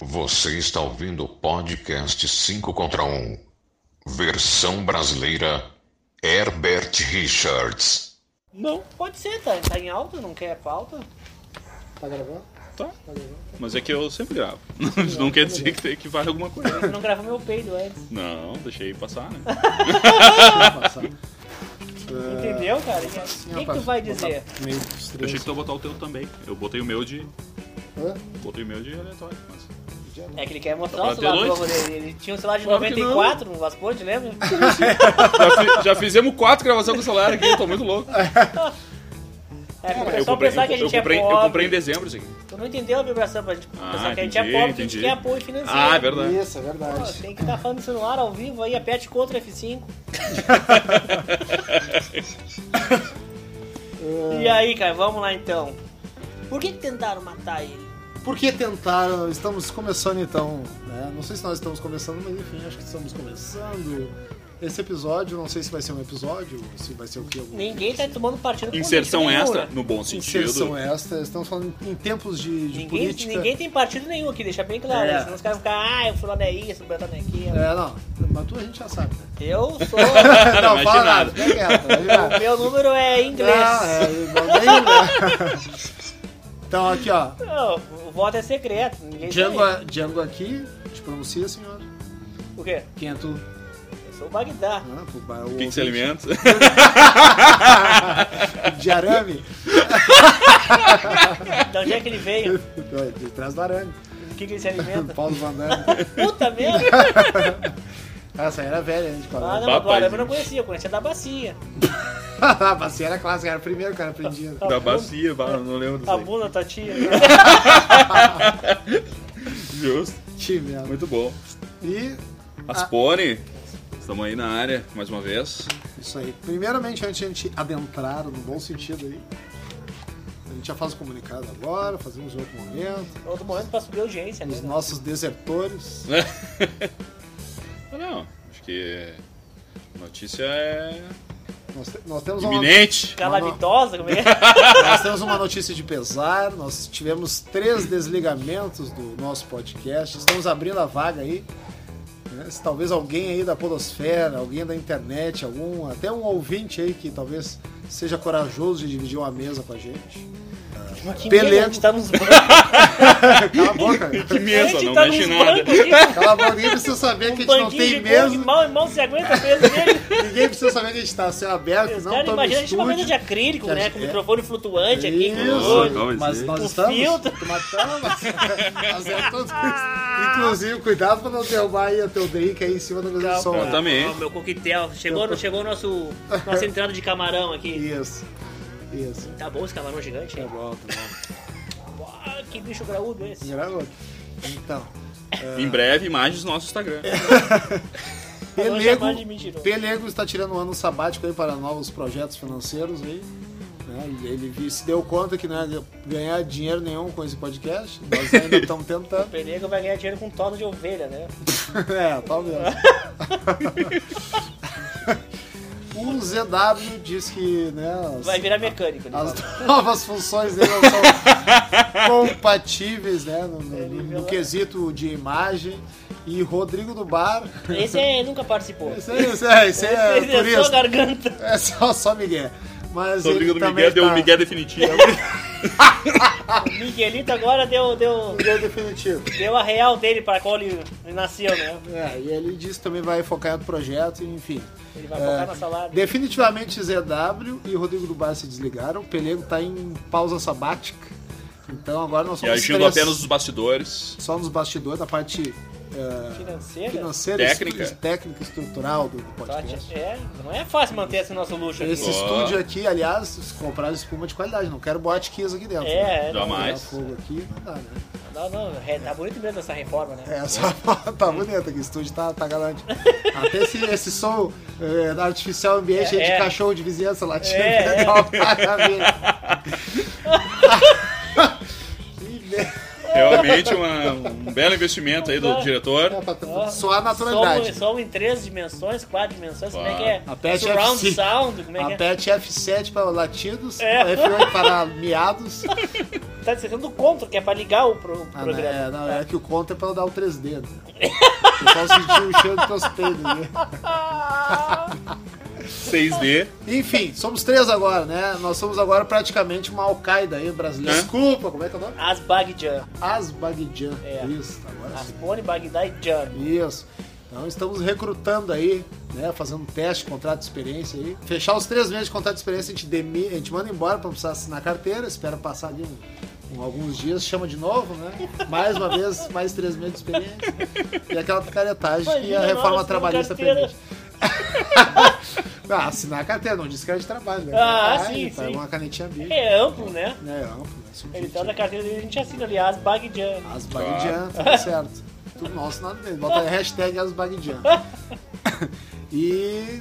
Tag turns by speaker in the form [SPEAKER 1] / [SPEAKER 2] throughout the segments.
[SPEAKER 1] Você está ouvindo o podcast 5 contra 1, versão brasileira Herbert Richards.
[SPEAKER 2] Não.
[SPEAKER 3] Pode ser, tá, tá em alta, não quer pauta.
[SPEAKER 2] Tá gravando?
[SPEAKER 4] Tá.
[SPEAKER 2] Tá gravando?
[SPEAKER 4] Mas é que eu sempre gravo. Isso não quer dizer que, tem- que vale alguma coisa.
[SPEAKER 3] Você não gravou meu peido antes.
[SPEAKER 4] Não, deixei passar, né?
[SPEAKER 2] Vou passar.
[SPEAKER 4] É.
[SPEAKER 3] Entendeu, cara?
[SPEAKER 2] Vou passar assim,
[SPEAKER 3] O que
[SPEAKER 2] ó,
[SPEAKER 3] que tu
[SPEAKER 2] pra
[SPEAKER 3] vai
[SPEAKER 2] botar
[SPEAKER 3] dizer?
[SPEAKER 2] Meio
[SPEAKER 4] Eu achei
[SPEAKER 2] estranho.
[SPEAKER 4] que tu ia botar o teu também. Eu botei o meu de.
[SPEAKER 2] Hã?
[SPEAKER 4] Botei o meu de aleatório. Mas...
[SPEAKER 3] É que ele quer mostrar
[SPEAKER 4] Pra
[SPEAKER 3] o celular
[SPEAKER 4] ter
[SPEAKER 3] novo
[SPEAKER 4] noite.
[SPEAKER 3] dele. Ele tinha um celular de
[SPEAKER 4] Claro que
[SPEAKER 3] 94 no Vasconde, lembra?
[SPEAKER 4] já, fi- já fizemos quatro gravações com o celular aqui, eu tô muito louco.
[SPEAKER 3] É, pro
[SPEAKER 4] eu
[SPEAKER 3] pessoal
[SPEAKER 4] comprei,
[SPEAKER 3] pensar que a
[SPEAKER 4] eu,
[SPEAKER 3] gente é
[SPEAKER 4] comprei,
[SPEAKER 3] pobre.
[SPEAKER 4] eu comprei em dezembro isso aqui.
[SPEAKER 3] Tu não entendeu a vibração pra gente
[SPEAKER 4] Ah,
[SPEAKER 3] pensar que a gente é
[SPEAKER 4] entendi,
[SPEAKER 3] pobre, que a gente
[SPEAKER 4] entendi.
[SPEAKER 3] quer apoio financeiro.
[SPEAKER 4] Ah, é verdade.
[SPEAKER 2] Isso, é
[SPEAKER 3] Pô,
[SPEAKER 2] verdade.
[SPEAKER 3] tem que estar falando do celular ao vivo aí, aperte Ctrl F5. E aí, cara, vamos lá então. Por que, que tentaram matar ele?
[SPEAKER 2] Por que tentaram? Estamos começando então, né? Não sei se nós estamos começando, mas enfim, acho que estamos começando. Esse episódio, não sei se vai ser um episódio, se vai ser o que?
[SPEAKER 3] Ninguém tá tomando partido político
[SPEAKER 4] Inserção
[SPEAKER 3] nenhum,
[SPEAKER 4] extra,
[SPEAKER 3] né?
[SPEAKER 4] no bom sentido.
[SPEAKER 2] Inserção extra, estamos falando em tempos de, de
[SPEAKER 3] Ninguém,
[SPEAKER 2] política.
[SPEAKER 3] ninguém tem partido nenhum aqui, deixa bem claro.
[SPEAKER 2] É.
[SPEAKER 3] né? Senão os caras vão ficar, ah, o fulano é isso, o Betano é aquilo.
[SPEAKER 2] É, não, mas tu a gente já sabe, né?
[SPEAKER 3] Eu sou.
[SPEAKER 2] não, fala
[SPEAKER 4] imagina nada.
[SPEAKER 2] nada, fica quieto, fica
[SPEAKER 3] o
[SPEAKER 2] quieto.
[SPEAKER 3] meu número é inglês.
[SPEAKER 2] Ah, é, igual bem, né? Então aqui, ó.
[SPEAKER 3] Não, o voto é secreto. Ninguém
[SPEAKER 2] Django,
[SPEAKER 3] sabe.
[SPEAKER 2] Django aqui, te pronuncia, senhor.
[SPEAKER 3] O quê?
[SPEAKER 2] Quem é tu?
[SPEAKER 3] Eu sou o Bagdá.
[SPEAKER 2] Ah, pô, o
[SPEAKER 4] O que, que
[SPEAKER 2] ouvinte
[SPEAKER 4] se alimenta?
[SPEAKER 2] De arame?
[SPEAKER 3] De onde é que ele veio?
[SPEAKER 2] De trás do arame.
[SPEAKER 3] O que, que ele se alimenta?
[SPEAKER 2] Paulo Van Damme.
[SPEAKER 3] Puta merda!
[SPEAKER 2] Essa aí era velha, né? De
[SPEAKER 3] Ah,
[SPEAKER 2] colégio.
[SPEAKER 3] não, mas do
[SPEAKER 4] Papai.
[SPEAKER 3] Arame eu não conhecia, eu conhecia da bacia.
[SPEAKER 2] Ah, mas era clássica, era o primeiro que era aprendido.
[SPEAKER 4] da bacia, bah, não lembro disso.
[SPEAKER 3] A
[SPEAKER 4] aí.
[SPEAKER 3] bunda, da tua tia.
[SPEAKER 4] Justo.
[SPEAKER 2] Time, né?
[SPEAKER 4] Muito bom.
[SPEAKER 2] E
[SPEAKER 4] As Pone, estamos aí na área mais uma vez.
[SPEAKER 2] isso aí. Primeiramente, antes de a gente adentrar no bom sentido aí, a gente já faz o comunicado agora, fazemos outro momento.
[SPEAKER 3] Outro momento pra subir a audiência, né?
[SPEAKER 2] Os nossos desertores.
[SPEAKER 4] Não, acho que a notícia é
[SPEAKER 2] Nós, te- nós temos uma
[SPEAKER 4] iminente.
[SPEAKER 3] Calamitosa, como é?
[SPEAKER 2] Nós temos uma notícia de pesar, nós tivemos três desligamentos do nosso podcast, estamos abrindo a vaga aí. né? Se talvez alguém aí da Podosfera, alguém da internet, algum, até um ouvinte aí que talvez seja corajoso de dividir uma mesa com a gente.
[SPEAKER 3] Que
[SPEAKER 2] Pelé.
[SPEAKER 3] medo, a gente tá nos bancos.
[SPEAKER 2] Cala a boca, cara.
[SPEAKER 4] Que
[SPEAKER 3] A
[SPEAKER 4] mesa,
[SPEAKER 3] gente
[SPEAKER 4] não
[SPEAKER 3] tá
[SPEAKER 4] mexe
[SPEAKER 3] nos
[SPEAKER 4] em nada.
[SPEAKER 3] bancos aqui.
[SPEAKER 2] Cala a boca, ninguém precisa saber que a gente não
[SPEAKER 3] Um Banquinho de
[SPEAKER 2] tem
[SPEAKER 3] gol, que
[SPEAKER 2] mesa,
[SPEAKER 3] mal, mal se aguenta o peso dele.
[SPEAKER 2] ninguém precisa saber que a gente tá a céu aberto,
[SPEAKER 3] Os
[SPEAKER 2] não
[SPEAKER 3] caras
[SPEAKER 2] estamos
[SPEAKER 3] imaginam
[SPEAKER 2] no
[SPEAKER 3] a gente é uma mesa de
[SPEAKER 2] estúdio.
[SPEAKER 3] acrílico,
[SPEAKER 2] Que a
[SPEAKER 3] né?
[SPEAKER 2] gente-
[SPEAKER 3] Com
[SPEAKER 2] é.
[SPEAKER 3] microfone flutuante aqui, com
[SPEAKER 2] Isso,
[SPEAKER 3] olho.
[SPEAKER 4] calma aí,
[SPEAKER 2] mas nós
[SPEAKER 3] com
[SPEAKER 2] estamos.
[SPEAKER 3] filtro. Ah.
[SPEAKER 2] Tu matava, mas- mas é tudo isso. Inclusive, cuidado pra não derrubar aí o teu drink aí em cima da mesa de som.
[SPEAKER 4] Calma.
[SPEAKER 2] né?
[SPEAKER 4] Exatamente.
[SPEAKER 3] Ó, meu coquetel. Chegou, no- chegou nosso, nossa entrada de camarão aqui.
[SPEAKER 2] Isso. Isso.
[SPEAKER 3] Tá bom esse camarão gigante,
[SPEAKER 2] Tá
[SPEAKER 3] hein?
[SPEAKER 2] bom, tá bom.
[SPEAKER 3] Uau, que bicho graúdo esse.
[SPEAKER 2] Gravou. Então,
[SPEAKER 4] Em breve, imagens no nosso Instagram.
[SPEAKER 2] É,
[SPEAKER 3] Falou
[SPEAKER 2] Pelego,
[SPEAKER 3] jamais de mentiroso.
[SPEAKER 2] Pelego está tirando um ano sabático aí para novos projetos financeiros aí. né? E Ele vi- se deu conta que não ia ganhar dinheiro nenhum com esse podcast. Nós ainda estamos
[SPEAKER 3] O
[SPEAKER 2] tentando.
[SPEAKER 3] Pelego vai ganhar dinheiro com torno de ovelha, né?
[SPEAKER 2] É, talvez. O ZW diz que né, as-
[SPEAKER 3] Vai virar mecânico. Né?
[SPEAKER 2] As novas funções dele não são compatíveis, né? No, no- no- no quesito de imagem. E Rodrigo do Bar.
[SPEAKER 3] Esse é, nunca participou.
[SPEAKER 2] Esse é, esse é, esse é
[SPEAKER 3] Esse é só
[SPEAKER 2] turista.
[SPEAKER 3] garganta.
[SPEAKER 2] É só, só Miguel. Mas
[SPEAKER 4] Tô
[SPEAKER 2] ele
[SPEAKER 4] brincando do
[SPEAKER 2] também
[SPEAKER 4] Miguel, deu
[SPEAKER 2] tá...
[SPEAKER 4] um Miguel definitivo.
[SPEAKER 3] O Miguelito agora deu, deu,
[SPEAKER 2] Miguel definitivo.
[SPEAKER 3] deu a real dele pra qual ele ele nasceu, né?
[SPEAKER 2] É, e ele disse que também vai focar em outro projeto, enfim.
[SPEAKER 3] Ele vai
[SPEAKER 2] É,
[SPEAKER 3] focar na salada.
[SPEAKER 2] Definitivamente ZW e Rodrigo do Bar se desligaram. O Pelego tá em pausa sabática. Então agora nós
[SPEAKER 4] E
[SPEAKER 2] somos
[SPEAKER 4] agindo
[SPEAKER 2] três.
[SPEAKER 4] apenas os bastidores.
[SPEAKER 2] Só nos bastidores, da parte é,
[SPEAKER 3] Financeira.
[SPEAKER 2] financeira,
[SPEAKER 4] Técnica.
[SPEAKER 2] estru- técnica estrutural do, do podcast.
[SPEAKER 3] Sorte- É, não é fácil manter esse nosso luxo aqui.
[SPEAKER 2] Esse
[SPEAKER 4] Ó.
[SPEAKER 2] estúdio aqui, aliás, eles compraram espuma de qualidade. Não quero boate kiss aqui dentro.
[SPEAKER 3] É,
[SPEAKER 2] né?
[SPEAKER 3] não,
[SPEAKER 4] Jamais.
[SPEAKER 2] Pegar fogo aqui, não dá, né?
[SPEAKER 3] não, não, é, tá bonito mesmo essa reforma, né?
[SPEAKER 2] É, essa foto tá bonita aqui, o estúdio tá, tá galante. Até esse, esse som é, artificial ambiente
[SPEAKER 3] É,
[SPEAKER 2] aí de
[SPEAKER 3] é.
[SPEAKER 2] cachorro de vizinhança latindo.
[SPEAKER 3] É, é.
[SPEAKER 2] tá uma maravilha. Que merda,
[SPEAKER 4] Realmente uma- um belo investimento aí
[SPEAKER 3] É.
[SPEAKER 4] do diretor.
[SPEAKER 2] pra Soar
[SPEAKER 3] Som,
[SPEAKER 2] naturalidade.
[SPEAKER 3] som um, em três dimensões, quatro dimensões, como é que
[SPEAKER 4] Claro.
[SPEAKER 3] é?
[SPEAKER 2] A PET
[SPEAKER 3] Surround
[SPEAKER 2] FC.
[SPEAKER 3] sound, como é que é?
[SPEAKER 2] Aperte F7 para latidos,
[SPEAKER 3] É.
[SPEAKER 2] F8 para miados,
[SPEAKER 3] tá dizendo do contra, que é pra ligar o pro-
[SPEAKER 2] Ah, não,
[SPEAKER 3] programa.
[SPEAKER 2] é, não, é que o conto é pra eu dar o 3D. Né? O pessoal sentiu o cheiro dos teus peidos. Né?
[SPEAKER 3] Ah!
[SPEAKER 4] 6D.
[SPEAKER 2] Enfim, somos três agora, né? Nós somos agora praticamente uma Al-Qaeda aí brasileira.
[SPEAKER 4] Hã?
[SPEAKER 2] Desculpa, como é que é o nome?
[SPEAKER 3] As Bagdjan.
[SPEAKER 2] Asbagdian.
[SPEAKER 3] É.
[SPEAKER 2] Isso, agora
[SPEAKER 3] As
[SPEAKER 2] sim.
[SPEAKER 3] Pony Bagdá e Jan.
[SPEAKER 2] Isso. Então estamos recrutando aí, né? Fazendo um teste, contrato de experiência aí. Fechar os três meses de contrato de experiência, a gente, demi... a gente manda embora pra não precisar assinar carteira, espera passar ali um- um- alguns dias, chama de novo, né? Mais uma vez, mais três meses de experiência. E aquela picaretagem que
[SPEAKER 3] Imagina
[SPEAKER 2] a
[SPEAKER 3] nós
[SPEAKER 2] reforma
[SPEAKER 3] assinando
[SPEAKER 2] trabalhista
[SPEAKER 3] carteira.
[SPEAKER 2] permite. ah, assinar a carteira, não diz que era de trabalho, né?
[SPEAKER 3] Ah, sim,
[SPEAKER 2] tá,
[SPEAKER 3] sim.
[SPEAKER 2] Uma canetinha bica.
[SPEAKER 3] É amplo, né?
[SPEAKER 2] É, amplo, né?
[SPEAKER 3] Ele
[SPEAKER 2] subjetivo.
[SPEAKER 3] tá na carteira dele, a gente assina ali, As Bagdjan.
[SPEAKER 2] As Bagdian, tá certo. Tudo nosso nada dele. Bota aí hashtag As Bagdian. E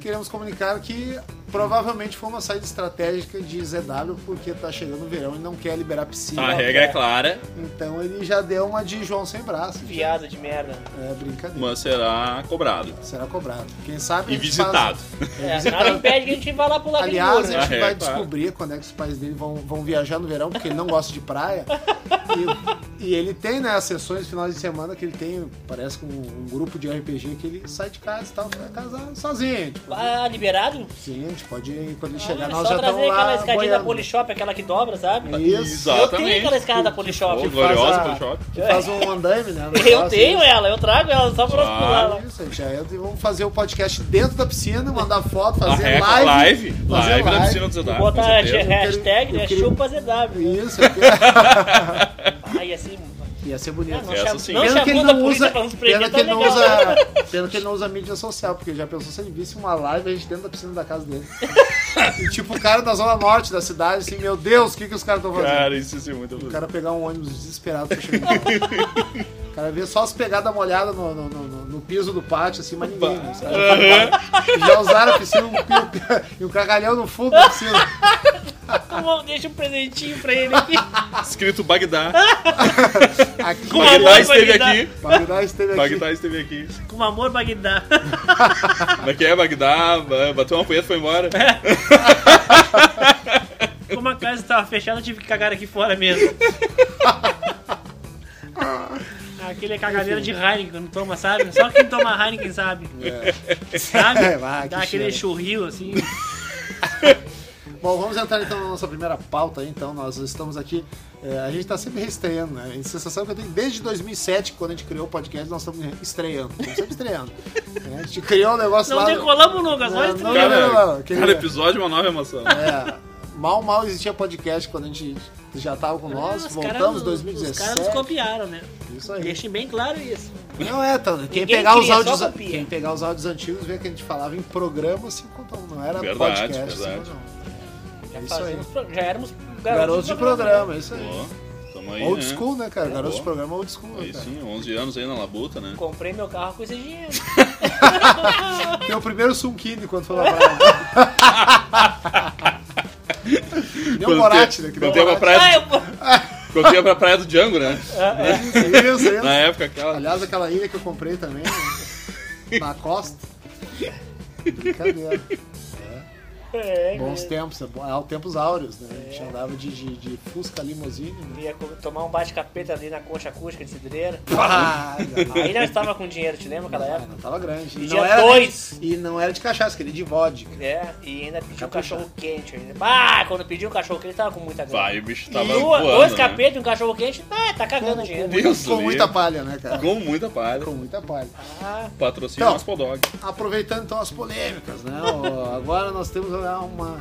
[SPEAKER 2] queremos comunicar que provavelmente foi uma saída estratégica de ZW porque tá chegando o verão e não quer liberar piscina.
[SPEAKER 4] A regra é clara,
[SPEAKER 2] Então ele já deu uma de João sem braço.
[SPEAKER 3] Piada de merda.
[SPEAKER 2] É brincadeira.
[SPEAKER 4] mas será cobrado.
[SPEAKER 2] Será cobrado. Quem sabe. a
[SPEAKER 4] E
[SPEAKER 2] gente
[SPEAKER 4] visitado.
[SPEAKER 2] faz- É,
[SPEAKER 3] É, nada
[SPEAKER 2] visitado.
[SPEAKER 3] impede que a gente vá lá pular aquele muro,
[SPEAKER 2] Aliás,
[SPEAKER 4] né?
[SPEAKER 2] a
[SPEAKER 3] né?
[SPEAKER 2] gente
[SPEAKER 4] É,
[SPEAKER 2] vai
[SPEAKER 4] claro.
[SPEAKER 2] descobrir quando é que os pais dele vão, vão viajar no verão, porque ele não gosta de praia. E, e ele tem, né, as sessões finais de semana que ele tem, parece com um, um grupo de RPG que ele sai de casa e tal, vai casar sozinho. Tipo,
[SPEAKER 3] Ah, liberado?
[SPEAKER 2] sim, a gente pode ir quando ele chegar,
[SPEAKER 3] Ah,
[SPEAKER 2] nós
[SPEAKER 3] só
[SPEAKER 2] já
[SPEAKER 3] trazer
[SPEAKER 2] estamos lá.
[SPEAKER 3] aquela escadinha da
[SPEAKER 2] boiando.
[SPEAKER 3] Polishop, aquela que dobra, sabe?
[SPEAKER 2] Isso.
[SPEAKER 4] Exato.
[SPEAKER 3] Eu tenho
[SPEAKER 4] Exatamente.
[SPEAKER 3] aquela escada da Polishop.
[SPEAKER 4] Pô,
[SPEAKER 2] faz
[SPEAKER 4] gloriosa
[SPEAKER 2] a-
[SPEAKER 4] pelo shopping.
[SPEAKER 2] Que faz um andaime, né? no
[SPEAKER 3] Eu
[SPEAKER 2] negócio,
[SPEAKER 3] tenho
[SPEAKER 2] isso.
[SPEAKER 3] ela, eu trago ela só pra nós pular lá.
[SPEAKER 2] Isso, a gente já entra e vamos fazer o podcast dentro da piscina, mandar foto,
[SPEAKER 4] A
[SPEAKER 2] fazer
[SPEAKER 4] regra,
[SPEAKER 2] live.
[SPEAKER 4] live. Ah, é? Live,
[SPEAKER 2] fazer
[SPEAKER 4] na
[SPEAKER 2] live.
[SPEAKER 4] piscina do Zedar.
[SPEAKER 3] Bota a hashtag,
[SPEAKER 2] eu
[SPEAKER 3] né?
[SPEAKER 2] queria-
[SPEAKER 3] Chupa ZW.
[SPEAKER 2] Isso, eu quero-
[SPEAKER 3] Aí assim,
[SPEAKER 2] ia ser bonito.
[SPEAKER 3] ah, não,
[SPEAKER 4] Essa
[SPEAKER 3] chama-
[SPEAKER 4] sim.
[SPEAKER 3] não
[SPEAKER 4] Pena
[SPEAKER 2] Pena que ele
[SPEAKER 3] chamou da
[SPEAKER 2] não
[SPEAKER 3] polícia
[SPEAKER 2] usa.
[SPEAKER 3] pra nos
[SPEAKER 2] Pena
[SPEAKER 3] prender,
[SPEAKER 2] que, ele
[SPEAKER 3] tá
[SPEAKER 2] não
[SPEAKER 3] legal.
[SPEAKER 2] usa pena que ele não usa mídia social, porque já pensou se ele visse uma live a gente dentro da piscina da casa dele. E, tipo o cara da zona norte da cidade, assim, meu Deus, o que, que os caras estão fazendo?
[SPEAKER 4] Cara, isso sim, é muito
[SPEAKER 2] O
[SPEAKER 4] louco.
[SPEAKER 2] cara pegar um ônibus desesperado pra chegar em casa. O cara vê só as pegadas molhadas no, no, no- no- no piso do pátio, assim, mas ninguém. Né? Os caras já, já usaram a piscina um pio- e um cagalhão no fundo da piscina.
[SPEAKER 3] Como- Deixa um presentinho pra ele aqui.
[SPEAKER 4] Escrito Bagdá.
[SPEAKER 2] Aqui,
[SPEAKER 3] Com amor,
[SPEAKER 4] Bagdá esteve
[SPEAKER 3] Bagdá.
[SPEAKER 4] aqui.
[SPEAKER 2] Bagdá esteve aqui.
[SPEAKER 4] Bagdá esteve aqui.
[SPEAKER 3] Com amor, Bagdá.
[SPEAKER 4] Como é que é, Bagdá? Ba- Bateu uma punheta e foi embora.
[SPEAKER 3] Como a casa estava fechada, eu tive que cagar aqui fora mesmo. Aquele é cagadeira de Heineken quando toma, sabe? Só quem toma Heineken sabe. Sabe?
[SPEAKER 2] É, vai, que
[SPEAKER 3] Dá aquele
[SPEAKER 2] cheiro.
[SPEAKER 3] churril assim.
[SPEAKER 2] Bom, vamos entrar então na nossa primeira pauta. aí, Então, nós estamos aqui. é, a gente está sempre reestreando, né? A sensação que eu tenho desde 2007, quando a gente criou o podcast, nós estamos estreando. Estamos sempre estreando. né? A gente criou um negócio
[SPEAKER 3] Não
[SPEAKER 2] lá.
[SPEAKER 3] decolamos, Lucas.
[SPEAKER 2] Não,
[SPEAKER 3] Olha esse
[SPEAKER 2] não decolamos.
[SPEAKER 3] trem.
[SPEAKER 2] não, não,
[SPEAKER 4] Cara,
[SPEAKER 2] não, que-
[SPEAKER 4] cada episódio é uma nova emoção.
[SPEAKER 2] É, mal, mal existia podcast quando a gente já estava com nós.
[SPEAKER 3] Os caras-
[SPEAKER 2] Voltamos em
[SPEAKER 3] Os caras nos
[SPEAKER 2] 2017.
[SPEAKER 3] copiaram, né?
[SPEAKER 2] Isso aí.
[SPEAKER 3] Deixem bem claro isso.
[SPEAKER 2] Não é, tá, quem
[SPEAKER 3] Ninguém
[SPEAKER 2] pegar, os
[SPEAKER 3] cria, só
[SPEAKER 2] áudios,
[SPEAKER 3] copia.
[SPEAKER 2] quem pegar os áudios antigos vê que a gente falava em programa assim, como não era
[SPEAKER 4] Verdade,
[SPEAKER 2] podcast. assim,
[SPEAKER 4] verdade.
[SPEAKER 2] não.
[SPEAKER 3] Já,
[SPEAKER 2] É isso aí.
[SPEAKER 3] fazíamos pro- já éramos garotos,
[SPEAKER 2] Garotos de programa, é isso aí.
[SPEAKER 4] Pô, tamo aí,
[SPEAKER 2] Old
[SPEAKER 4] né?
[SPEAKER 2] school, né, cara? Garoto
[SPEAKER 4] Boa.
[SPEAKER 2] de programa old school. né,
[SPEAKER 4] Aí
[SPEAKER 2] cara.
[SPEAKER 4] sim, 11 anos aí na labuta, né?
[SPEAKER 3] Comprei meu carro com esse dinheiro.
[SPEAKER 2] Meu primeiro sunquini quando foi lá pra Nem o
[SPEAKER 4] Quando
[SPEAKER 2] Borat,
[SPEAKER 4] tem-
[SPEAKER 2] né? Que nem
[SPEAKER 4] quando
[SPEAKER 2] o
[SPEAKER 4] tem uma
[SPEAKER 2] Borat.
[SPEAKER 4] praia-
[SPEAKER 3] Ah, eu...
[SPEAKER 4] Quando ia pra praia do Django, né?
[SPEAKER 2] Isso, isso.
[SPEAKER 4] Na época aquela.
[SPEAKER 2] Aliás, aquela ilha que eu comprei também, né? na costa. Brincadeira.
[SPEAKER 3] É,
[SPEAKER 2] Bons tempos, é bom- é tempos áureos, né? A gente andava de, de, de Fusca Limousine. Né?
[SPEAKER 3] ia co- tomar um bate-capeta ali na concha acústica de cidreira. Ah,
[SPEAKER 2] Pá,
[SPEAKER 3] Aí nós estava com dinheiro, te lembra aquela
[SPEAKER 2] não,
[SPEAKER 3] época?
[SPEAKER 2] não tava grande.
[SPEAKER 3] E
[SPEAKER 2] não
[SPEAKER 3] dia
[SPEAKER 2] era
[SPEAKER 3] dois.
[SPEAKER 2] E não era de cachaça, queria de vodka.
[SPEAKER 3] É, e ainda pediu um
[SPEAKER 2] Caprichado.
[SPEAKER 3] cachorro quente. ainda. Ah, quando pediu um cachorro quente, tava com muita grana.
[SPEAKER 4] Vai, o bicho tava
[SPEAKER 3] E duas-
[SPEAKER 4] voando,
[SPEAKER 3] dois
[SPEAKER 4] né?
[SPEAKER 3] capetas e um cachorro quente, ah, tá cagando dinheiro.
[SPEAKER 4] Deus do
[SPEAKER 2] Com
[SPEAKER 4] livro.
[SPEAKER 2] muita palha, né, cara?
[SPEAKER 4] Com muita palha.
[SPEAKER 2] Com muita palha.
[SPEAKER 3] Ah,
[SPEAKER 4] Patrocínio
[SPEAKER 2] Então.
[SPEAKER 4] então. Dog.
[SPEAKER 2] Aproveitando então as polêmicas, né? Ó, agora nós temos olha, uma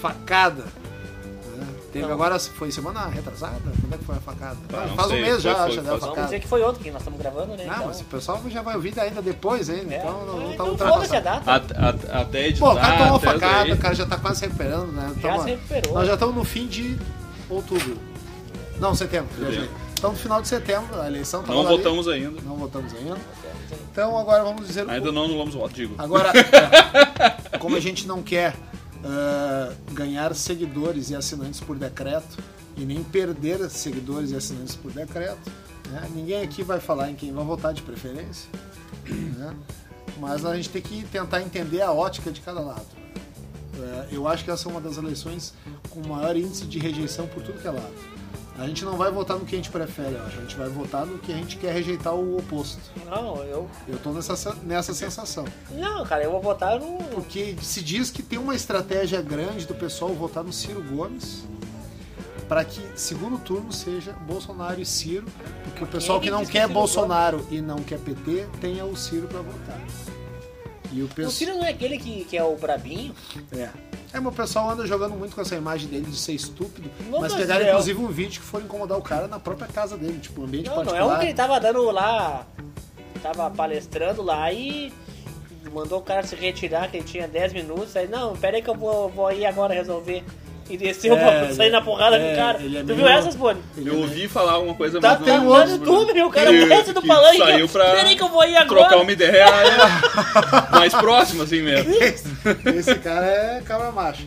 [SPEAKER 2] facada. né? Teve agora, foi semana retrasada? Quando é que foi a facada?
[SPEAKER 4] Ah,
[SPEAKER 2] Não,
[SPEAKER 4] não
[SPEAKER 2] faz um
[SPEAKER 4] sei,
[SPEAKER 2] mês
[SPEAKER 4] foi-
[SPEAKER 2] já,
[SPEAKER 4] foi-
[SPEAKER 2] já deu a
[SPEAKER 4] faz um
[SPEAKER 3] vamos dizer
[SPEAKER 2] facada.
[SPEAKER 3] que foi outro que nós estamos gravando, né?
[SPEAKER 2] Não,
[SPEAKER 3] então,
[SPEAKER 2] mas o pessoal já vai ouvir ainda depois ainda,
[SPEAKER 3] é.
[SPEAKER 2] então não, não tá
[SPEAKER 3] então foda-se a
[SPEAKER 2] ultrapassado.
[SPEAKER 3] data.
[SPEAKER 4] Até, a- até editar.
[SPEAKER 2] Bom, o cara tomou
[SPEAKER 4] até
[SPEAKER 2] facada,
[SPEAKER 4] sair.
[SPEAKER 2] o cara já tá quase se recuperando, né?
[SPEAKER 3] Já
[SPEAKER 2] Tamo-
[SPEAKER 3] se recuperou.
[SPEAKER 2] Nós já estamos no fim de outubro. Não, setembro,
[SPEAKER 4] Setembro.
[SPEAKER 2] viajei. Estamos no final de setembro, a eleição tá
[SPEAKER 4] Não
[SPEAKER 2] rolando ali.
[SPEAKER 4] votamos ainda.
[SPEAKER 2] Não votamos ainda. Então agora vamos dizer o
[SPEAKER 4] Ainda não anulamos o voto, digo.
[SPEAKER 2] Agora, é, como a gente não quer ah, ganhar seguidores e assinantes por decreto, e nem perder seguidores e assinantes por decreto, né, ninguém aqui vai falar em quem vai votar de preferência. né? Mas a gente tem que tentar entender a ótica de cada lado. Eh, eu acho que essa é uma das eleições com maior índice de rejeição por tudo que é lado. A gente não vai votar no que a gente prefere, eu acho. A gente vai votar no que a gente quer rejeitar o oposto.
[SPEAKER 3] Não, eu.
[SPEAKER 2] Eu tô nessa, sen- nessa sensação.
[SPEAKER 3] Não, cara, eu vou votar no.
[SPEAKER 2] Porque se diz que tem uma estratégia grande do pessoal votar no Ciro Gomes para que segundo turno seja Bolsonaro e Ciro, porque o pessoal que
[SPEAKER 3] ele
[SPEAKER 2] não
[SPEAKER 3] disse é que
[SPEAKER 2] quer
[SPEAKER 3] Ciro
[SPEAKER 2] Bolsonaro e não quer PT tenha o Ciro para votar. E o
[SPEAKER 3] O
[SPEAKER 2] pessoal
[SPEAKER 3] Ciro não é aquele que, que é o brabinho?
[SPEAKER 2] é. É, mas o pessoal anda jogando muito com essa imagem dele de ser estúpido,
[SPEAKER 3] Não,
[SPEAKER 2] mas
[SPEAKER 3] mas
[SPEAKER 2] pegaram
[SPEAKER 3] é.
[SPEAKER 2] inclusive um vídeo que foram incomodar o cara na própria casa dele, tipo, ambiente
[SPEAKER 3] Não, não
[SPEAKER 2] particular.
[SPEAKER 3] é um que ele tava dando lá. Tava palestrando lá e mandou o cara se retirar, que ele tinha 10 minutos. Aí, não, pera aí que eu vou, vou ir agora resolver. E desceu
[SPEAKER 2] É,
[SPEAKER 3] pra sair
[SPEAKER 2] ele-
[SPEAKER 3] na porrada
[SPEAKER 2] é,
[SPEAKER 3] com o cara.
[SPEAKER 2] ele é
[SPEAKER 3] tu
[SPEAKER 2] meio-
[SPEAKER 3] viu essas, Boni?
[SPEAKER 2] Ele é
[SPEAKER 4] Eu
[SPEAKER 2] meio-
[SPEAKER 4] ouvi falar uma coisa,
[SPEAKER 2] Tá,
[SPEAKER 4] mas
[SPEAKER 2] tem
[SPEAKER 3] Tá
[SPEAKER 2] um
[SPEAKER 4] não...
[SPEAKER 3] dando
[SPEAKER 2] outro,
[SPEAKER 3] tudo, meu. O cara
[SPEAKER 4] Que-
[SPEAKER 3] desce do
[SPEAKER 4] que
[SPEAKER 3] palanque.
[SPEAKER 4] saiu pra
[SPEAKER 3] Pera aí que eu vou ir agora.
[SPEAKER 4] Trocar um- uma ideia né? mais próxima, assim mesmo.
[SPEAKER 2] Esse cara é cabra macho.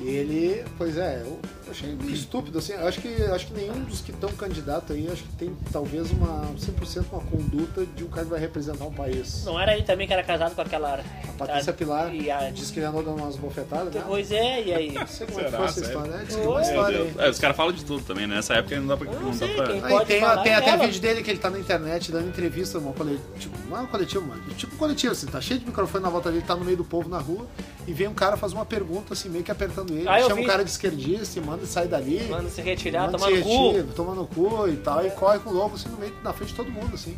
[SPEAKER 2] E Ele, pois é, eu achei meio estúpido assim. Eu Acho que, acho que nenhum dos que estão candidato aí, acho que tem talvez uma 100% uma conduta de um cara que vai representar um país.
[SPEAKER 3] Não era ele também que era casado com aquela. Ah,
[SPEAKER 2] A Patrícia Pilar
[SPEAKER 3] E a...
[SPEAKER 2] diz que ele andou dando umas bofetadas, né?
[SPEAKER 3] Pois é, e aí?
[SPEAKER 2] Não sei como é que
[SPEAKER 4] Será,
[SPEAKER 2] foi essa
[SPEAKER 4] sério?
[SPEAKER 2] história, né? Diz que tem uma
[SPEAKER 3] Meu
[SPEAKER 4] Meu
[SPEAKER 2] história aí.
[SPEAKER 4] Deus. É, os caras falam de tudo também, né? Nessa época não dá pra.
[SPEAKER 3] Eu não
[SPEAKER 4] Não dá
[SPEAKER 3] sei
[SPEAKER 4] pra...
[SPEAKER 3] quem-
[SPEAKER 2] Aí
[SPEAKER 3] Pode
[SPEAKER 2] tem,
[SPEAKER 3] falar
[SPEAKER 2] tem até
[SPEAKER 3] dela.
[SPEAKER 2] vídeo dele que ele tá na internet dando entrevista, uma coletiva, tipo, não é uma coletiva, mano, é tipo um coletivo, assim, tá cheio de microfone na volta dele, tá no meio do povo na rua, e vem um cara, faz uma pergunta, assim, meio que apertando ele,
[SPEAKER 3] Ah, eu
[SPEAKER 2] chama o
[SPEAKER 3] vi.
[SPEAKER 2] cara de esquerdista e manda ele sair dali.
[SPEAKER 3] Manda se retirar,
[SPEAKER 2] Manda
[SPEAKER 3] tomar
[SPEAKER 2] se
[SPEAKER 3] no cu.
[SPEAKER 2] retira, toma no cu e tal, e corre com o lobo assim no meio, na frente de todo mundo, assim.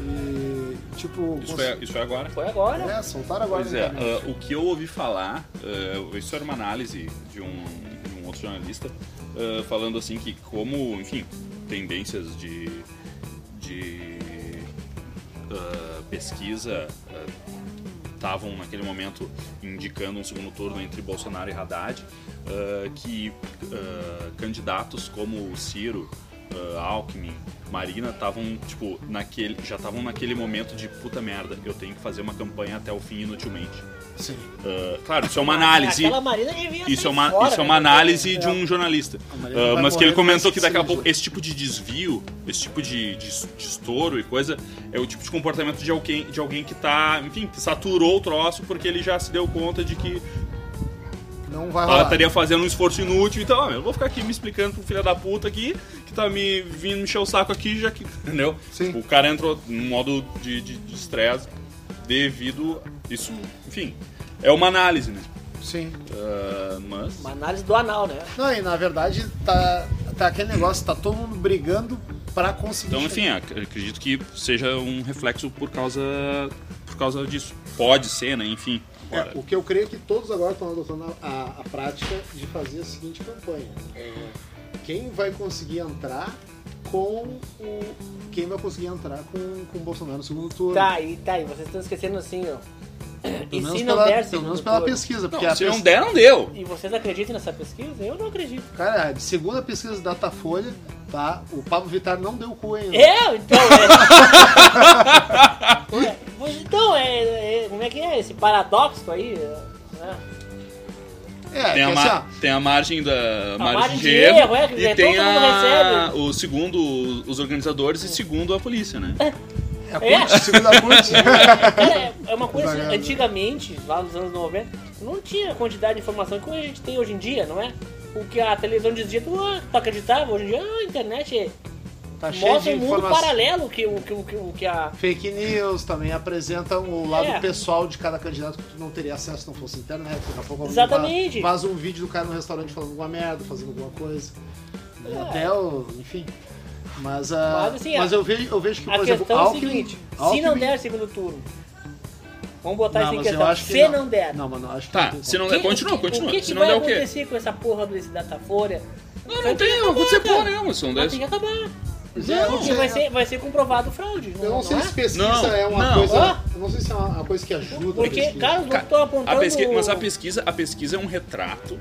[SPEAKER 2] E, tipo, cons-
[SPEAKER 4] Isso foi, isso foi agora?
[SPEAKER 3] Foi agora.
[SPEAKER 2] é, soltaram agora.
[SPEAKER 4] Pois
[SPEAKER 2] na
[SPEAKER 4] é,
[SPEAKER 2] internet.
[SPEAKER 4] ah, o que eu ouvi falar, ah, isso era uma análise de um, de um outro jornalista, ah, falando assim que como, enfim, tendências de, de ah, pesquisa estavam naquele momento indicando um segundo turno entre Bolsonaro e Haddad, ah, que ah, candidatos como o Ciro, ah, Alckmin, Marina estavam tipo naquele já estavam naquele momento de puta merda, eu tenho que fazer uma campanha até o fim inutilmente.
[SPEAKER 2] Sim.
[SPEAKER 4] Ah, claro, isso é uma análise.
[SPEAKER 3] Aquela Marina devia
[SPEAKER 4] Isso
[SPEAKER 3] sair
[SPEAKER 4] é uma,
[SPEAKER 3] fora,
[SPEAKER 4] isso é uma
[SPEAKER 3] né?
[SPEAKER 4] análise de um jornalista.
[SPEAKER 2] Amarelo
[SPEAKER 4] Ah,
[SPEAKER 3] tá
[SPEAKER 2] vai
[SPEAKER 4] mas que ele
[SPEAKER 2] morrer,
[SPEAKER 4] comentou
[SPEAKER 2] mas
[SPEAKER 4] que daqui a
[SPEAKER 2] cirurgia.
[SPEAKER 4] pouco esse tipo de desvio, esse tipo de, de, de estouro e coisa, é o tipo de comportamento de alguém, de alguém que tá, enfim, que saturou o troço porque ele já se deu conta de que
[SPEAKER 2] Não vai
[SPEAKER 4] ela
[SPEAKER 2] rolar.
[SPEAKER 4] estaria fazendo um esforço inútil. Então, ó, eu vou ficar aqui me explicando pro filho da puta aqui, que tá me vindo mexer o saco aqui, já que. Entendeu?
[SPEAKER 2] Sim.
[SPEAKER 4] Tipo, O cara entrou num modo de de- de estresse devido. Isso, enfim, é uma análise, né?
[SPEAKER 2] Sim.
[SPEAKER 4] Ah, mas.
[SPEAKER 3] Uma análise do anal, né?
[SPEAKER 2] Não, e na verdade tá, tá aquele negócio, tá todo mundo brigando pra conseguir.
[SPEAKER 4] Então, enfim, ac- acredito que seja um reflexo por causa por causa disso. Pode ser, né? Enfim.
[SPEAKER 2] É,
[SPEAKER 4] Bora.
[SPEAKER 2] o que eu creio é que todos agora estão adotando a, a prática de fazer a seguinte campanha. É, quem vai conseguir entrar com o. Quem vai conseguir entrar com, com o Bolsonaro no segundo turno?
[SPEAKER 3] Tá, e tá aí, vocês estão esquecendo assim, ó.
[SPEAKER 2] É, Pelo
[SPEAKER 3] E
[SPEAKER 2] menos
[SPEAKER 3] se não
[SPEAKER 2] pela,
[SPEAKER 3] der
[SPEAKER 2] pelo
[SPEAKER 3] segundo
[SPEAKER 2] menos pela
[SPEAKER 3] turno?
[SPEAKER 2] pesquisa, porque
[SPEAKER 4] Não,
[SPEAKER 2] a
[SPEAKER 4] se não
[SPEAKER 2] pes-
[SPEAKER 4] der, não deu.
[SPEAKER 3] E vocês acreditam nessa pesquisa? Eu não acredito.
[SPEAKER 2] Cara, segundo a pesquisa da Datafolha, tá? O Pablo Vittar não deu cu ainda. É,
[SPEAKER 3] Eu, então, é. É, pois então, é, é- Como é que é esse paradoxo aí? é, Né?
[SPEAKER 2] É,
[SPEAKER 4] Tem a,
[SPEAKER 2] porque
[SPEAKER 4] ma-
[SPEAKER 2] assim,
[SPEAKER 4] tem a margem da margem,
[SPEAKER 3] margem
[SPEAKER 4] de
[SPEAKER 3] de
[SPEAKER 4] erro,
[SPEAKER 3] erro, é, quer
[SPEAKER 4] e
[SPEAKER 3] dizer,
[SPEAKER 4] tem
[SPEAKER 3] todo mundo
[SPEAKER 4] a,
[SPEAKER 3] recebe.
[SPEAKER 4] o segundo os organizadores e segundo a polícia, né?
[SPEAKER 2] ó, é
[SPEAKER 3] É.
[SPEAKER 2] a CUT, segundo a CUT.
[SPEAKER 3] Cara, é, é uma coisa
[SPEAKER 2] Propaganda.
[SPEAKER 3] assim, antigamente, lá nos anos 90, não tinha a quantidade de informação que a gente tem hoje em dia, não é? O que a televisão dizia, tu, ah, tu acreditava? Hoje em dia, ah, a internet é-
[SPEAKER 2] tá cheio de
[SPEAKER 3] mostra um mundo
[SPEAKER 2] informação.
[SPEAKER 3] paralelo que, o- que, o- que, o- que a
[SPEAKER 2] Fake news também apresentam o lado
[SPEAKER 3] É.
[SPEAKER 2] pessoal de cada candidato que tu não teria acesso se não fosse internet. Daqui a pouco alguém
[SPEAKER 3] Exatamente.
[SPEAKER 2] va- vaza um vídeo do cara no restaurante falando alguma merda, fazendo alguma coisa. né, Até o. Enfim. Mas, ah,
[SPEAKER 3] É. Mas, assim,
[SPEAKER 2] mas eu, vejo, eu vejo que,
[SPEAKER 3] A
[SPEAKER 2] por
[SPEAKER 3] questão
[SPEAKER 2] exemplo,
[SPEAKER 3] é o
[SPEAKER 2] Alckmin,
[SPEAKER 3] seguinte, se
[SPEAKER 2] Alckmin-
[SPEAKER 3] não der segundo turno, vamos botar
[SPEAKER 2] Não,
[SPEAKER 3] isso em
[SPEAKER 2] mas eu
[SPEAKER 3] questão.
[SPEAKER 2] acho que
[SPEAKER 3] Se não, der,
[SPEAKER 2] Não, mano, eu acho que
[SPEAKER 4] Tá,
[SPEAKER 2] não tem
[SPEAKER 4] se não
[SPEAKER 3] o
[SPEAKER 4] der,
[SPEAKER 3] que-
[SPEAKER 4] continua,
[SPEAKER 3] o que-
[SPEAKER 4] continua.
[SPEAKER 3] O que, que
[SPEAKER 4] se não
[SPEAKER 3] vai
[SPEAKER 4] der o quê?
[SPEAKER 3] acontecer com essa porra desse Datafolha?
[SPEAKER 4] Não, não tem, não aconteceu porra nenhuma, se não
[SPEAKER 3] Vai
[SPEAKER 4] der.
[SPEAKER 3] ter que acabar.
[SPEAKER 2] como. Não, não
[SPEAKER 3] Porque
[SPEAKER 2] sei,
[SPEAKER 3] vai ser, vai ser comprovado fraude. Não,
[SPEAKER 2] Eu não,
[SPEAKER 3] não
[SPEAKER 2] sei
[SPEAKER 3] é?
[SPEAKER 2] se pesquisa
[SPEAKER 4] Não,
[SPEAKER 2] é uma
[SPEAKER 4] não.
[SPEAKER 2] coisa. Eu não sei se é uma, uma coisa que ajuda. a
[SPEAKER 3] Porque,
[SPEAKER 2] pesquisa.
[SPEAKER 3] cara, os
[SPEAKER 4] Cara,
[SPEAKER 3] loucos estão apontando...
[SPEAKER 4] A pesqui- mas a pesquisa, a pesquisa é um retrato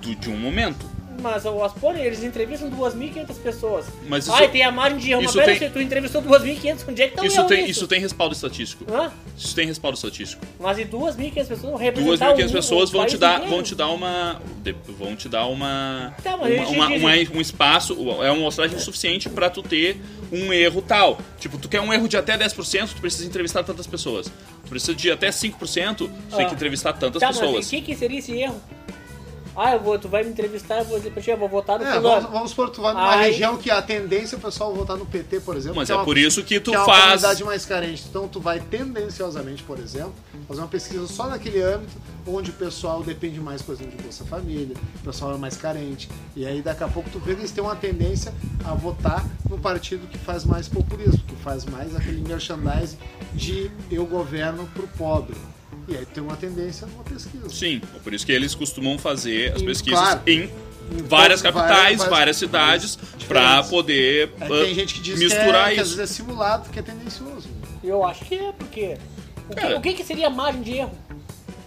[SPEAKER 4] do- de um momento.
[SPEAKER 3] Mas o Aspone, eles entrevistam 2.500 pessoas.
[SPEAKER 4] Mas isso-
[SPEAKER 3] Ai, tem a margem de erro. Mas
[SPEAKER 4] isso
[SPEAKER 3] pera,
[SPEAKER 4] tem-
[SPEAKER 3] se tu entrevistou 2.500, onde é que estão
[SPEAKER 4] Isso tem,
[SPEAKER 3] errando
[SPEAKER 4] isso tem respaldo estatístico.
[SPEAKER 3] Hã?
[SPEAKER 4] Isso tem respaldo estatístico.
[SPEAKER 3] Mas e 2.500 pessoas vão representar
[SPEAKER 4] 2.500
[SPEAKER 3] o-
[SPEAKER 4] pessoas
[SPEAKER 3] o
[SPEAKER 4] vão
[SPEAKER 3] país
[SPEAKER 4] te dar,
[SPEAKER 3] inteiro?
[SPEAKER 4] vão te dar uma, de- vão te dar uma,
[SPEAKER 3] Tá, mas
[SPEAKER 4] uma,
[SPEAKER 3] eles
[SPEAKER 4] uma-
[SPEAKER 3] dizem-
[SPEAKER 4] uma- um espaço, é uma amostragem suficiente pra tu ter um erro tal. Tipo, tu quer um erro de até 10%, tu precisa entrevistar tantas pessoas. Tu precisa de até 5%, tu tem
[SPEAKER 3] Ah.
[SPEAKER 4] que entrevistar tantas
[SPEAKER 3] Tá, mas
[SPEAKER 4] pessoas.
[SPEAKER 3] e o que, que seria esse erro? Ah, eu vou, tu vai me entrevistar, eu vou dizer pra ti, eu vou votar no
[SPEAKER 2] É, vamos,
[SPEAKER 3] fulano.
[SPEAKER 2] vamos supor, tu vai numa
[SPEAKER 3] Ai.
[SPEAKER 2] região que a tendência é o pessoal votar no PT, por exemplo.
[SPEAKER 4] Mas
[SPEAKER 2] que
[SPEAKER 4] é
[SPEAKER 2] uma-
[SPEAKER 4] por isso que tu
[SPEAKER 2] que é uma
[SPEAKER 4] faz.
[SPEAKER 2] comunidade mais carente. Então tu vai tendenciosamente, por exemplo, fazer uma pesquisa só naquele âmbito onde o pessoal depende mais, por exemplo, de Bolsa Família, o pessoal é mais carente. E aí daqui a pouco tu vê que eles têm uma tendência a votar no partido que faz mais populismo, que faz mais aquele merchandising de eu governo pro pobre. E aí tu tem uma tendência numa pesquisa.
[SPEAKER 4] Sim, é por isso que eles costumam fazer as
[SPEAKER 2] Em-
[SPEAKER 4] pesquisas
[SPEAKER 2] claro.
[SPEAKER 4] em
[SPEAKER 2] Em
[SPEAKER 4] várias capitais, várias,
[SPEAKER 2] várias
[SPEAKER 4] cidades,
[SPEAKER 2] diferentes.
[SPEAKER 4] pra poder
[SPEAKER 2] Aí
[SPEAKER 4] ah,
[SPEAKER 2] tem gente que diz que,
[SPEAKER 4] misturar
[SPEAKER 2] é, que às
[SPEAKER 4] isso.
[SPEAKER 2] vezes é simulado, que é tendencioso.
[SPEAKER 3] Eu acho que é, porque. O que,
[SPEAKER 4] Cara.
[SPEAKER 3] o que que seria margem de erro?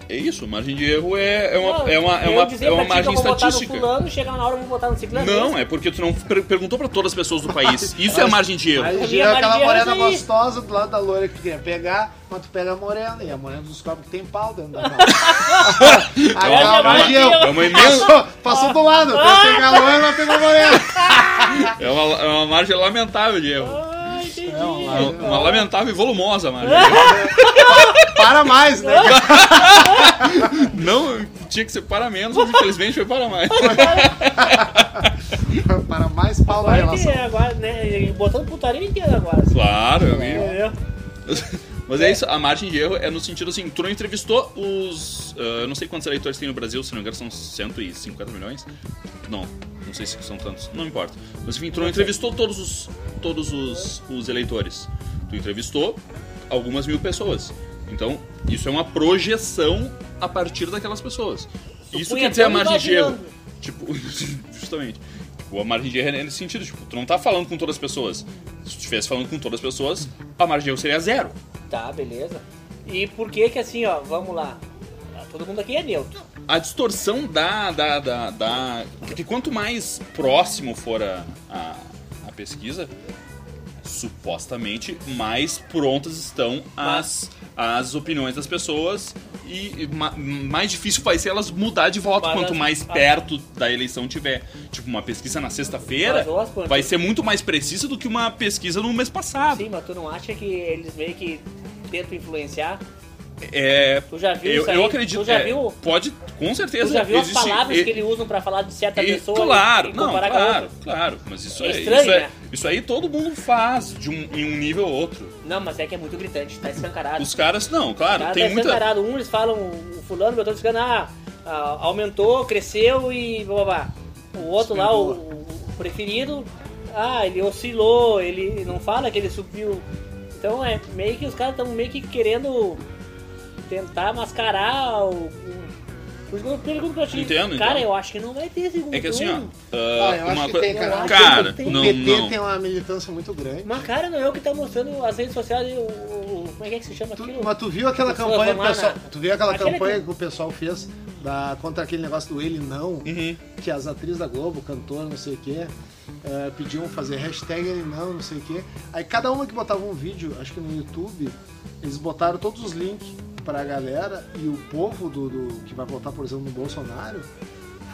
[SPEAKER 4] É isso, margem de erro é, é uma,
[SPEAKER 3] Não,
[SPEAKER 4] é uma, é
[SPEAKER 3] eu
[SPEAKER 4] uma,
[SPEAKER 3] dizer
[SPEAKER 4] é
[SPEAKER 3] pra
[SPEAKER 4] uma
[SPEAKER 3] ti que
[SPEAKER 4] margem
[SPEAKER 3] eu vou votar
[SPEAKER 4] estatística.
[SPEAKER 3] No fulano, né? chegar na hora eu vou votar no ciclano.
[SPEAKER 4] Não, é porque tu não per- perguntou pra todas as pessoas do país. Isso é margem de erro.
[SPEAKER 2] Aí
[SPEAKER 3] minha
[SPEAKER 2] gira é aquela
[SPEAKER 3] Mariana
[SPEAKER 2] morena
[SPEAKER 3] aí.
[SPEAKER 2] gostosa do lado da loira que tu quer pegar, mas tu pega a morena, e a morena descobre que tem pau dentro da calça. Aí
[SPEAKER 4] É
[SPEAKER 2] ela
[SPEAKER 4] uma-
[SPEAKER 2] vai de eu.
[SPEAKER 4] é uma imensa-
[SPEAKER 2] Passou, passou do lado,
[SPEAKER 3] Ah.
[SPEAKER 2] quer pegar a loira, ela pegou a morena.
[SPEAKER 4] É uma, é uma margem lamentável de erro.
[SPEAKER 3] Ah, entendi.
[SPEAKER 2] É um
[SPEAKER 4] Uma,
[SPEAKER 2] lado.
[SPEAKER 4] uma lamentável e volumosa margem. de erro.
[SPEAKER 2] Para mais, né?
[SPEAKER 3] Ah.
[SPEAKER 4] Não, tinha que ser para menos, mas infelizmente foi para mais.
[SPEAKER 2] Para mais pau na
[SPEAKER 3] Agora, que
[SPEAKER 2] relação.
[SPEAKER 3] é, agora, né? Botando putaria inteira agora. assim,
[SPEAKER 4] Claro, é o mínimo.
[SPEAKER 3] Entendeu?
[SPEAKER 4] Mas é isso, a margem de erro é no sentido assim, tu não entrevistou os. ah, eu não sei quantos eleitores tem no Brasil, se não me engano, são 150 milhões. Não, não sei se são tantos, não importa. Mas enfim, tu não entrevistou todos os. todos os, os eleitores. Tu entrevistou algumas mil pessoas. Então, isso é uma projeção a partir daquelas pessoas. Isso
[SPEAKER 3] Supunha
[SPEAKER 4] quer dizer a
[SPEAKER 3] todo
[SPEAKER 4] margem de erro.
[SPEAKER 3] imaginando.
[SPEAKER 4] Tipo, justamente. Tipo, a margem de erro é nesse sentido, tipo, tu não tá falando com todas as pessoas. Se tu estivesse falando com todas as pessoas, a margem de erro seria zero.
[SPEAKER 3] Tá, beleza. E por que que assim, ó, vamos lá. Todo mundo aqui é neutro.
[SPEAKER 4] A distorção da, da, da, da- Porque quanto mais próximo for a, a, a pesquisa, supostamente mais prontas estão as, as opiniões das pessoas e ma- mais difícil vai ser elas mudar de voto
[SPEAKER 3] Mas
[SPEAKER 4] quanto
[SPEAKER 3] as-
[SPEAKER 4] mais
[SPEAKER 3] a-
[SPEAKER 4] perto da eleição tiver. Tipo, uma pesquisa na sexta-feira
[SPEAKER 3] Mas, Osborne,
[SPEAKER 4] vai ser muito mais precisa do que uma pesquisa no mês passado.
[SPEAKER 3] Sim, mas tu não acha que eles meio que tentam influenciar?
[SPEAKER 4] É,
[SPEAKER 3] Tu já viu
[SPEAKER 4] eu,
[SPEAKER 3] isso aí?
[SPEAKER 4] eu acredito.
[SPEAKER 3] Tu já
[SPEAKER 4] é,
[SPEAKER 3] viu?
[SPEAKER 4] Pode, com certeza.
[SPEAKER 3] Tu já viu as
[SPEAKER 4] existe-
[SPEAKER 3] palavras
[SPEAKER 4] e-
[SPEAKER 3] que eles usam pra falar de certa
[SPEAKER 4] E,
[SPEAKER 3] pessoa?
[SPEAKER 4] claro,
[SPEAKER 3] e
[SPEAKER 4] não,
[SPEAKER 3] comparar com a
[SPEAKER 4] claro,
[SPEAKER 3] outra?
[SPEAKER 4] claro. Mas isso
[SPEAKER 3] É
[SPEAKER 4] é,
[SPEAKER 3] estranho,
[SPEAKER 4] isso, é-
[SPEAKER 3] né?
[SPEAKER 4] isso aí todo mundo faz de um, em um nível ou outro.
[SPEAKER 3] Não, mas é que é muito gritante, tá escancarado.
[SPEAKER 4] Os caras, não, claro,
[SPEAKER 3] Tá,
[SPEAKER 4] tem
[SPEAKER 3] tá
[SPEAKER 4] muita.
[SPEAKER 3] escancarado. Um eles falam, o fulano, o outro ficando, ah, ah, aumentou, cresceu e blá blá blá. O outro lá, o, o preferido, ah, ele oscilou, ele não fala que ele subiu. Então é meio que os caras estão meio que querendo tentar mascarar o. o- Por isso que eu pergunto pra ti.
[SPEAKER 4] Entendo,
[SPEAKER 3] cara,
[SPEAKER 4] então.
[SPEAKER 3] eu acho que não vai ter segundo
[SPEAKER 4] É que assim, ó.
[SPEAKER 3] turno.
[SPEAKER 4] ah,
[SPEAKER 2] Ah, eu acho
[SPEAKER 4] uma
[SPEAKER 2] que
[SPEAKER 4] coi-
[SPEAKER 2] tem, cara.
[SPEAKER 4] Cara,
[SPEAKER 3] Tem, tem.
[SPEAKER 4] não,
[SPEAKER 2] o PT
[SPEAKER 4] não.
[SPEAKER 2] tem uma militância muito grande.
[SPEAKER 3] Mas cara, não é o que tá mostrando as redes sociais, o, o- o- como é que, é que se chama
[SPEAKER 2] Tu-
[SPEAKER 3] aquilo?
[SPEAKER 2] mas tu viu aquela
[SPEAKER 3] Pessoas
[SPEAKER 2] campanha, que o
[SPEAKER 3] vão lá
[SPEAKER 2] pessoal,
[SPEAKER 3] na-
[SPEAKER 2] tu viu aquela
[SPEAKER 3] Aquele
[SPEAKER 2] campanha
[SPEAKER 3] que-
[SPEAKER 2] que o pessoal fez da, contra aquele negócio do ele não?
[SPEAKER 4] Uhum.
[SPEAKER 2] que as atrizes da Globo, cantora, não sei o quê, eh, pediam fazer hashtag ele não, não sei o quê. Aí cada uma que botava um vídeo, acho que no YouTube, eles botaram todos os links pra galera e o povo do, do- que vai votar, por exemplo, no Bolsonaro.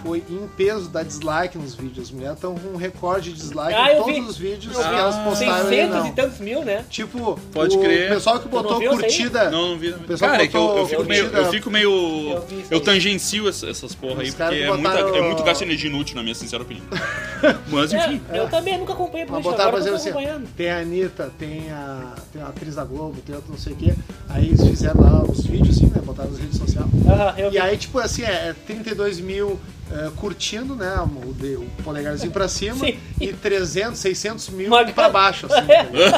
[SPEAKER 2] Foi em peso dar dislike nos vídeos. As mulheres estão com um recorde de dislike
[SPEAKER 3] Ah,
[SPEAKER 2] em
[SPEAKER 3] eu
[SPEAKER 2] todos
[SPEAKER 3] vi.
[SPEAKER 2] os vídeos
[SPEAKER 4] Eu
[SPEAKER 2] que
[SPEAKER 4] vi.
[SPEAKER 2] elas
[SPEAKER 4] Ah.
[SPEAKER 2] postaram. ele
[SPEAKER 3] 600
[SPEAKER 2] né, não.
[SPEAKER 3] e tantos mil, né?
[SPEAKER 2] Tipo,
[SPEAKER 4] Pode
[SPEAKER 2] o
[SPEAKER 4] crer.
[SPEAKER 2] pessoal que
[SPEAKER 3] Tu não
[SPEAKER 2] botou
[SPEAKER 3] viu essa aí?
[SPEAKER 2] curtida.
[SPEAKER 4] Não, não vi. não vi.
[SPEAKER 2] pessoal
[SPEAKER 4] Cara, é que eu,
[SPEAKER 2] botou
[SPEAKER 4] eu fico meio.
[SPEAKER 2] curtida.
[SPEAKER 4] Eu fico meio.
[SPEAKER 3] Eu vi isso
[SPEAKER 4] Eu
[SPEAKER 3] aí.
[SPEAKER 4] tangencio essa- essas porra aí,
[SPEAKER 2] Os
[SPEAKER 4] porque
[SPEAKER 2] caras
[SPEAKER 4] é,
[SPEAKER 2] que botaram-
[SPEAKER 4] muita- é muito gasto de energia inútil, na minha sincera opinião. Mas enfim.
[SPEAKER 3] É, Eu também nunca acompanhei
[SPEAKER 2] Mas
[SPEAKER 3] política,
[SPEAKER 2] botaram
[SPEAKER 3] agora
[SPEAKER 2] pra
[SPEAKER 3] eu tô
[SPEAKER 2] dizer assim,
[SPEAKER 3] acompanhando.
[SPEAKER 2] tem a Anitta, tem a, tem a atriz da Globo, tem outro não sei o quê. Aí eles fizeram lá os vídeos, assim, né? Botaram nas redes sociais.
[SPEAKER 3] Aham, eu vi.
[SPEAKER 2] E aí, tipo assim, é, é 32 mil eh, curtindo, né? O, de- o polegarzinho pra cima
[SPEAKER 3] Sim.
[SPEAKER 2] e 300, 600 mil
[SPEAKER 3] Uma
[SPEAKER 2] pra
[SPEAKER 3] gra-
[SPEAKER 2] baixo, assim. entendeu?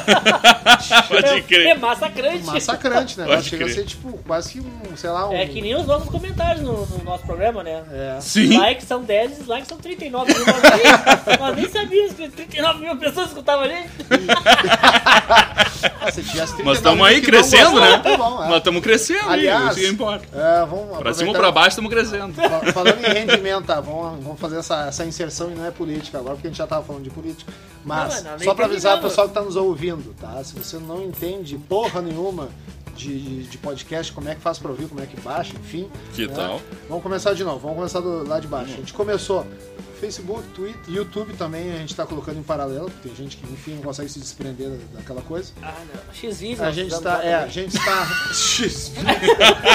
[SPEAKER 4] Pode
[SPEAKER 3] É
[SPEAKER 4] crer.
[SPEAKER 3] massacrante.
[SPEAKER 2] Massacrante, né?
[SPEAKER 4] Pode
[SPEAKER 2] Chega a
[SPEAKER 4] crer.
[SPEAKER 2] ser, tipo, quase que um, sei lá, um...
[SPEAKER 3] É que nem os nossos comentários no, no nosso programa, né?
[SPEAKER 2] é.
[SPEAKER 4] Sim.
[SPEAKER 3] Likes são 10, dislikes são 39 mil. Nós nem, nós nem sabíamos que 39 mil pessoas escutavam a gente.
[SPEAKER 2] Ah, se tivesse 39
[SPEAKER 4] Mas estamos aí
[SPEAKER 2] mil que não
[SPEAKER 4] crescendo,
[SPEAKER 2] gostam,
[SPEAKER 4] né?
[SPEAKER 2] tá bom, é.
[SPEAKER 4] Mas estamos crescendo, aí,
[SPEAKER 2] Aliás,
[SPEAKER 4] isso que importa.
[SPEAKER 2] é, vamos
[SPEAKER 4] Pra cima ou
[SPEAKER 2] aproveitar-
[SPEAKER 4] pra baixo, estamos crescendo.
[SPEAKER 2] Fa- Falando em rendimento, tá? Vamos, vamos fazer essa, essa inserção e não é política agora, porque a gente já tava falando de política. Mas,
[SPEAKER 3] Não, não, nem
[SPEAKER 2] só pra
[SPEAKER 3] tem
[SPEAKER 2] avisar o
[SPEAKER 3] ligado.
[SPEAKER 2] pessoal que tá nos ouvindo, tá? Se você não entende porra nenhuma de, de, de podcast, como é que faz pra ouvir, como é que baixa, enfim.
[SPEAKER 4] Que
[SPEAKER 2] né?
[SPEAKER 4] tal?
[SPEAKER 2] Vamos começar de novo, vamos começar do, lá de baixo. A gente começou Facebook, Twitter, YouTube também a gente está colocando em paralelo, porque tem gente que, enfim, não consegue se desprender da- daquela coisa.
[SPEAKER 3] Ah, não. XI,
[SPEAKER 2] A
[SPEAKER 3] nós
[SPEAKER 2] gente
[SPEAKER 3] precisamos
[SPEAKER 2] está.
[SPEAKER 3] lá
[SPEAKER 2] É, a
[SPEAKER 3] também.
[SPEAKER 2] gente está.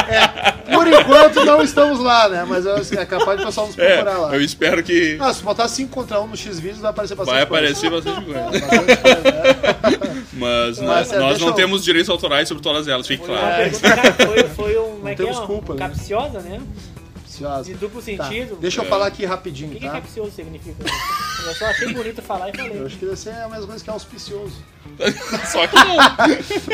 [SPEAKER 2] É, por enquanto não estamos lá, né? Mas é capaz de o pessoal nos
[SPEAKER 4] É,
[SPEAKER 2] procurar lá.
[SPEAKER 4] eu espero que
[SPEAKER 2] Ah, se botar 5 contra 1 no X-Vídeos, vai aparecer bastante
[SPEAKER 4] vai
[SPEAKER 2] coisa.
[SPEAKER 4] aparecer bastante coisa.
[SPEAKER 2] Bastante coisa, né?
[SPEAKER 4] Mas, né,
[SPEAKER 2] Mas, é,
[SPEAKER 4] nós
[SPEAKER 2] deixa
[SPEAKER 4] não
[SPEAKER 2] eu-
[SPEAKER 4] temos direitos autorais sobre todas elas, fique
[SPEAKER 3] Foi uma
[SPEAKER 4] claro.
[SPEAKER 3] pergunta, cara, foi, foi um, como é que é,
[SPEAKER 2] temos
[SPEAKER 3] um-
[SPEAKER 2] culpa, né?
[SPEAKER 3] capciosa, né?
[SPEAKER 2] Ansiosa.
[SPEAKER 3] De duplo
[SPEAKER 2] Tá,
[SPEAKER 3] sentido.
[SPEAKER 2] Deixa eu falar aqui rapidinho,
[SPEAKER 3] O que, que
[SPEAKER 2] tá?
[SPEAKER 3] capcioso significa? Eu só achei bonito falar e falei.
[SPEAKER 2] Eu acho que deve ser a mesma coisa que auspicioso.
[SPEAKER 4] Só que não.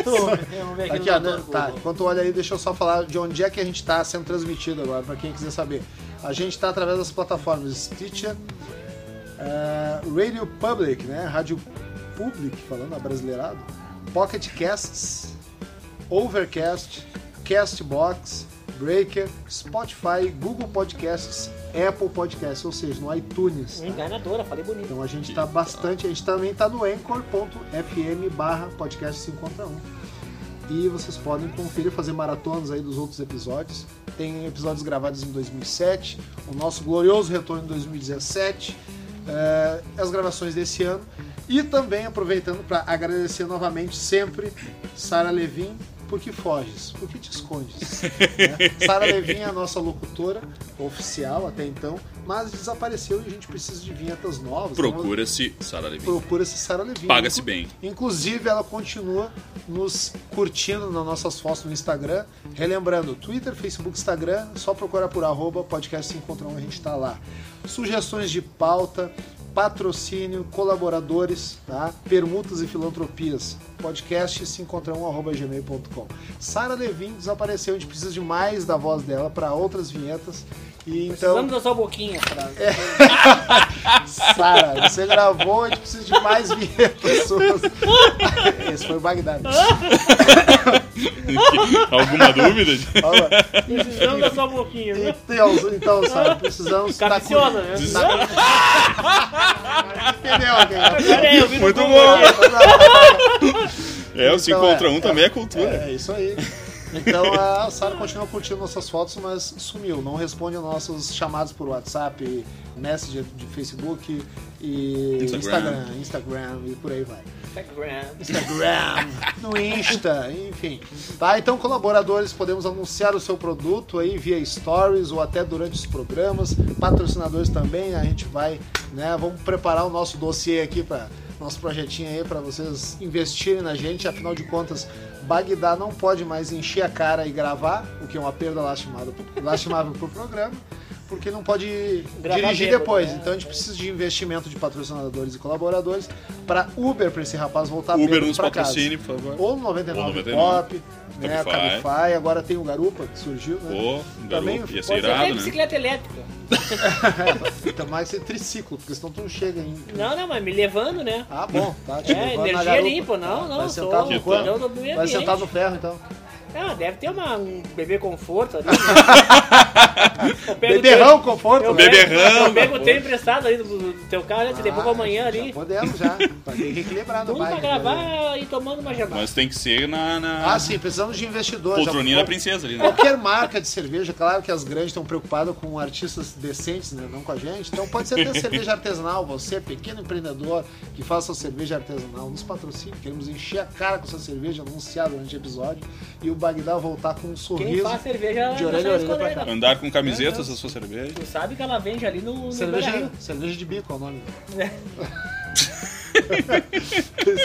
[SPEAKER 3] Vamos ver aqui,
[SPEAKER 2] Aqui,
[SPEAKER 3] no
[SPEAKER 2] ó,
[SPEAKER 3] doutor
[SPEAKER 2] né? tá,
[SPEAKER 3] Google.
[SPEAKER 2] enquanto olha aí, deixa eu só falar de onde é que a gente está sendo transmitido agora, para quem quiser saber. A gente está através das plataformas Stitcher, eh, Radio Public, né? Rádio Public, falando abrasileirado, Pocket Casts, Overcast, Castbox, Breaker, Spotify, Google Podcasts, Apple Podcasts, ou seja, no iTunes. tá?
[SPEAKER 3] Enganadora, falei bonito.
[SPEAKER 2] Então a gente tá bastante, a gente também tá no anchor.fm barra podcast 51. E vocês podem conferir, fazer maratonas aí dos outros episódios. Tem episódios gravados em 2007, o nosso glorioso retorno em 2017, eh, as gravações desse ano. E também aproveitando para agradecer novamente sempre Sara Levin, porque foges, porque te escondes. né? Sara Levin é a nossa locutora oficial até então, mas desapareceu e a gente precisa de vinhetas novas.
[SPEAKER 4] Procura-se Sara
[SPEAKER 2] Então,
[SPEAKER 4] Levin.
[SPEAKER 2] Procura-se Sara Levin.
[SPEAKER 4] Paga-se bem.
[SPEAKER 2] Inclusive, ela continua nos curtindo nas nossas fotos no Instagram. Relembrando, Twitter, Facebook, Instagram, só procurar por arroba podcast se encontrar onde a gente está lá. Sugestões de pauta, patrocínio, colaboradores, tá? permutas e filantropias. Podcast se encontrar um, arroba gmail.com. Sara Levin desapareceu, a gente precisa de mais da voz dela para outras vinhetas. E então,
[SPEAKER 3] Precisamos um da sua boquinha pra...
[SPEAKER 2] É. Sara, você gravou, a gente precisa de mais vinhetas suas. Esse foi o Bagdad.
[SPEAKER 4] Alguma dúvida?
[SPEAKER 2] Fala.
[SPEAKER 3] Precisamos da sua boquinha, né?
[SPEAKER 2] Então, então Sara, precisamos... tá
[SPEAKER 3] Capciosa, né?
[SPEAKER 2] com- Entendeu? cara?
[SPEAKER 3] Cara, é, eu vi no
[SPEAKER 4] Muito
[SPEAKER 3] Google,
[SPEAKER 4] bom.
[SPEAKER 3] né?
[SPEAKER 4] É, o 5
[SPEAKER 2] Então, é.
[SPEAKER 4] contra 1 também é cultura.
[SPEAKER 2] É isso aí. Então a Sara continua curtindo nossas fotos, mas sumiu. Não responde aos nossos chamados por WhatsApp, Messenger de Facebook e
[SPEAKER 4] Instagram.
[SPEAKER 2] Instagram, Instagram e por aí vai.
[SPEAKER 3] Instagram.
[SPEAKER 2] Instagram, no Insta, enfim. Tá? Então, colaboradores, podemos anunciar o seu produto aí via stories ou até durante os programas. Patrocinadores também, a gente vai, né? Vamos preparar o nosso dossiê aqui para nosso projetinho aí para vocês investirem na gente. Afinal de contas, Bagdá não pode mais encher a cara e gravar, o que é uma perda lastimável, lastimável pro programa. Porque não pode
[SPEAKER 3] Gravar
[SPEAKER 2] dirigir
[SPEAKER 3] bêbado,
[SPEAKER 2] depois.
[SPEAKER 3] né?
[SPEAKER 2] Então a gente precisa de investimento de patrocinadores e colaboradores para Uber, para esse rapaz voltar
[SPEAKER 4] Uber
[SPEAKER 2] bêbado
[SPEAKER 4] nos
[SPEAKER 2] tá pra casa.
[SPEAKER 4] patrocine, por favor.
[SPEAKER 2] Ou no 99,
[SPEAKER 4] Ou 99,
[SPEAKER 2] Pop, né,
[SPEAKER 4] Cabify.
[SPEAKER 2] Cabify, agora tem o Garupa que surgiu, né?
[SPEAKER 4] Pô, um
[SPEAKER 2] Também
[SPEAKER 4] garoto, ia
[SPEAKER 2] pode ser
[SPEAKER 4] ser
[SPEAKER 3] Você tem
[SPEAKER 4] irado, né?
[SPEAKER 3] bicicleta elétrica.
[SPEAKER 2] Então mais ser triciclo, porque senão tu não chega em.
[SPEAKER 3] Não, não, mas me levando, né?
[SPEAKER 2] Ah, bom, tá. te
[SPEAKER 3] É,
[SPEAKER 2] levando na
[SPEAKER 3] energia
[SPEAKER 2] garupa.
[SPEAKER 3] limpa, não, não,
[SPEAKER 2] Vai
[SPEAKER 3] sou
[SPEAKER 2] sentar no
[SPEAKER 4] Tipo,
[SPEAKER 2] quanto?
[SPEAKER 3] cuidando do meio
[SPEAKER 2] Vai
[SPEAKER 3] ambiente.
[SPEAKER 2] sentar no ferro, então.
[SPEAKER 3] Ah, deve ter uma, um bebê conforto ali. né? Eu pego o
[SPEAKER 2] Beberrão,
[SPEAKER 3] teu-
[SPEAKER 2] conforto,
[SPEAKER 3] Eu
[SPEAKER 2] né?
[SPEAKER 3] pego,
[SPEAKER 4] Beberrão,
[SPEAKER 3] eu pego o teu emprestado ali do, do teu carro, né? Te devolvo amanhã
[SPEAKER 2] já
[SPEAKER 3] ali.
[SPEAKER 2] Podemos já. Vai ter que equilibrar no
[SPEAKER 3] Tudo pra
[SPEAKER 2] bike. né?
[SPEAKER 3] gravar e tomando uma gelada.
[SPEAKER 4] Mas tem que ser na, na
[SPEAKER 2] Ah, sim, precisamos de investidores.
[SPEAKER 4] poltroninha
[SPEAKER 2] Já-
[SPEAKER 4] da princesa ali, né?
[SPEAKER 2] Qualquer marca de cerveja, claro que as grandes estão preocupadas com artistas decentes, né? Não com a gente. Então pode ser até cerveja artesanal, você, pequeno empreendedor, que faça sua cerveja artesanal, nos patrocine, queremos encher a cara com sua cerveja anunciada durante o episódio e o Bagdá voltar com um
[SPEAKER 3] Quem
[SPEAKER 2] sorriso.
[SPEAKER 3] faz é cerveja
[SPEAKER 2] de
[SPEAKER 3] não
[SPEAKER 2] orelha
[SPEAKER 3] sai
[SPEAKER 2] a orelha
[SPEAKER 3] escolhendo.
[SPEAKER 2] pra cá.
[SPEAKER 4] Andar com camiseta, se for cerveja.
[SPEAKER 3] Tu sabe que ela vende ali no... no
[SPEAKER 2] Cerveja,
[SPEAKER 3] Beira-Rio.
[SPEAKER 2] cerveja de bico é o nome.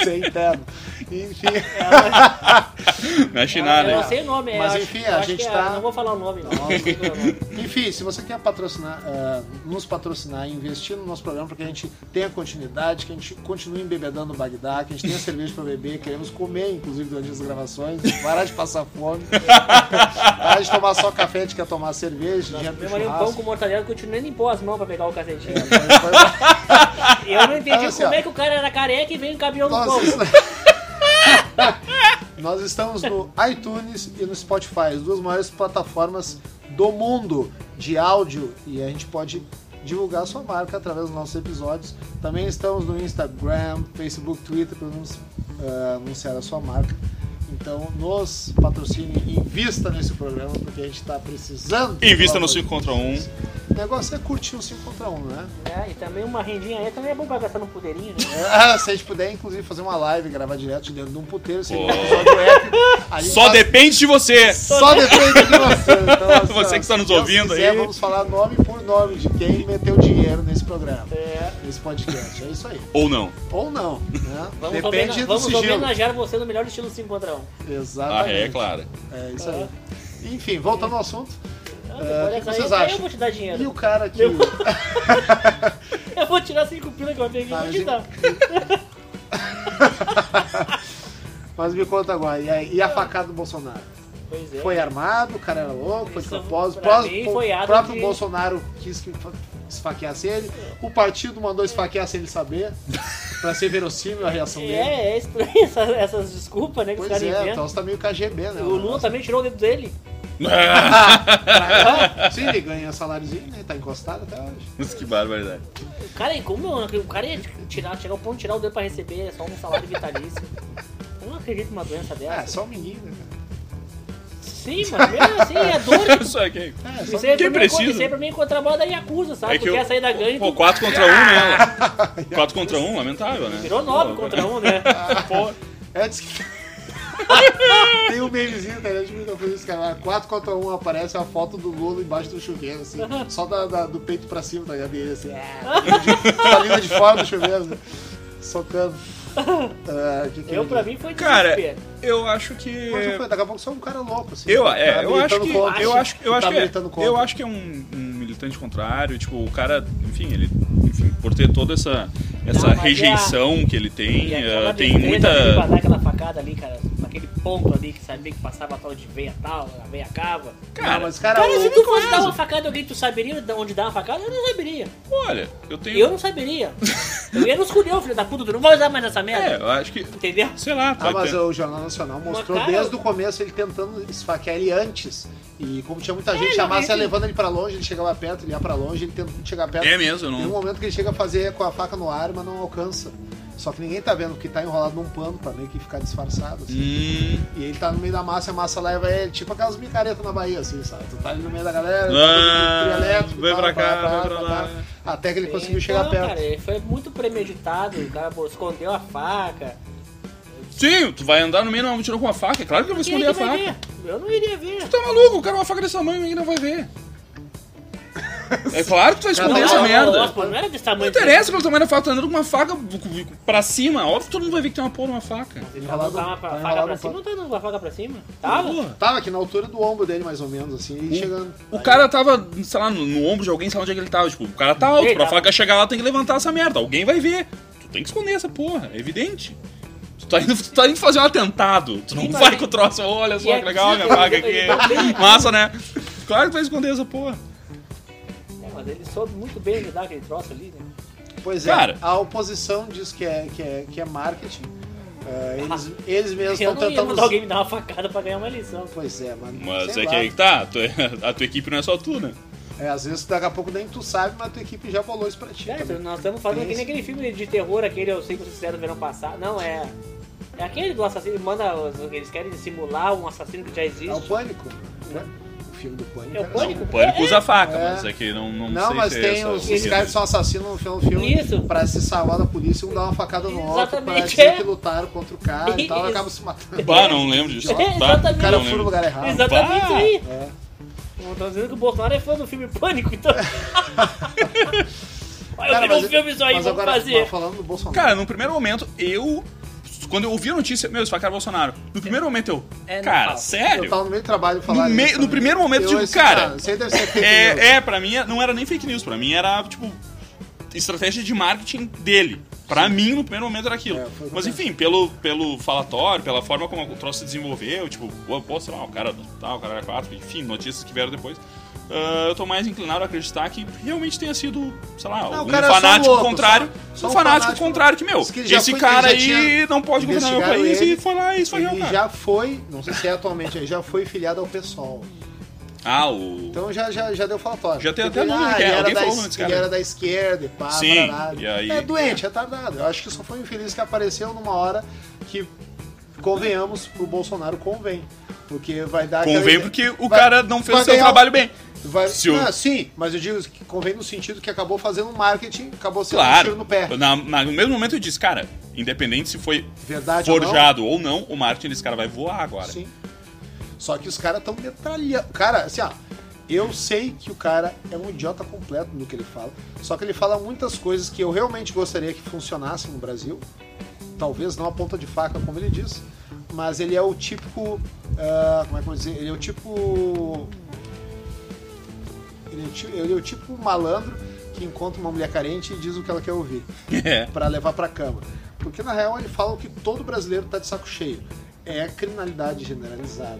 [SPEAKER 2] Sem interno. Enfim,
[SPEAKER 4] Mexe
[SPEAKER 3] Eu
[SPEAKER 4] nada
[SPEAKER 2] Ah,
[SPEAKER 3] não
[SPEAKER 4] aí.
[SPEAKER 3] sei o nome. eu
[SPEAKER 2] Mas,
[SPEAKER 3] acho-
[SPEAKER 2] enfim,
[SPEAKER 3] eu
[SPEAKER 2] a
[SPEAKER 3] acho
[SPEAKER 2] gente
[SPEAKER 3] que é-
[SPEAKER 2] tá-
[SPEAKER 3] Não vou falar o nome, não.
[SPEAKER 2] Enfim, se você quer patrocinar, ah, nos patrocinar e investir no nosso programa para que a gente tenha continuidade, que a gente continue embebedando o Bagdá, que a gente tenha cerveja para beber, queremos comer, inclusive, durante as gravações, parar de passar fome, parar de tomar só café, a gente quer tomar cerveja, dinheiro pro
[SPEAKER 3] Eu mandei um pão com
[SPEAKER 2] churrasco.
[SPEAKER 3] mortadela, continuando nem pôr as mãos pra pegar o cacetinho.
[SPEAKER 2] Mas-
[SPEAKER 3] Eu não entendi
[SPEAKER 2] Ah, assim,
[SPEAKER 3] como
[SPEAKER 2] ó.
[SPEAKER 3] é que o cara era careca e veio um caminhão no pão.
[SPEAKER 2] Nós, nós estamos no iTunes e no Spotify, as duas maiores plataformas do mundo de áudio, e a gente pode divulgar a sua marca através dos nossos episódios. Também estamos no Instagram, Facebook, Twitter para nos eh, anunciar a sua marca. Então, nos patrocine, invista nesse programa, porque a gente está tá precisando.
[SPEAKER 4] Invista no 5 contra 1.
[SPEAKER 2] O negócio é curtir um 5 contra 1, né?
[SPEAKER 3] né? E também uma rendinha aí também é bom pra gastar no puderinho, né?
[SPEAKER 2] É, se a gente puder, inclusive, fazer uma live, gravar direto de dentro de um puteiro, seria um
[SPEAKER 4] Pô.
[SPEAKER 2] episódio épico. A gente
[SPEAKER 4] Só
[SPEAKER 2] faz-
[SPEAKER 4] depende de você.
[SPEAKER 2] Só depende de você. Então, assim,
[SPEAKER 4] Você
[SPEAKER 2] ó,
[SPEAKER 4] que está nos
[SPEAKER 2] se Deus
[SPEAKER 4] ouvindo
[SPEAKER 2] quiser,
[SPEAKER 4] aí.
[SPEAKER 2] Vamos falar nome por nome de quem meteu dinheiro nesse programa,
[SPEAKER 3] É.
[SPEAKER 2] nesse podcast. É isso aí.
[SPEAKER 4] Ou não.
[SPEAKER 2] Ou não, né?
[SPEAKER 3] Vamos,
[SPEAKER 2] Depende
[SPEAKER 3] homena-
[SPEAKER 2] do
[SPEAKER 3] vamos
[SPEAKER 2] sigilo.
[SPEAKER 3] homenagear você no melhor estilo 5 contra 1.
[SPEAKER 4] A
[SPEAKER 2] Exatamente.
[SPEAKER 4] ré é clara.
[SPEAKER 2] É isso aí. Enfim, voltando ao assunto. Ah, o que
[SPEAKER 3] Olha só,
[SPEAKER 2] vocês
[SPEAKER 3] eu,
[SPEAKER 2] acham?
[SPEAKER 3] eu vou te dar dinheiro.
[SPEAKER 2] E o cara que.
[SPEAKER 3] Eu- Eu vou tirar 5 pila que eu peguei e
[SPEAKER 2] Tá,
[SPEAKER 3] vou te
[SPEAKER 2] gente-
[SPEAKER 3] dar.
[SPEAKER 2] Mas me conta agora, e a, e a facada do Bolsonaro?
[SPEAKER 3] Pois é.
[SPEAKER 2] Foi armado, o cara era louco, foi de
[SPEAKER 3] Isso,
[SPEAKER 2] propósito.
[SPEAKER 3] pra
[SPEAKER 2] pró-
[SPEAKER 3] mim,
[SPEAKER 2] o
[SPEAKER 3] foi ato
[SPEAKER 2] próprio
[SPEAKER 3] de-
[SPEAKER 2] Bolsonaro quis que fa- esfaqueasse ele. O partido mandou esfaquear sem ele saber. pra ser verossímil a reação dele.
[SPEAKER 3] É, é estranho essas, essas desculpas, né, que
[SPEAKER 2] Pois
[SPEAKER 3] os caras
[SPEAKER 2] é,
[SPEAKER 3] inventam.
[SPEAKER 2] então você tá meio KGB, né?
[SPEAKER 3] O Lula também tirou o dedo dele.
[SPEAKER 2] Ah, Sim, ele ganha saláriozinho, né? Tá encostado até hoje.
[SPEAKER 4] Mas que barbaridade.
[SPEAKER 3] O cara, e como o cara ia tirar, chegar ao ponto de tirar o dedo pra receber só um salário vitalício. Eu não acredito numa doença
[SPEAKER 2] Ah, É,
[SPEAKER 3] dessa.
[SPEAKER 2] só um menino, né, cara?
[SPEAKER 3] Sim, mas mesmo assim, é dor que
[SPEAKER 4] Só que-
[SPEAKER 2] É, só
[SPEAKER 3] Isso aí, pra
[SPEAKER 4] Quem
[SPEAKER 3] mim, é
[SPEAKER 4] precisa?
[SPEAKER 3] co- isso aí pra mim é contrabanda e acusa, sabe?
[SPEAKER 4] É
[SPEAKER 3] tu
[SPEAKER 4] que eu-
[SPEAKER 3] quer sair da gangue,
[SPEAKER 4] Pô,
[SPEAKER 3] tu
[SPEAKER 4] 4 contra 1, né? 4 contra 1, lamentável, né?
[SPEAKER 3] virou 9 contra 1, né?
[SPEAKER 4] Porra.
[SPEAKER 2] É, diz que... Tem um memezinho na internet muito coisa esse cara. 4 contra 1 aparece a foto do Lula embaixo do chuveiro, assim. Só da, da- do peito pra cima da dele, assim. ah, de- Com a língua de fora do chuveiro, né? Socando. Ah, que que
[SPEAKER 3] Eu,
[SPEAKER 2] ele-
[SPEAKER 3] pra mim, foi
[SPEAKER 4] Cara,
[SPEAKER 3] desespero.
[SPEAKER 4] eu acho que.
[SPEAKER 2] Mas eu falei, daqui a pouco só um cara louco, assim.
[SPEAKER 4] Eu,
[SPEAKER 2] Tá
[SPEAKER 4] é, eu acho
[SPEAKER 2] militando
[SPEAKER 4] que.
[SPEAKER 2] contra.
[SPEAKER 4] Eu acho, eu
[SPEAKER 2] Tá
[SPEAKER 4] acho que. É,
[SPEAKER 2] militando contra.
[SPEAKER 4] eu acho que é um, um militante contrário. Tipo, o cara, enfim, ele. Enfim, por ter toda essa, essa
[SPEAKER 3] mas é a-
[SPEAKER 4] rejeição que ele tem,
[SPEAKER 3] E
[SPEAKER 4] eh,
[SPEAKER 3] aquela
[SPEAKER 4] tem
[SPEAKER 3] destreza dele pra
[SPEAKER 4] muita.
[SPEAKER 3] dar aquela facada ali, cara, naquele ponto ali que sabia que passava a tal de veia tal, a veia cava.
[SPEAKER 4] Cara,
[SPEAKER 2] Não, mas cara,
[SPEAKER 3] Cara, se
[SPEAKER 2] o-
[SPEAKER 3] tu fosse dar uma facada em alguém, tu saberia de onde dar uma facada? Eu não saberia.
[SPEAKER 4] olha, eu tenho.
[SPEAKER 3] Eu não saberia. Eu ia nos escolher, filho da puta, tu não vai usar mais essa
[SPEAKER 4] É,
[SPEAKER 3] merda.
[SPEAKER 4] eu acho que.
[SPEAKER 3] Entendeu?
[SPEAKER 4] Sei lá,
[SPEAKER 2] Ah,
[SPEAKER 4] pode
[SPEAKER 2] mas
[SPEAKER 4] ter-
[SPEAKER 2] o Jornal Nacional mostrou
[SPEAKER 3] cara-
[SPEAKER 2] desde o começo ele tentando esfaquear ele antes. E como tinha muita gente,
[SPEAKER 3] não,
[SPEAKER 2] a massa ia
[SPEAKER 3] É, ele-
[SPEAKER 2] levando ele pra longe, ele chegava perto, ele ia pra longe, ele tentando chegar perto.
[SPEAKER 4] É mesmo, eu
[SPEAKER 2] Tem um
[SPEAKER 4] não.
[SPEAKER 2] momento que ele chega a fazer com a faca no ar, mas não alcança. Só que ninguém tá vendo, porque tá enrolado num pano pra meio que ficar disfarçado. assim.
[SPEAKER 4] Hum,
[SPEAKER 2] E ele tá no meio da massa e a massa leva ele, tipo aquelas micaretas na Bahia, assim, sabe? Tu tá ali no meio da galera,
[SPEAKER 4] Ah,
[SPEAKER 2] trio elétrico,
[SPEAKER 4] vai
[SPEAKER 2] tal,
[SPEAKER 4] pra cá, vai pra
[SPEAKER 2] pra
[SPEAKER 4] lá.
[SPEAKER 2] lá. tá, Até que ele conseguiu chegar
[SPEAKER 3] Então,
[SPEAKER 2] perto.
[SPEAKER 3] Cara, ele foi muito premeditado, o cara pô, escondeu a faca.
[SPEAKER 4] Sim, tu vai andar no meio, não, me tirou com uma faca. É claro que eu vou
[SPEAKER 3] Quem é
[SPEAKER 4] esconder
[SPEAKER 3] que
[SPEAKER 4] a
[SPEAKER 3] vai
[SPEAKER 4] faca.
[SPEAKER 3] ver? Eu não iria ver.
[SPEAKER 4] Tu tá maluco? O cara uma faca desse tamanho ninguém não vai ver. É claro que tu vai
[SPEAKER 2] Não,
[SPEAKER 3] um
[SPEAKER 4] esconder
[SPEAKER 2] não,
[SPEAKER 4] essa
[SPEAKER 2] não,
[SPEAKER 4] merda.
[SPEAKER 3] Não, não, não era desse
[SPEAKER 4] Não
[SPEAKER 3] tamanho.
[SPEAKER 4] interessa pelo tamanho da faca, tá andando com uma faca pra cima. Óbvio que todo mundo vai ver que tem uma porra numa faca.
[SPEAKER 3] Ele tá dando uma
[SPEAKER 2] um Enrolado-
[SPEAKER 3] faca pra
[SPEAKER 2] enrolado
[SPEAKER 3] cima,
[SPEAKER 2] no
[SPEAKER 3] não tá dando uma faca pra cima? Tava?
[SPEAKER 4] Porra.
[SPEAKER 2] Tava aqui na altura do ombro dele, mais ou menos, assim,
[SPEAKER 4] Hum.
[SPEAKER 2] e chegando.
[SPEAKER 4] O cara tava, sei lá, no, no ombro de alguém, sei lá onde é que ele tava. Tipo, o cara tá alto,
[SPEAKER 3] Ele
[SPEAKER 4] pra
[SPEAKER 3] tá-
[SPEAKER 4] faca chegar lá tem que levantar essa merda. Alguém vai ver. Tu tem que esconder essa porra, é evidente. Tu tá indo, tu tá indo fazer um atentado. Tu não
[SPEAKER 3] Sim, mas
[SPEAKER 4] vai
[SPEAKER 3] ele-
[SPEAKER 4] com o troço, olha
[SPEAKER 3] E
[SPEAKER 4] só que
[SPEAKER 3] é
[SPEAKER 4] legal a minha
[SPEAKER 3] aqui,
[SPEAKER 4] faca
[SPEAKER 3] ele- ele tá
[SPEAKER 4] aqui.
[SPEAKER 3] bem-
[SPEAKER 4] Massa, né? Claro que tu vai esconder essa porra.
[SPEAKER 3] É, mas ele soube muito bem lidar com aquele troço ali, né?
[SPEAKER 2] Pois
[SPEAKER 4] Cara.
[SPEAKER 2] é, a oposição diz que é, que é, que é marketing. É, eles, eles mesmos
[SPEAKER 3] Ah, Eu
[SPEAKER 2] estão
[SPEAKER 3] não ia
[SPEAKER 2] tentando.
[SPEAKER 3] mandar alguém me dar uma facada pra ganhar uma lição.
[SPEAKER 2] Pois é, mano.
[SPEAKER 4] Mas
[SPEAKER 2] sei
[SPEAKER 4] é
[SPEAKER 2] lá.
[SPEAKER 4] que aí que tá, tu é- a tua equipe não é só tu, né?
[SPEAKER 2] É, às vezes daqui a pouco nem tu sabe, mas tua equipe já bolou isso pra ti.
[SPEAKER 3] Cara,
[SPEAKER 2] também.
[SPEAKER 3] Né, nós estamos fazendo que nem aquele filme de terror, aquele Eu Sei Que Vocês Fizeram no Verão Passado. Não, é... É aquele do assassino, manda, os- eles querem simular um assassino que já
[SPEAKER 2] É o
[SPEAKER 3] existe.
[SPEAKER 2] pânico. né? O filme do pânico.
[SPEAKER 3] É o
[SPEAKER 2] era
[SPEAKER 3] Pânico?
[SPEAKER 4] O pânico usa faca,
[SPEAKER 2] É.
[SPEAKER 4] mas é que não, não,
[SPEAKER 2] assim. Não,
[SPEAKER 4] sei
[SPEAKER 2] mas
[SPEAKER 4] se é
[SPEAKER 2] tem
[SPEAKER 4] essa
[SPEAKER 2] os,
[SPEAKER 4] a
[SPEAKER 2] os caras que são assassinos no final do filme
[SPEAKER 3] Isso.
[SPEAKER 2] pra se salvar da polícia, um dá uma facada no outro pra
[SPEAKER 3] Exatamente,
[SPEAKER 2] dizer
[SPEAKER 3] é.
[SPEAKER 2] que lutaram contra o cara e tal,
[SPEAKER 3] Isso.
[SPEAKER 2] acaba se matando.
[SPEAKER 4] Bah, não lembro disso.
[SPEAKER 3] É,
[SPEAKER 4] tá?
[SPEAKER 3] exatamente.
[SPEAKER 2] né? O cara foi
[SPEAKER 4] não
[SPEAKER 2] no
[SPEAKER 4] lembro.
[SPEAKER 2] lugar errado.
[SPEAKER 3] É Exatamente
[SPEAKER 4] Pá!
[SPEAKER 3] isso aí.
[SPEAKER 2] É.
[SPEAKER 3] Estão dizendo que o Bolsonaro é fã do filme Pânico, então... Olha, eu
[SPEAKER 2] Cara,
[SPEAKER 3] quero um
[SPEAKER 2] mas-
[SPEAKER 3] filme só aí,
[SPEAKER 2] mas
[SPEAKER 3] vamos
[SPEAKER 2] agora,
[SPEAKER 3] fazer.
[SPEAKER 2] mas Falando do Bolsonaro.
[SPEAKER 4] Cara, no primeiro momento, eu. Quando eu ouvi a notícia, meu, esfacaram o Bolsonaro. No primeiro momento eu.
[SPEAKER 3] É, não
[SPEAKER 4] cara,
[SPEAKER 3] fala.
[SPEAKER 2] Eu
[SPEAKER 4] sério?
[SPEAKER 2] tava no meio do trabalho
[SPEAKER 4] No,
[SPEAKER 2] falar
[SPEAKER 4] meio-
[SPEAKER 2] isso
[SPEAKER 4] no
[SPEAKER 2] também.
[SPEAKER 4] primeiro
[SPEAKER 2] Eu,
[SPEAKER 4] momento, eu digo,
[SPEAKER 2] assim,
[SPEAKER 4] cara.
[SPEAKER 2] Isso aí deve ser fake news.
[SPEAKER 4] É, é, pra mim, não era nem fake news, pra mim era, tipo, estratégia de marketing dele. Pra mim, no primeiro momento era aquilo.
[SPEAKER 2] É, foi o que
[SPEAKER 4] Mas
[SPEAKER 2] eu
[SPEAKER 4] enfim, pelo, pelo falatório, pela forma como o troço se desenvolveu, tipo, pô, pô, sei lá, o cara do tal, o cara era quatro, enfim, notícias que vieram depois. ah, eu tô mais inclinado a acreditar que realmente tenha sido, sei lá,
[SPEAKER 2] Não, o
[SPEAKER 4] um
[SPEAKER 2] cara é só
[SPEAKER 4] fanático
[SPEAKER 2] louco,
[SPEAKER 4] contrário.
[SPEAKER 2] só- só
[SPEAKER 4] um
[SPEAKER 2] um
[SPEAKER 4] fanático,
[SPEAKER 2] fanático.
[SPEAKER 4] contrário que, meu,
[SPEAKER 2] Diz que ele já
[SPEAKER 4] esse
[SPEAKER 2] foi-
[SPEAKER 4] cara
[SPEAKER 2] ele já
[SPEAKER 4] aí
[SPEAKER 2] tinha
[SPEAKER 4] não pode governar meu
[SPEAKER 2] investigado
[SPEAKER 4] país
[SPEAKER 2] ele.
[SPEAKER 4] e foi lá e esfaqueou o
[SPEAKER 2] Ele
[SPEAKER 4] cara.
[SPEAKER 2] já foi, não sei se é atualmente, ele já foi filiado ao PSOL.
[SPEAKER 4] Ah, o.
[SPEAKER 2] Então já, já, já deu falatório.
[SPEAKER 4] Já tem
[SPEAKER 2] Porque,
[SPEAKER 4] até nome, né,
[SPEAKER 2] ah,
[SPEAKER 4] que é-
[SPEAKER 2] ele era
[SPEAKER 4] alguém
[SPEAKER 2] da
[SPEAKER 4] falou
[SPEAKER 2] es-
[SPEAKER 4] nome desse cara.
[SPEAKER 2] Ele era da esquerda, e pá,
[SPEAKER 4] Sim,
[SPEAKER 2] barará.
[SPEAKER 4] e aí-
[SPEAKER 2] É doente, retardado. Eu acho que só foi um infeliz que apareceu numa hora que, convenhamos, pro Bolsonaro convém. Porque vai dar... aquela
[SPEAKER 4] Convém
[SPEAKER 2] ideia-
[SPEAKER 4] porque o
[SPEAKER 2] vai-
[SPEAKER 4] cara não fez
[SPEAKER 2] vai
[SPEAKER 4] o seu
[SPEAKER 2] ganhar-
[SPEAKER 4] trabalho bem.
[SPEAKER 2] Vai...
[SPEAKER 4] Se o-
[SPEAKER 2] Ah, sim, mas eu digo que convém no sentido que acabou fazendo um marketing, acabou sendo um tiro
[SPEAKER 4] Claro.
[SPEAKER 2] no pé.
[SPEAKER 4] Na- na- no mesmo momento eu disse, cara, independente se foi
[SPEAKER 2] Verdade ou não?
[SPEAKER 4] forjado ou não, o Martin desse cara vai voar agora.
[SPEAKER 2] Sim. Só que os caras estão metralhando. Cara, assim, ó. Eu sei que o cara é um idiota completo no que ele fala. Só que ele fala muitas coisas que eu realmente gostaria que funcionassem no Brasil. Talvez não a ponta de faca, como ele diz. Mas ele é o típico. ah, como é que eu vou dizer? Ele é o tipo. Ele é o ti- ele é o tipo malandro que encontra uma mulher carente e diz o que ela quer ouvir
[SPEAKER 4] É.
[SPEAKER 2] pra levar pra cama. Porque na real ele fala o que todo brasileiro tá de saco cheio. É a criminalidade generalizada,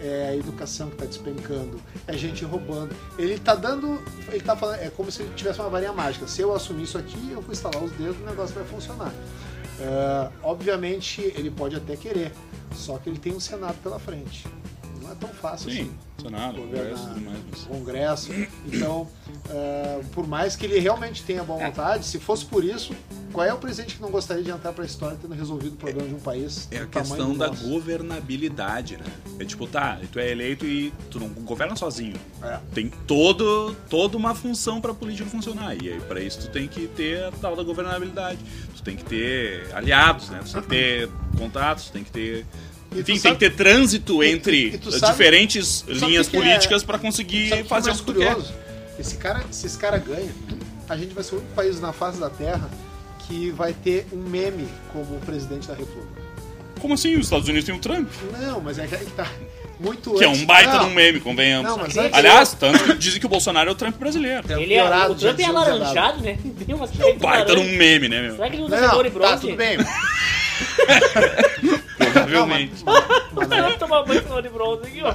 [SPEAKER 2] é a educação que tá despencando, é gente roubando. Ele tá dando, ele tá falando, é como se ele tivesse uma varinha mágica. Se eu assumir isso aqui, eu vou instalar os dedos, o negócio vai funcionar. É, obviamente ele pode até querer, só que ele tem um senado pela frente. Não é tão fácil assim.
[SPEAKER 4] Sim, Bolsonaro,
[SPEAKER 2] Governar.
[SPEAKER 4] Congresso, tudo mais, mas-
[SPEAKER 2] Congresso. Então, eh, por mais que ele realmente tenha boa vontade, se fosse por isso, qual é o presidente que não gostaria de entrar pra história tendo resolvido o problema de um país?
[SPEAKER 4] É a
[SPEAKER 2] do tamanho
[SPEAKER 4] questão
[SPEAKER 2] do
[SPEAKER 4] da
[SPEAKER 2] nosso?
[SPEAKER 4] governabilidade, né? É tipo, tá, tu é eleito e tu não governa sozinho.
[SPEAKER 2] É.
[SPEAKER 4] Tem todo, toda uma função pra política funcionar. E aí, pra isso, tu tem que ter a tal da governabilidade. Tu tem que ter aliados, né? Tu tem que ter contatos, tu tem que ter.
[SPEAKER 2] E tu
[SPEAKER 4] Enfim,
[SPEAKER 2] sabe-
[SPEAKER 4] tem que ter trânsito
[SPEAKER 2] e-
[SPEAKER 4] entre
[SPEAKER 2] e tu
[SPEAKER 4] as
[SPEAKER 2] sabe-
[SPEAKER 4] diferentes
[SPEAKER 2] sabe
[SPEAKER 4] linhas
[SPEAKER 2] que que é-
[SPEAKER 4] políticas pra
[SPEAKER 2] Sabe
[SPEAKER 4] conseguir
[SPEAKER 2] que
[SPEAKER 4] fazer
[SPEAKER 2] é
[SPEAKER 4] o
[SPEAKER 2] mais
[SPEAKER 4] que tu quer.
[SPEAKER 2] curioso? Esse cara, se esse cara ganha, a gente vai ser o único país na face da Terra que vai ter um meme como presidente da República.
[SPEAKER 4] Como assim? Os Estados Unidos têm o Trump,
[SPEAKER 2] Não, mas é que aí que tá muito
[SPEAKER 4] que é
[SPEAKER 2] antes-
[SPEAKER 4] um baita
[SPEAKER 2] Não,
[SPEAKER 4] de um meme, convenhamos.
[SPEAKER 2] Não, mas antes-
[SPEAKER 4] Aliás, tanto que dizem que o Bolsonaro é o Trump brasileiro.
[SPEAKER 2] é o
[SPEAKER 3] Ele é,
[SPEAKER 2] piorado
[SPEAKER 3] o Trump
[SPEAKER 2] de
[SPEAKER 3] é
[SPEAKER 2] Antigo Zedado.
[SPEAKER 3] alaranjado, né? Tem umas
[SPEAKER 4] É um baita de um meme, né, meu?
[SPEAKER 3] Será que ele usa cor e
[SPEAKER 2] Não,
[SPEAKER 3] bronze?
[SPEAKER 2] tá, tudo bem.
[SPEAKER 4] Provavelmente.
[SPEAKER 3] O cara tomar banho com cor e bronze aqui, ó.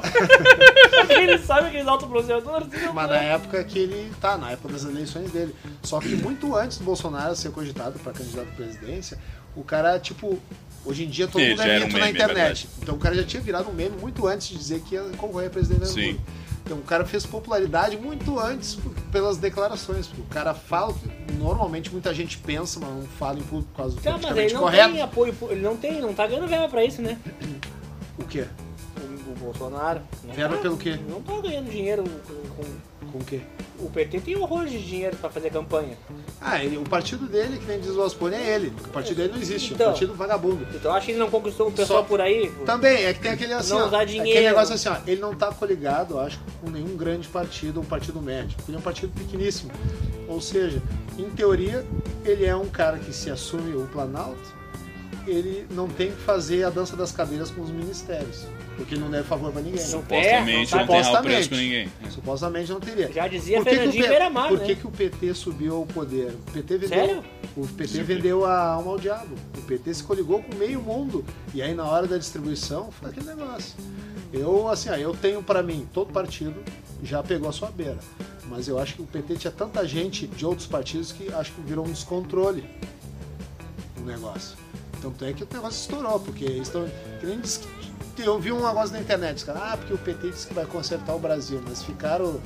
[SPEAKER 3] ele sabe aqueles autobronzeadores. assim,
[SPEAKER 2] Mas
[SPEAKER 3] ó.
[SPEAKER 2] na época que ele tá, na época das eleições dele. Só que muito antes do Bolsonaro ser cogitado pra candidato à presidência, o cara, tipo, hoje em dia todo
[SPEAKER 4] Ele
[SPEAKER 2] mundo
[SPEAKER 4] já
[SPEAKER 2] é
[SPEAKER 4] era um
[SPEAKER 2] mito na
[SPEAKER 4] meme, é
[SPEAKER 2] internet.
[SPEAKER 4] verdade.
[SPEAKER 2] então o cara já tinha virado um meme muito antes de dizer que ia concorrer a presidente da
[SPEAKER 4] Sim.
[SPEAKER 2] República. Então o cara fez popularidade muito antes por- pelas declarações. Porque o cara fala o que normalmente muita gente pensa, mas não fala em público por causa do
[SPEAKER 3] Tá, mas ele
[SPEAKER 2] politicamente
[SPEAKER 3] não
[SPEAKER 2] correto.
[SPEAKER 3] tem apoio, pu- ele não tem, não tá ganhando verba pra isso, né?
[SPEAKER 2] O quê?
[SPEAKER 3] O, o Bolsonaro. Não
[SPEAKER 2] Verba
[SPEAKER 3] tá,
[SPEAKER 2] pelo quê?
[SPEAKER 3] Não tá ganhando dinheiro com, com-
[SPEAKER 2] Com o quê?
[SPEAKER 3] O PT tem horror de dinheiro pra fazer campanha.
[SPEAKER 2] Ah, ele- o partido dele, que nem diz o Ospone, é ele. O partido dele não existe, é
[SPEAKER 3] Então.
[SPEAKER 2] um partido vagabundo.
[SPEAKER 3] Então acho que ele não conquistou o pessoal
[SPEAKER 2] Só-
[SPEAKER 3] por aí.
[SPEAKER 2] Também, é que tem aquele assim,
[SPEAKER 3] Não
[SPEAKER 2] ó,
[SPEAKER 3] usar
[SPEAKER 2] aquele
[SPEAKER 3] dinheiro.
[SPEAKER 2] negócio assim, ó, ele não tá coligado, eu acho, com nenhum grande partido, um partido médio. Ele é um partido pequeníssimo. Ou seja, em teoria, ele é um cara que se assume o Planalto, ele não tem que fazer a dança das cadeiras com os ministérios, porque ele não deve favor pra ninguém.
[SPEAKER 3] Não.
[SPEAKER 4] Supostamente
[SPEAKER 3] É,
[SPEAKER 4] não,
[SPEAKER 3] não tá-
[SPEAKER 4] tem rabo
[SPEAKER 2] Supostamente.
[SPEAKER 4] preso com ninguém.
[SPEAKER 2] Supostamente não teria.
[SPEAKER 3] Já dizia
[SPEAKER 2] que, que, o,
[SPEAKER 3] Fernandinho
[SPEAKER 2] P-
[SPEAKER 3] Beiramar,
[SPEAKER 2] por
[SPEAKER 3] né?
[SPEAKER 2] que que o PT subiu ao poder? O PT vendeu,
[SPEAKER 3] Sério?
[SPEAKER 2] O PT vendeu a alma ao diabo. O PT se coligou com meio mundo. E aí, na hora da distribuição, foi aquele negócio. Eu, assim, ó, eu tenho pra mim, todo partido já pegou a sua beira. Mas eu acho que o PT tinha tanta gente de outros partidos que acho que virou um descontrole no negócio. Tanto é que o negócio estourou, porque eles estão. que nem diz que- Eu vi um negócio na internet, os caras, ah, porque o PT disse que vai consertar o Brasil, mas ficaram o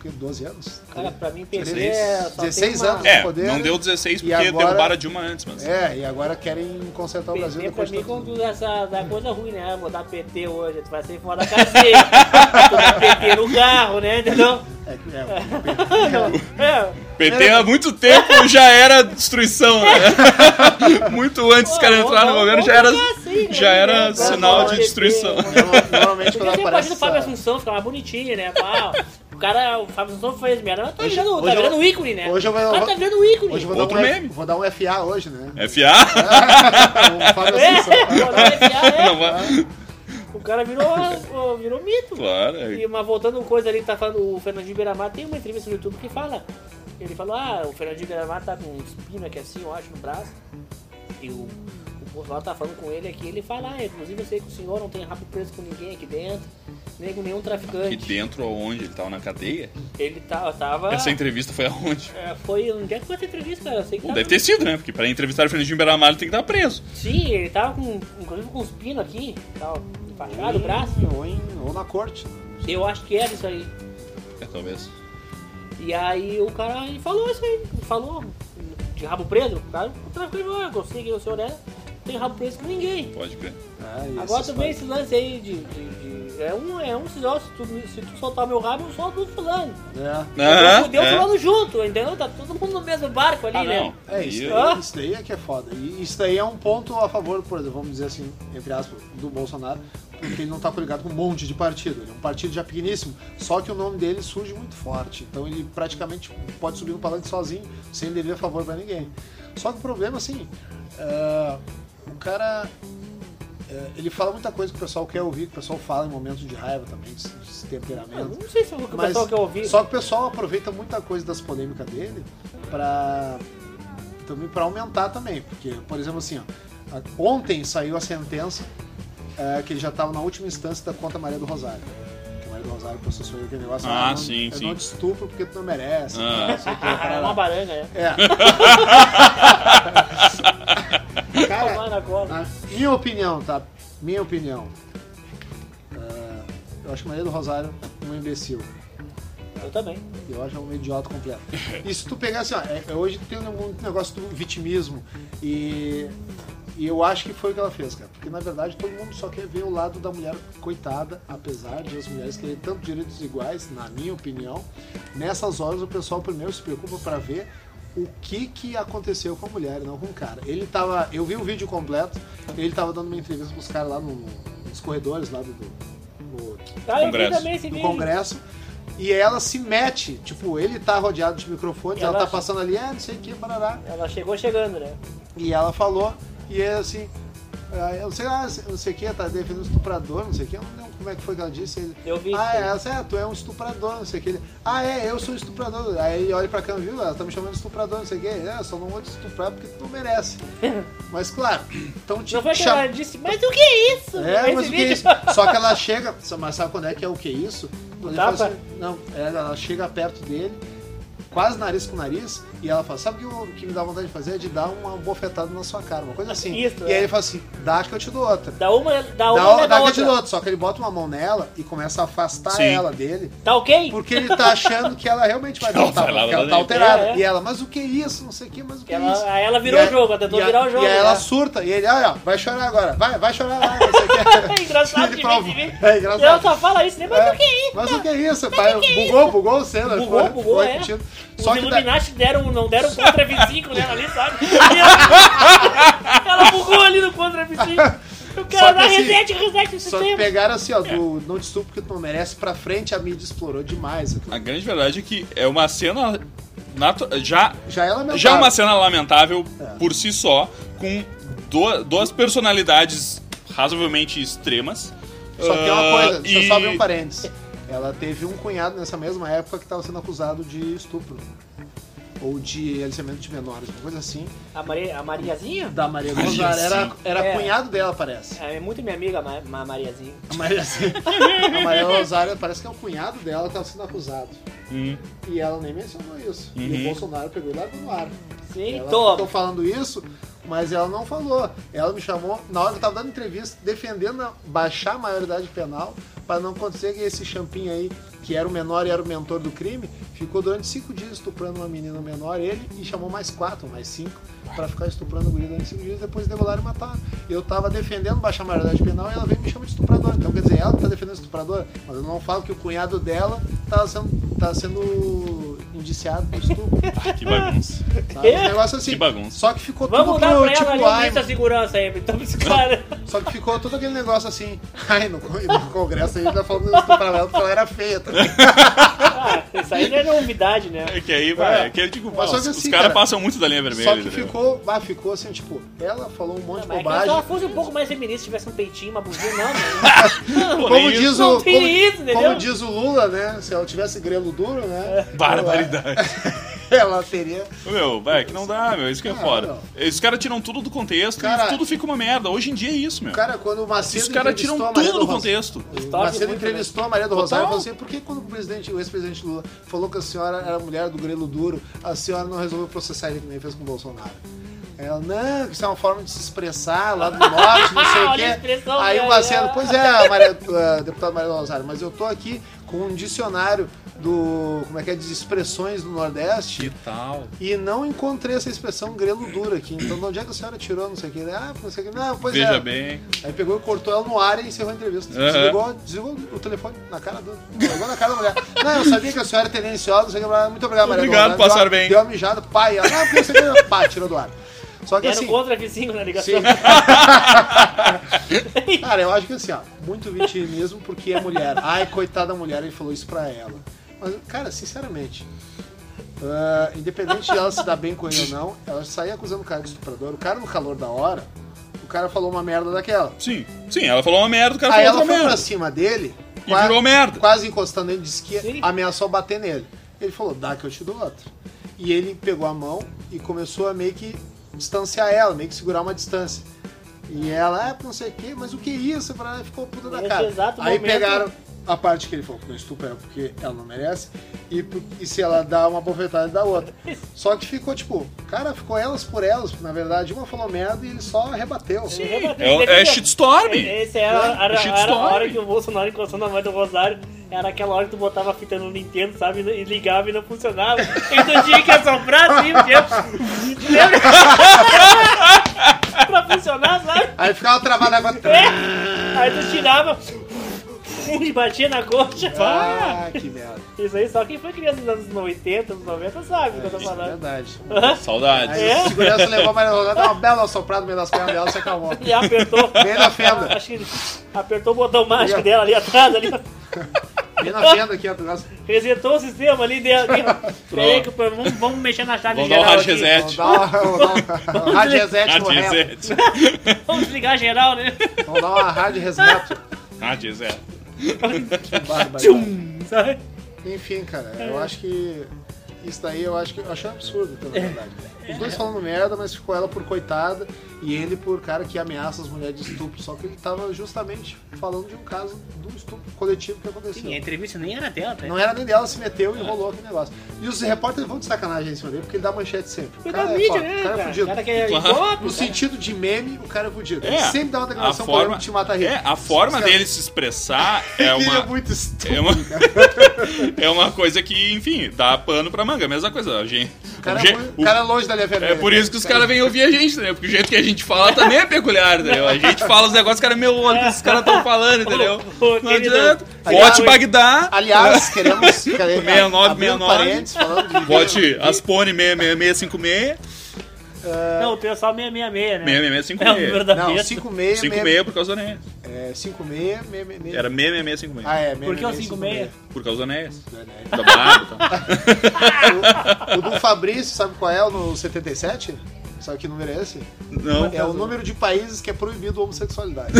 [SPEAKER 2] quê, 12 anos?
[SPEAKER 3] Cara, pra mim PT é.
[SPEAKER 2] 16,
[SPEAKER 3] só tem
[SPEAKER 2] 16
[SPEAKER 3] uma-
[SPEAKER 2] anos.
[SPEAKER 4] É,
[SPEAKER 2] Poder,
[SPEAKER 4] não
[SPEAKER 2] né?
[SPEAKER 4] deu
[SPEAKER 2] E
[SPEAKER 4] 16 porque
[SPEAKER 2] agora-
[SPEAKER 4] derrubaram a Dilma antes, mas...
[SPEAKER 2] É, e agora querem consertar o Brasil
[SPEAKER 3] PT pra
[SPEAKER 2] depois de
[SPEAKER 3] mim
[SPEAKER 2] tanto
[SPEAKER 3] conduz essa da coisa ruim, né? Ah, Vou dar PT hoje, tu vai ser fora da caseira. tu dá PT no carro, né? Entendeu?
[SPEAKER 2] É, que- é, o PT
[SPEAKER 3] É.
[SPEAKER 4] PT há muito tempo já era destruição, né? muito antes dos caras
[SPEAKER 3] Pô,
[SPEAKER 4] entraram no
[SPEAKER 3] vamos-
[SPEAKER 4] governo já
[SPEAKER 3] vamos
[SPEAKER 4] era,
[SPEAKER 3] ficar assim, né?
[SPEAKER 4] já era
[SPEAKER 3] Vamos
[SPEAKER 4] sinal
[SPEAKER 3] falar
[SPEAKER 4] de
[SPEAKER 3] PT,
[SPEAKER 4] destruição.
[SPEAKER 3] vamos-
[SPEAKER 2] Normal- Normalmente quando
[SPEAKER 3] Podia ter
[SPEAKER 2] aparece.
[SPEAKER 3] partido o um Fábio
[SPEAKER 2] Essa...
[SPEAKER 3] Assunção, ficar mais bonitinho, né? Pá, o cara, o Fábio Assunção fez merda, mas tá
[SPEAKER 2] Hoje-
[SPEAKER 3] virando,
[SPEAKER 2] hoje
[SPEAKER 3] tá
[SPEAKER 2] eu-
[SPEAKER 3] virando ícone, né?
[SPEAKER 2] hoje eu vou-
[SPEAKER 3] O cara tá virando ícone.
[SPEAKER 2] Hoje eu vou
[SPEAKER 4] Outro
[SPEAKER 2] dar um
[SPEAKER 4] meme. É.
[SPEAKER 2] F... vou dar um FA hoje, né?
[SPEAKER 4] FA?
[SPEAKER 2] o Fábio
[SPEAKER 3] É,
[SPEAKER 2] Assunção.
[SPEAKER 4] Não
[SPEAKER 3] é,
[SPEAKER 4] vai.
[SPEAKER 3] o cara virou, ó, virou mito.
[SPEAKER 4] Claro. é.
[SPEAKER 3] E, mas voltando uma coisa ali que tá falando, o Fernandinho Beiramar tem uma entrevista no YouTube que fala. Ele falou, ah, o Fernandinho Beiramar tá com um espino aqui assim, eu acho, no braço. E o, o Bolsonaro tá falando com ele aqui, ele fala, ah, inclusive eu sei que o senhor não tem rabo preso com ninguém aqui dentro, nem com nenhum
[SPEAKER 4] E
[SPEAKER 3] traficante.
[SPEAKER 4] dentro aonde? Ele tava na cadeia?
[SPEAKER 3] Ele tá, tava.
[SPEAKER 4] Essa entrevista foi aonde?
[SPEAKER 3] É, foi onde é que foi essa entrevista, cara? Eu sei que
[SPEAKER 4] Bom,
[SPEAKER 3] tava-
[SPEAKER 4] deve ter sido, né? Porque pra entrevistar o Fernandinho Beiramar ele tem que estar preso.
[SPEAKER 3] Sim, ele tava com, inclusive com uns pinos aqui, tava
[SPEAKER 4] Hum.
[SPEAKER 3] enfaixado o braço.
[SPEAKER 2] Ou, em- ou na corte.
[SPEAKER 3] Eu acho que era isso aí.
[SPEAKER 4] É, talvez.
[SPEAKER 3] E aí o cara ele falou isso aí, falou de rabo preso, o cara, o traficante falou, ah, eu sei quem o senhor é, tem rabo preso com ninguém.
[SPEAKER 4] Pode crer.
[SPEAKER 2] Ah, e
[SPEAKER 3] Agora
[SPEAKER 2] essas
[SPEAKER 3] tu vê
[SPEAKER 2] coisas.
[SPEAKER 3] esse lance aí de. de- de- é um, é um sinal, se tu, se tu soltar meu rabo, eu solto o fulano.
[SPEAKER 2] É.
[SPEAKER 3] Deu-
[SPEAKER 4] Aham,
[SPEAKER 3] Deu
[SPEAKER 4] é.
[SPEAKER 3] fulano junto, entendeu? Tá todo mundo no mesmo barco ali,
[SPEAKER 4] Ah,
[SPEAKER 3] né?
[SPEAKER 4] não.
[SPEAKER 2] É, isso,
[SPEAKER 4] Aí,
[SPEAKER 3] Ah.
[SPEAKER 2] daí, isso daí é que é foda. E isso daí é um ponto a favor, por exemplo, vamos dizer assim, entre aspas, do Bolsonaro, porque ele não tá coligado com um monte de partido. Ele é um partido já pequeníssimo, só que o nome dele surge muito forte. Então ele praticamente pode subir no palanque sozinho, sem dever favor pra ninguém. Só que o problema, assim, ah, o cara é, ele fala muita coisa que o pessoal quer ouvir, que o pessoal fala em momentos de raiva também, de, de
[SPEAKER 3] Ah,
[SPEAKER 2] temperamento.
[SPEAKER 3] Não sei se foi o que o
[SPEAKER 2] Mas
[SPEAKER 3] pessoal quer ouvir.
[SPEAKER 2] Só que o pessoal aproveita muita coisa das polêmicas dele pra, também pra aumentar também. Porque, por exemplo, assim, ó, a- ontem saiu a sentença é, que ele já estava na última instância da conta Maria do Rosário. Que a Maria do Rosário processou ele aquele negócio.
[SPEAKER 4] Ah,
[SPEAKER 2] "Eu não-
[SPEAKER 4] sim,
[SPEAKER 2] eu
[SPEAKER 4] sim.
[SPEAKER 2] não te estupro porque tu não merece.
[SPEAKER 4] Ah.
[SPEAKER 2] não sei o que,
[SPEAKER 3] é uma
[SPEAKER 2] parará.
[SPEAKER 3] baranga, né?
[SPEAKER 2] É. Cara, ah.
[SPEAKER 3] Tomar na cola.
[SPEAKER 2] a minha opinião, tá? Minha opinião. É, eu acho que Maria do Rosário é um imbecil.
[SPEAKER 3] Eu também.
[SPEAKER 2] Eu acho um idiota completo. E se tu pegar assim, ó, é- é hoje tem um negócio do vitimismo e, e eu acho que foi o que ela fez, cara. Porque na verdade todo mundo só quer ver o lado da mulher coitada, apesar de as mulheres terem tanto direitos iguais, na minha opinião. Nessas horas o pessoal primeiro se preocupa pra ver o que que aconteceu com a mulher, e não com o cara. Ele tava, eu vi o vídeo completo, ele tava dando uma entrevista pros caras lá no- no- nos corredores lá do- do, do
[SPEAKER 3] Tá, eu vi
[SPEAKER 4] Congresso.
[SPEAKER 3] também esse
[SPEAKER 2] do
[SPEAKER 3] vídeo.
[SPEAKER 2] Congresso. E ela se mete, tipo, ele tá rodeado de microfones, ela,
[SPEAKER 3] Ela
[SPEAKER 2] tá passando ali, é, não sei o que, barará.
[SPEAKER 3] Ela chegou chegando, né?
[SPEAKER 2] E ela falou, e ele assim, ah, eu não sei, ah, não sei o que, tá defendendo estuprador, não sei o que, eu não lembro como é que foi que ela disse. Ele,
[SPEAKER 3] Eu vi
[SPEAKER 2] Ah,
[SPEAKER 3] isso.
[SPEAKER 2] é, ela disse, é, tu é um estuprador, não sei o que. Ele, ah, é, eu sou estuprador. Aí ele olha pra câmera, viu, ela tá me chamando de estuprador, não sei o que, é, só não vou te estuprar porque tu não merece. Mas claro, então te
[SPEAKER 3] Não foi que
[SPEAKER 2] cham-
[SPEAKER 3] ela disse, mas o que é isso?
[SPEAKER 2] é,
[SPEAKER 3] Esse
[SPEAKER 2] mas o que é
[SPEAKER 3] vídeo-
[SPEAKER 2] isso? Só que ela chega. Mas sabe quando é que é o que é isso? Quando ele
[SPEAKER 3] Tapa?
[SPEAKER 2] fala assim- não, ela, ela chega perto dele, quase nariz com nariz, e ela fala: Sabe o que, eu- que me dá vontade de fazer? É de dar uma bofetada na sua cara, uma coisa assim.
[SPEAKER 3] Isso,
[SPEAKER 2] e aí
[SPEAKER 3] é.
[SPEAKER 2] ele fala assim: Dá que eu te dou outra.
[SPEAKER 3] Dá uma, dá
[SPEAKER 2] Dá,
[SPEAKER 3] uma,
[SPEAKER 2] dá,
[SPEAKER 3] dá,
[SPEAKER 2] que eu te
[SPEAKER 3] outra.
[SPEAKER 2] dou outra. Só que ele bota uma mão nela e começa a afastar
[SPEAKER 4] Sim.
[SPEAKER 2] ela dele.
[SPEAKER 3] Tá ok?
[SPEAKER 2] Porque ele tá achando que ela realmente vai dar
[SPEAKER 4] Ela
[SPEAKER 2] um tapa,
[SPEAKER 4] vai lá,
[SPEAKER 2] porque
[SPEAKER 4] vai
[SPEAKER 2] ela tá
[SPEAKER 4] lá
[SPEAKER 2] alterada.
[SPEAKER 3] dentro. É, é.
[SPEAKER 2] E ela, mas o que é isso? Não sei o que, mas o que é
[SPEAKER 3] Ela-
[SPEAKER 2] isso?
[SPEAKER 3] aí ela virou
[SPEAKER 2] E a-
[SPEAKER 3] o jogo, ela tentou
[SPEAKER 2] e a-
[SPEAKER 3] virar o jogo,
[SPEAKER 2] E aí ela
[SPEAKER 3] né?
[SPEAKER 2] surta, e ele, olha, ó, vai chorar agora, vai, vai chorar lá, não sei o que.
[SPEAKER 3] É engraçado
[SPEAKER 2] Ele
[SPEAKER 3] de
[SPEAKER 2] prova-
[SPEAKER 3] mim, de mim.
[SPEAKER 2] É
[SPEAKER 3] Ela
[SPEAKER 2] engraçado.
[SPEAKER 3] só fala isso, né? Mas
[SPEAKER 2] É,
[SPEAKER 3] o que é isso?
[SPEAKER 2] Mas o que é isso, pai? Bugou, bugou o celular.
[SPEAKER 3] Bugou,
[SPEAKER 2] foi,
[SPEAKER 3] bugou,
[SPEAKER 2] foi
[SPEAKER 3] é.
[SPEAKER 2] repetido.
[SPEAKER 3] Os
[SPEAKER 2] Só que da...
[SPEAKER 3] Illuminati deram, não deram um contra F5 nela ali, sabe? E ela- ela bugou ali no contra F5. O
[SPEAKER 2] Só
[SPEAKER 3] cara
[SPEAKER 2] que
[SPEAKER 3] dá
[SPEAKER 2] assim-
[SPEAKER 3] reset, reset no
[SPEAKER 2] Só que
[SPEAKER 3] sistema.
[SPEAKER 2] pegaram assim, ó, do Não Te Estupro Que Tu Não Merece pra frente, a mídia explorou demais. aquilo.
[SPEAKER 4] A grande verdade é que é uma cena natu- já
[SPEAKER 2] Já ela mesmo.
[SPEAKER 4] já é uma cena lamentável
[SPEAKER 2] É.
[SPEAKER 4] por si só, com do- duas personalidades razoavelmente extremas.
[SPEAKER 2] Só que é uma
[SPEAKER 4] Ah,
[SPEAKER 2] coisa,
[SPEAKER 4] e-
[SPEAKER 2] só abre um parênteses. Ela teve um cunhado nessa mesma época que estava sendo acusado de estupro. Ou de aliciamento de menores, uma coisa assim.
[SPEAKER 3] A, Maria, a Mariazinha?
[SPEAKER 2] Da Maria do
[SPEAKER 4] Maria,
[SPEAKER 2] Rosário. Era,
[SPEAKER 4] sim.
[SPEAKER 2] era
[SPEAKER 3] É.
[SPEAKER 2] cunhado dela, parece.
[SPEAKER 3] É muito minha amiga, a Ma- Ma- Mariazinha.
[SPEAKER 2] A Maria, a Maria do Rosário, parece que é o cunhado dela que estava sendo acusado.
[SPEAKER 4] Hum,
[SPEAKER 2] E ela nem mencionou isso. E o
[SPEAKER 4] Uhum.
[SPEAKER 2] Bolsonaro pegou e largou no ar.
[SPEAKER 3] Sim,
[SPEAKER 2] Ela ficou
[SPEAKER 3] toma.
[SPEAKER 2] falando isso, mas ela não falou. Ela me chamou, na hora que eu tava dando entrevista, defendendo a- baixar a maioridade penal para não acontecer que esse champinho aí, que era o menor e era o mentor do crime, ficou durante cinco dias estuprando uma menina menor, ele, e chamou mais quatro, mais cinco, para ficar estuprando o guri durante cinco dias, depois degolar e mataram. Eu tava defendendo baixar a maioridade penal e ela vem e me chama de estuprador. Então, quer dizer, ela que tá defendendo estuprador, mas eu não falo que o cunhado dela tá sendo, tá sendo indiciado por estupro.
[SPEAKER 4] que bagunça.
[SPEAKER 2] Sabe? Um negócio assim.
[SPEAKER 4] Que bagunça.
[SPEAKER 2] Só que ficou
[SPEAKER 3] Vamos
[SPEAKER 2] tudo
[SPEAKER 3] dar
[SPEAKER 2] pro,
[SPEAKER 3] pra
[SPEAKER 2] tipo,
[SPEAKER 3] ela ali o
[SPEAKER 2] ai,
[SPEAKER 3] ministro da segurança aí, então esse cara.
[SPEAKER 2] Só que ficou todo aquele negócio assim. Ai, no, con- no congresso a gente tá falando isso pra ela, porque ela era feia. Tá? ligado?
[SPEAKER 3] Ah, isso aí não é novidade, né?
[SPEAKER 4] É que aí, vai,
[SPEAKER 2] É.
[SPEAKER 4] é que eu digo,
[SPEAKER 2] Mas só
[SPEAKER 4] os,
[SPEAKER 2] que
[SPEAKER 4] os
[SPEAKER 2] assim,
[SPEAKER 4] caras
[SPEAKER 2] cara,
[SPEAKER 4] passam muito da linha vermelha.
[SPEAKER 2] Só que
[SPEAKER 4] entendeu?
[SPEAKER 2] ficou, ah, ficou assim, tipo, ela falou um monte de
[SPEAKER 3] Mas é que se ela
[SPEAKER 2] bobagem. Tipo
[SPEAKER 3] fosse um pouco mais feminista, tivesse um peitinho, uma bundinha, não,
[SPEAKER 4] Pô,
[SPEAKER 2] um Como
[SPEAKER 4] nem isso.
[SPEAKER 2] diz,
[SPEAKER 3] Não
[SPEAKER 2] o,
[SPEAKER 3] tem
[SPEAKER 2] como,
[SPEAKER 3] isso, um entendeu?
[SPEAKER 2] como diz o Lula, né? Se ela tivesse grelo duro, né?
[SPEAKER 3] É.
[SPEAKER 4] Barbaridade.
[SPEAKER 2] Ela teria.
[SPEAKER 4] Meu, vai, que não dá, meu, isso que é
[SPEAKER 2] Ah,
[SPEAKER 4] foda.
[SPEAKER 2] não.
[SPEAKER 4] Esses caras tiram tudo do contexto
[SPEAKER 2] Cara-
[SPEAKER 4] e tudo fica uma merda. Hoje em dia é isso, meu.
[SPEAKER 2] Cara, quando o Macedo.
[SPEAKER 4] Esses caras
[SPEAKER 2] entrevistou
[SPEAKER 4] tiram
[SPEAKER 2] a Maria
[SPEAKER 4] tudo é do
[SPEAKER 2] Ros-
[SPEAKER 4] contexto.
[SPEAKER 2] O
[SPEAKER 3] Torce
[SPEAKER 2] Macedo
[SPEAKER 3] muito, né?
[SPEAKER 2] entrevistou a Maria do Rosário e
[SPEAKER 4] Total.
[SPEAKER 2] falou assim: por que quando o presidente, o ex-presidente Lula falou que a senhora era mulher do grelo duro, a senhora não resolveu processar ele que nem fez com o Bolsonaro? Ela, não, que isso é uma forma de se expressar lá do norte, não sei
[SPEAKER 3] Olha
[SPEAKER 2] o
[SPEAKER 3] a
[SPEAKER 2] quê.
[SPEAKER 3] expressão
[SPEAKER 2] Aí o
[SPEAKER 3] dela. né?
[SPEAKER 2] Macedo, pois é, Maria, eh, deputado Maria do Rosário, mas eu tô aqui com um dicionário do. como é que é? De expressões do Nordeste.
[SPEAKER 4] Que tal?
[SPEAKER 2] E não encontrei essa expressão grelo duro aqui. Então, de onde é que a senhora tirou? Não sei o que. Ah, não sei o que. Não, pois
[SPEAKER 4] Veja
[SPEAKER 2] é.
[SPEAKER 4] bem.
[SPEAKER 2] Aí pegou e cortou ela no ar e encerrou a entrevista.
[SPEAKER 4] Aham.
[SPEAKER 2] Desligou, desligou o telefone na cara do. Jogou na cara da mulher. Não, eu sabia que a senhora é tendenciosa, não sei o que. lá. Muito obrigado, Maria.
[SPEAKER 4] Obrigado,
[SPEAKER 2] Dona. Deu
[SPEAKER 4] passaram
[SPEAKER 2] uma-
[SPEAKER 4] bem.
[SPEAKER 2] Deu uma mijada, pai. Ela, ah, porque você que pá, tirou do ar. Só que
[SPEAKER 3] Era
[SPEAKER 2] assim.
[SPEAKER 3] o contra-vizinho na ligação.
[SPEAKER 2] Sim. Cara, eu acho que assim, ó, muito vitimismo porque é mulher. Ai, coitada da mulher, ele falou isso pra ela. Mas, cara, sinceramente, ah, independente de ela se dar bem com ele ou não, ela saía acusando o cara de estuprador. O cara, no calor da hora, o cara falou uma merda daquela.
[SPEAKER 4] Sim, sim, ela falou uma merda, o
[SPEAKER 3] Tá
[SPEAKER 4] cara
[SPEAKER 2] Aí
[SPEAKER 4] falou
[SPEAKER 2] ela
[SPEAKER 4] outra
[SPEAKER 2] foi pra
[SPEAKER 4] merda.
[SPEAKER 2] cima dele,
[SPEAKER 4] E virou merda.
[SPEAKER 2] quase encostando ele, disse que
[SPEAKER 3] Sim.
[SPEAKER 2] ameaçou bater nele. Ele falou, dá que eu te dou outro. E ele pegou a mão e começou a meio que distanciar ela, meio que segurar uma distância. E ela, é, não sei o quê, mas o que é isso? Pra ela ficou puta da
[SPEAKER 3] Nesse
[SPEAKER 2] cara.
[SPEAKER 3] exato
[SPEAKER 2] Aí
[SPEAKER 3] momento-
[SPEAKER 2] pegaram a parte que ele falou que não estupra ela porque ela não merece, e, por- e se ela dá uma bofetada, ele dá outra. Só que ficou tipo, cara, ficou elas por elas, porque na verdade uma falou merda e ele só rebateu.
[SPEAKER 4] É, é shitstorm. É
[SPEAKER 3] Essa era, era- era
[SPEAKER 4] Shitstorm.
[SPEAKER 3] a hora que o Bolsonaro encostou na mãe do Rosário. Era aquela hora que tu botava a fita no Nintendo, sabe? E ligava e não funcionava. Então tinha que assoprar assim, porque... Lembra? pra funcionar, sabe?
[SPEAKER 2] Aí ficava travado na água.
[SPEAKER 3] É. Aí tu tirava e batia na coxa.
[SPEAKER 2] Ah, que merda.
[SPEAKER 3] Isso aí só quem foi criança nos anos 80, anos 90 sabe o que eu tô
[SPEAKER 2] Isso é
[SPEAKER 3] falando.
[SPEAKER 2] verdade.
[SPEAKER 4] Saudades.
[SPEAKER 2] Aí a segurança levou a Maria Rosada, deu uma bela assoprada no meio das pernas dela e se acalmou.
[SPEAKER 3] E apertou.
[SPEAKER 2] Bem na fenda.
[SPEAKER 3] Acho que ele apertou o botão mágico dela ali atrás, ali.
[SPEAKER 2] Bem na fenda aqui, ó. do negócio.
[SPEAKER 3] Resetou o sistema ali dentro. Peraí, que eu- vamos, vamos mexer na chave
[SPEAKER 4] Vamos dar um
[SPEAKER 3] geral.
[SPEAKER 4] hard
[SPEAKER 3] aqui.
[SPEAKER 4] reset.
[SPEAKER 2] Vamos dar uma, vamos dar uma, uma rádio reset no
[SPEAKER 4] Rádio
[SPEAKER 2] reto.
[SPEAKER 4] Zete.
[SPEAKER 3] Vamos desligar geral, né?
[SPEAKER 2] Vamos dar uma rádio reset.
[SPEAKER 4] Rádio Zete.
[SPEAKER 2] Que barbaridade.
[SPEAKER 3] Tchum, sabe?
[SPEAKER 2] Enfim, cara, eu acho que... Isso daí eu acho que eu achei um absurdo, pela verdade. Os dois falando merda, mas ficou ela por coitada e ele por cara que ameaça as mulheres de estupro. Só que ele tava justamente falando de um caso do estupro coletivo que aconteceu.
[SPEAKER 5] Sim, a entrevista nem era dela, tá?
[SPEAKER 2] É. Não era nem dela, se meteu e rolou aquele negócio. E os repórteres vão de sacanagem em cima dele, porque ele dá manchete sempre. O
[SPEAKER 3] Foi da
[SPEAKER 2] cara é
[SPEAKER 3] mídia,
[SPEAKER 2] foda,
[SPEAKER 3] né,
[SPEAKER 2] o cara é
[SPEAKER 3] cara?
[SPEAKER 2] fudido.
[SPEAKER 3] O cara que é
[SPEAKER 4] Claro.
[SPEAKER 3] idiota.
[SPEAKER 2] No sentido de meme, o cara é fudido.
[SPEAKER 4] É.
[SPEAKER 2] Ele sempre dá uma
[SPEAKER 4] A
[SPEAKER 2] declaração
[SPEAKER 4] forma,
[SPEAKER 2] polêmica te mata rir.
[SPEAKER 4] é, a forma
[SPEAKER 2] Os caras-
[SPEAKER 4] dele se expressar é
[SPEAKER 2] Ele
[SPEAKER 4] uma,
[SPEAKER 2] é muito né? estúpido.
[SPEAKER 4] É uma, é uma coisa que, enfim, dá pano pra manga. Mesma coisa, a gente.
[SPEAKER 2] O cara,
[SPEAKER 4] o je-
[SPEAKER 2] é, muito-
[SPEAKER 4] um o-
[SPEAKER 2] o cara é longe da linha
[SPEAKER 4] é
[SPEAKER 2] vermelha.
[SPEAKER 4] por isso que os caras vêm ouvir a gente, né? Porque o jeito que a gente fala também é peculiar, entendeu? A gente fala os negócios, cara, meu olho, o que esses caras estão falando, entendeu?
[SPEAKER 3] Ô,
[SPEAKER 4] Não
[SPEAKER 3] querido,
[SPEAKER 4] adianta.
[SPEAKER 2] aliás,
[SPEAKER 4] Vote Bagdá.
[SPEAKER 2] Aliás, queremos... queremos
[SPEAKER 4] 69,
[SPEAKER 2] abrindo
[SPEAKER 4] 69.
[SPEAKER 2] parênteses, falando de...
[SPEAKER 4] Vote Aspone 66656.
[SPEAKER 3] Não, o pessoal 666, né? É o número
[SPEAKER 4] 66656.
[SPEAKER 3] da
[SPEAKER 2] Não,
[SPEAKER 3] besta.
[SPEAKER 2] 56...
[SPEAKER 4] 56 por causa do Enéas.
[SPEAKER 2] É, 56... me- me- me-
[SPEAKER 4] Era 66656.
[SPEAKER 2] Ah, é. me-
[SPEAKER 3] Por que
[SPEAKER 2] me-
[SPEAKER 3] o 56?
[SPEAKER 2] Ah.
[SPEAKER 4] Por causa do Enéas.
[SPEAKER 2] né?
[SPEAKER 4] Tá brabo, tá.
[SPEAKER 2] O do Fabrício, sabe qual é? O no 77? Sabe que número é esse?
[SPEAKER 4] Não.
[SPEAKER 2] É o número de países que é proibido a homossexualidade.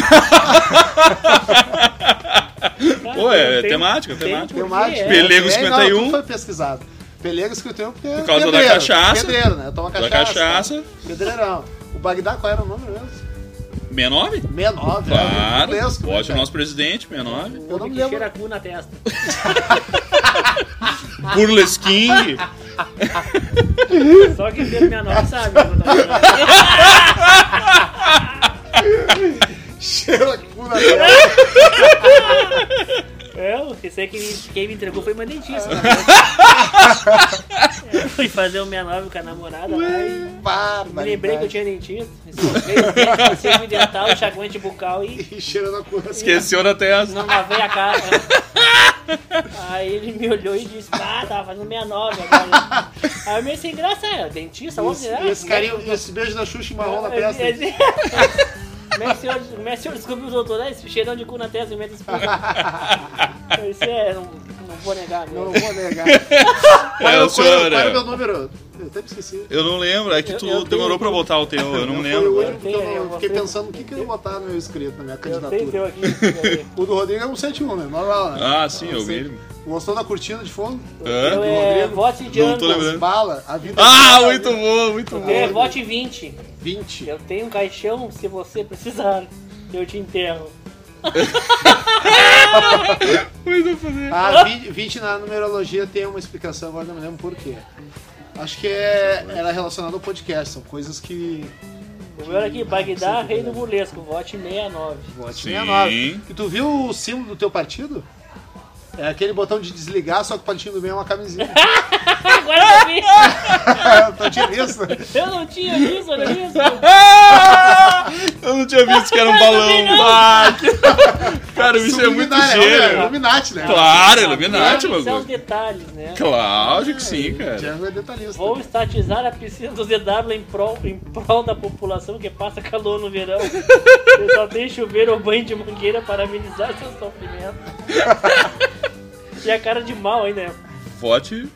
[SPEAKER 4] Pô, é
[SPEAKER 3] Tem-
[SPEAKER 4] temática, é
[SPEAKER 3] tem-
[SPEAKER 4] temática.
[SPEAKER 2] Tem um monte de-
[SPEAKER 3] É.
[SPEAKER 4] Pelego
[SPEAKER 2] é,
[SPEAKER 4] 51.
[SPEAKER 2] Não, tudo foi pesquisado. Pelego 51 porque é
[SPEAKER 4] Por causa da
[SPEAKER 2] pedreiro,
[SPEAKER 4] cachaça.
[SPEAKER 2] Pedreiro, né? Toma
[SPEAKER 4] Da
[SPEAKER 2] cachaça. tá?
[SPEAKER 4] cachaça.
[SPEAKER 2] Pedreirão. O Bagdá, qual era o número mesmo?
[SPEAKER 4] 69?
[SPEAKER 2] 69.
[SPEAKER 4] Claro,
[SPEAKER 2] né? Gigantesco, né,
[SPEAKER 4] vote o
[SPEAKER 2] cara?
[SPEAKER 4] nosso presidente, 69.
[SPEAKER 2] Eu não me
[SPEAKER 3] que
[SPEAKER 2] lembro.
[SPEAKER 3] cheira cu na testa. Ah.
[SPEAKER 4] Burlesquinho.
[SPEAKER 3] Só quem teve 69 sabe. né? o que eu tô falando.
[SPEAKER 2] Cheira cu na tela.
[SPEAKER 3] Eu, É, esse aí que me- quem me entregou foi uma dentista. né? Eu fui fazer o 69 com a namorada né? lá e... Me
[SPEAKER 2] Barbaridade.
[SPEAKER 3] lembrei que eu tinha dentista, escovei, seco dental, enxaguante bucal e
[SPEAKER 2] E cheira na cu. assim.
[SPEAKER 4] Esqueceu da testa.
[SPEAKER 3] não lavei a cara. Aí ele me olhou e disse, ah, tava fazendo 69 agora. Aí eu meio sem graça, é, é, dentista, vamos
[SPEAKER 2] Esse,
[SPEAKER 3] dizer.
[SPEAKER 2] esse carinho, esse beijo da Xuxa e marrom na testa.
[SPEAKER 3] Como é que o senhor- como é que o senhor descobriu os doutor? Ah, Esse cheirão de cu na testa, inventa esse cu. Isso é, não, não vou negar.
[SPEAKER 2] Não
[SPEAKER 3] Não.
[SPEAKER 2] vou negar.
[SPEAKER 4] É,
[SPEAKER 2] Qual
[SPEAKER 4] o senhor,
[SPEAKER 2] qual era o meu
[SPEAKER 4] é.
[SPEAKER 2] número? Eu até me esqueci.
[SPEAKER 4] Eu não lembro, é que
[SPEAKER 3] Eu-
[SPEAKER 4] tu
[SPEAKER 3] eu
[SPEAKER 4] demorou
[SPEAKER 3] tenho-
[SPEAKER 4] pra botar o teu, eu
[SPEAKER 2] Foi
[SPEAKER 4] não
[SPEAKER 2] o
[SPEAKER 4] lembro.
[SPEAKER 2] único que eu,
[SPEAKER 3] Eu
[SPEAKER 2] não- fiquei
[SPEAKER 3] tenho-
[SPEAKER 2] pensando o que, que eu ia botar no meu inscrito, na minha
[SPEAKER 3] Eu tenho
[SPEAKER 2] candidatura.
[SPEAKER 3] teu aqui. deixa eu ver.
[SPEAKER 2] O do Rodrigo é 171, né? Normal, né?
[SPEAKER 4] Ah, sim, eu
[SPEAKER 2] Sim.
[SPEAKER 4] vi.
[SPEAKER 2] Gostou da cortina de fundo?
[SPEAKER 3] Eu
[SPEAKER 4] Hã?
[SPEAKER 3] é
[SPEAKER 2] Rodrigo?
[SPEAKER 3] vote de
[SPEAKER 4] Não
[SPEAKER 3] ano.
[SPEAKER 4] tô lembrando.
[SPEAKER 2] As bala, a vida
[SPEAKER 4] Ah,
[SPEAKER 2] é uma
[SPEAKER 4] muito
[SPEAKER 2] vida.
[SPEAKER 4] bom, muito bom.
[SPEAKER 3] É, vote 20.
[SPEAKER 2] 20.
[SPEAKER 3] Eu tenho um caixão, se você precisar, eu te enterro.
[SPEAKER 4] Muito bom.
[SPEAKER 2] Ah, 20, 20 na numerologia tem uma explicação, agora não me lembro por quê. Acho que é, era relacionado ao podcast, são coisas que.
[SPEAKER 3] O meu era aqui, Bagdá, rei do burlesco, vote 69.
[SPEAKER 2] Vote
[SPEAKER 4] Sim.
[SPEAKER 2] 69. E tu viu o símbolo do teu partido? É aquele botão de desligar, só que o patinho do meio é uma camisinha.
[SPEAKER 3] Agora eu vi!
[SPEAKER 2] Não tinha visto.
[SPEAKER 3] Eu não tinha visto, olha isso!
[SPEAKER 4] Ah! Eu não tinha visto que era um balão. Ah, que- Cara, isso é muito
[SPEAKER 2] Subliminar, né?
[SPEAKER 4] gênio.
[SPEAKER 2] Illuminati, né?
[SPEAKER 4] Claro,
[SPEAKER 3] Iluminati,
[SPEAKER 4] Illuminati,
[SPEAKER 3] São
[SPEAKER 4] bagulho.
[SPEAKER 3] detalhes, né?
[SPEAKER 4] Claro que sim, cara.
[SPEAKER 2] Django é detalhista.
[SPEAKER 3] Vou estatizar a piscina do ZW em prol, em prol da população que passa calor no verão. Eu só tem chuveiro ou banho de mangueira para amenizar seu sofrimento. e a cara de mal ainda, né?
[SPEAKER 4] Vote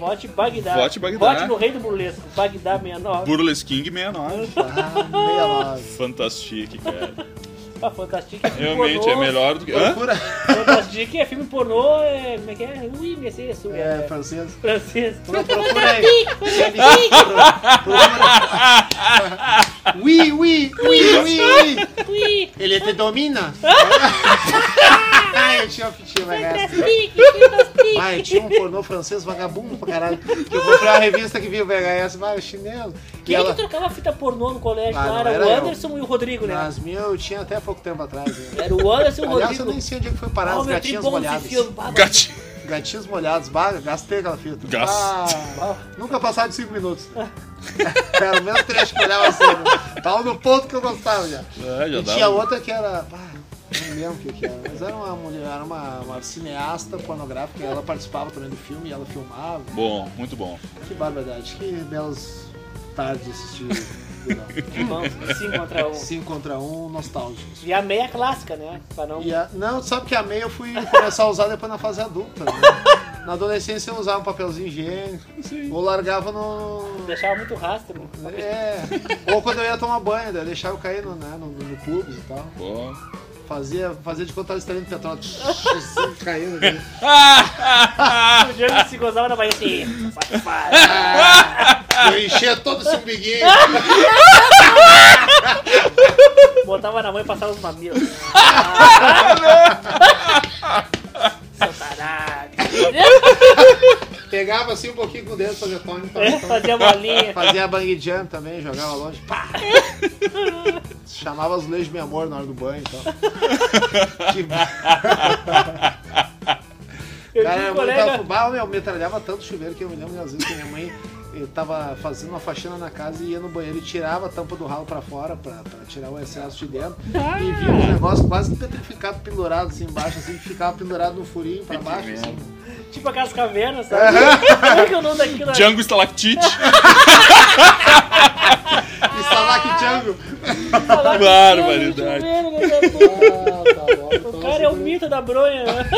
[SPEAKER 3] Vote Bagdá.
[SPEAKER 4] Vote Bagdá.
[SPEAKER 3] Vote no rei do burlesco. Bagdá 69.
[SPEAKER 4] Burles King 69.
[SPEAKER 2] Ah, meia nove.
[SPEAKER 4] Fantastique, cara.
[SPEAKER 3] Ah, Fantastic é filme
[SPEAKER 4] Realmente é
[SPEAKER 3] pornô.
[SPEAKER 4] melhor do que. Hã?
[SPEAKER 2] Loucura.
[SPEAKER 3] Fantastic é filme pornô, é... Como é que é? Ui, me sei isso.
[SPEAKER 2] É,
[SPEAKER 3] É,
[SPEAKER 2] francês.
[SPEAKER 3] francês.
[SPEAKER 2] Pro- Procura aí. Procura. Ui, ui, ui, ui, ui.
[SPEAKER 3] Ui,
[SPEAKER 2] Ele te domina? Ah, eu tinha um uma fitinha na graça.
[SPEAKER 3] Fantastic, Fantastic.
[SPEAKER 2] Vai, assim. tinha um pornô francês vagabundo pra caralho. Que eu comprei uma revista que vinha o VHS, vai, o é chinelo. E
[SPEAKER 3] Quem é
[SPEAKER 2] ela,
[SPEAKER 3] que trocava fita pornô no colégio?
[SPEAKER 2] Ah,
[SPEAKER 3] lá?
[SPEAKER 2] não,
[SPEAKER 3] era,
[SPEAKER 2] era
[SPEAKER 3] o
[SPEAKER 2] eu.
[SPEAKER 3] Anderson e o Rodrigo, né?
[SPEAKER 2] nas minhas eu tinha até pouco tempo atrás. Né?
[SPEAKER 3] Era o Anderson e o
[SPEAKER 2] Aliás, eu
[SPEAKER 3] Rodrigo.
[SPEAKER 2] nem sei onde é que foi parar
[SPEAKER 3] Ah,
[SPEAKER 2] as
[SPEAKER 3] meu
[SPEAKER 2] gatinhas
[SPEAKER 3] tripão se
[SPEAKER 2] molhadas.
[SPEAKER 3] enfiou no baba.
[SPEAKER 4] Gatinho.
[SPEAKER 2] Gatinhos molhados, bah, gastei aquela fita.
[SPEAKER 4] Gas-
[SPEAKER 2] Ah, nunca passava de 5 minutos. era o mesmo trecho que eu olhava assim. né? Tava no ponto que eu gostava já.
[SPEAKER 4] Ah, já
[SPEAKER 2] E
[SPEAKER 4] dá
[SPEAKER 2] tinha
[SPEAKER 4] um-
[SPEAKER 2] outra que era. pá, não lembro o que, que era, mas era uma mulher, era uma, uma cineasta pornográfica, e ela participava também do filme e ela filmava.
[SPEAKER 4] Bom, muito bom.
[SPEAKER 2] Que barbaridade, que belas tardes assistir.
[SPEAKER 3] Vamos, cinco contra um.
[SPEAKER 2] 5 contra 1, um, nostálgico.
[SPEAKER 3] E a meia clássica, né? Pra não...
[SPEAKER 2] E a- Não, sabe que a meia eu fui começar a usar depois na fase adulta. né? Na adolescência eu usava um papelzinho higiênico, ou largava no.
[SPEAKER 3] Deixava muito rastro.
[SPEAKER 2] É, ou quando eu ia tomar banho, daí eu deixava eu cair no, né, no, no pubis e tal.
[SPEAKER 4] Bom.
[SPEAKER 2] Fazia, fazia de contar estranho de petróleo. assim, caindo. né?
[SPEAKER 3] O Django se gozava na Bahia assim.
[SPEAKER 2] Eu enchia todo esse umbiguinho.
[SPEAKER 3] Botava na mão e passava os mamilos. Seu tarado.
[SPEAKER 2] Pegava assim um pouquinho com o dedo, fazia tome,
[SPEAKER 3] É, Fazia bolinha.
[SPEAKER 2] Fazia bang jump também, jogava longe. Pá! Chamava os leis de meu amor na hora do banho e tal. Que
[SPEAKER 3] Eu
[SPEAKER 2] Cara,
[SPEAKER 3] tinha
[SPEAKER 2] minha
[SPEAKER 3] um
[SPEAKER 2] mãe tava
[SPEAKER 3] colega.
[SPEAKER 2] fubá, eu metralhava tanto chuveiro que eu me lembro às vezes que minha mãe eh, tava fazendo uma faxina na casa e ia no banheiro e tirava a tampa do ralo pra fora pra, pra tirar o excesso de dentro
[SPEAKER 3] Ah!
[SPEAKER 2] e via um negócio quase petrificado pendurado assim embaixo, assim, que ficava pendurado no furinho pra baixo. Assim.
[SPEAKER 3] Tipo aquelas cavernas, sabe? Como é que é o nome daquilo?
[SPEAKER 4] Django Stalactite.
[SPEAKER 2] E salaki Django!
[SPEAKER 3] Falar que
[SPEAKER 4] Barbaridade.
[SPEAKER 3] tinha um chuveiro, né?
[SPEAKER 2] Ah, tá bom.
[SPEAKER 3] O
[SPEAKER 2] então
[SPEAKER 3] cara é o
[SPEAKER 2] assim,
[SPEAKER 3] mito da bronha, né?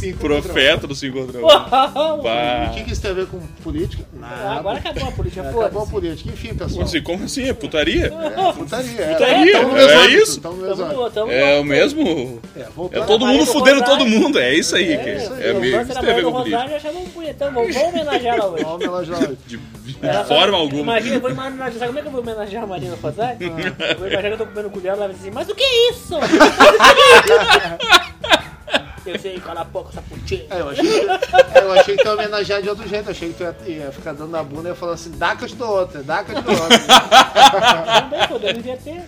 [SPEAKER 2] cinco
[SPEAKER 4] Profeta do 5 contra 1.
[SPEAKER 3] Uau.
[SPEAKER 2] contra um. O que, que isso tem a ver com política? Nada. É,
[SPEAKER 3] Ah, Agora acabou a política,
[SPEAKER 2] Acabou a
[SPEAKER 3] foda-se.
[SPEAKER 2] política. Enfim, pessoal.
[SPEAKER 4] Como assim? É putaria?
[SPEAKER 2] Putaria. é.
[SPEAKER 4] Putaria,
[SPEAKER 2] Tamo no mesmo
[SPEAKER 4] é
[SPEAKER 2] âmbito,
[SPEAKER 4] isso?
[SPEAKER 2] tamo no mesmo âmbito.
[SPEAKER 3] Tamo, tamo
[SPEAKER 4] É o mesmo.
[SPEAKER 2] É, voltando
[SPEAKER 4] É todo
[SPEAKER 3] Maria
[SPEAKER 4] mundo
[SPEAKER 3] do
[SPEAKER 4] fudendo
[SPEAKER 3] Rosário.
[SPEAKER 4] todo mundo. É isso aí,
[SPEAKER 3] É,
[SPEAKER 4] cara.
[SPEAKER 3] é
[SPEAKER 4] É meio que isso tem a ver com política.
[SPEAKER 3] Rosário eu achava um punhetão. Vamos vamos homenagear ela hoje.
[SPEAKER 2] ao Melajor.
[SPEAKER 4] De, de
[SPEAKER 3] Ela só-
[SPEAKER 4] forma alguma.
[SPEAKER 3] Imagina, eu vou homenagear. Sabe como é que eu vou homenagear a Marina Rosário? Eu vou imaginar que eu tô comendo o cu dela ela vai dizer assim, mas o que é isso? eu sei, cala a boca, essa putinha.
[SPEAKER 2] É, eu achei que, é, eu achei que tu ia homenagear de outro jeito. Eu achei que tu ia, ia ficar dando na bunda e ia falar assim: dá que eu te dou outra, dá que eu te dou outra.
[SPEAKER 3] Também podemos inverter.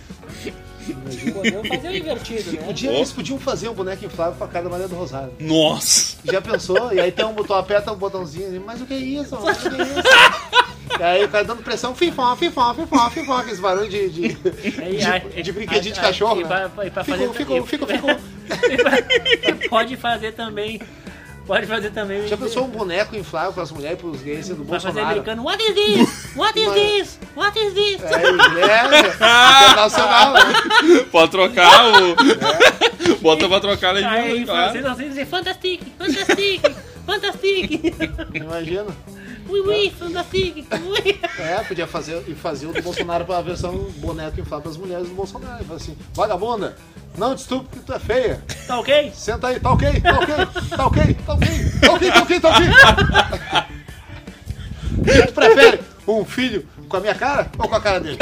[SPEAKER 3] Podemos fazer o invertido, né?
[SPEAKER 2] Podia, eles podiam fazer um boneco inflável pra cada Maria do Rosário.
[SPEAKER 4] Nossa.
[SPEAKER 2] Já pensou? E aí tem um botão, aperta um botãozinho ali, mas o que é isso? Mas o que é isso? E aí o cara dando pressão, fifó, fifó, fifó, fifó, aqueles barulhos de, de, de, de brinquedinho de cachorro.
[SPEAKER 5] E
[SPEAKER 2] Né?
[SPEAKER 5] pra, e pra fazer
[SPEAKER 2] Ficou, ficou, ficou, ficou.
[SPEAKER 5] Pode fazer também. Pode fazer também.
[SPEAKER 2] Já pensou um boneco inflável pras mulheres e pros gays do
[SPEAKER 5] Vai fazer
[SPEAKER 2] Bolsonaro?
[SPEAKER 5] americano. What is this? What is this? What is this?
[SPEAKER 2] É, é, é internacional, né?
[SPEAKER 4] Pode trocar o.
[SPEAKER 2] É.
[SPEAKER 4] Bota pra trocar
[SPEAKER 2] Tá
[SPEAKER 4] ali.
[SPEAKER 5] Aí
[SPEAKER 4] de
[SPEAKER 5] em
[SPEAKER 4] claro.
[SPEAKER 5] francês nós temos que dizer fantastique, fantastique, fantastique.
[SPEAKER 2] Imagina.
[SPEAKER 5] Ui, ui, fantastique. Ui.
[SPEAKER 2] É, podia fazer e fazer o do Bolsonaro pra versão boneco inflável das mulheres do Bolsonaro. Fala assim, vagabunda, não te estupro porque tu é feia.
[SPEAKER 5] Tá ok?
[SPEAKER 2] Senta aí, tá ok, tá ok, tá ok, tá ok, tá ok, tá ok, tá ok. O que tu prefere? Um filho com a minha cara ou com a cara dele?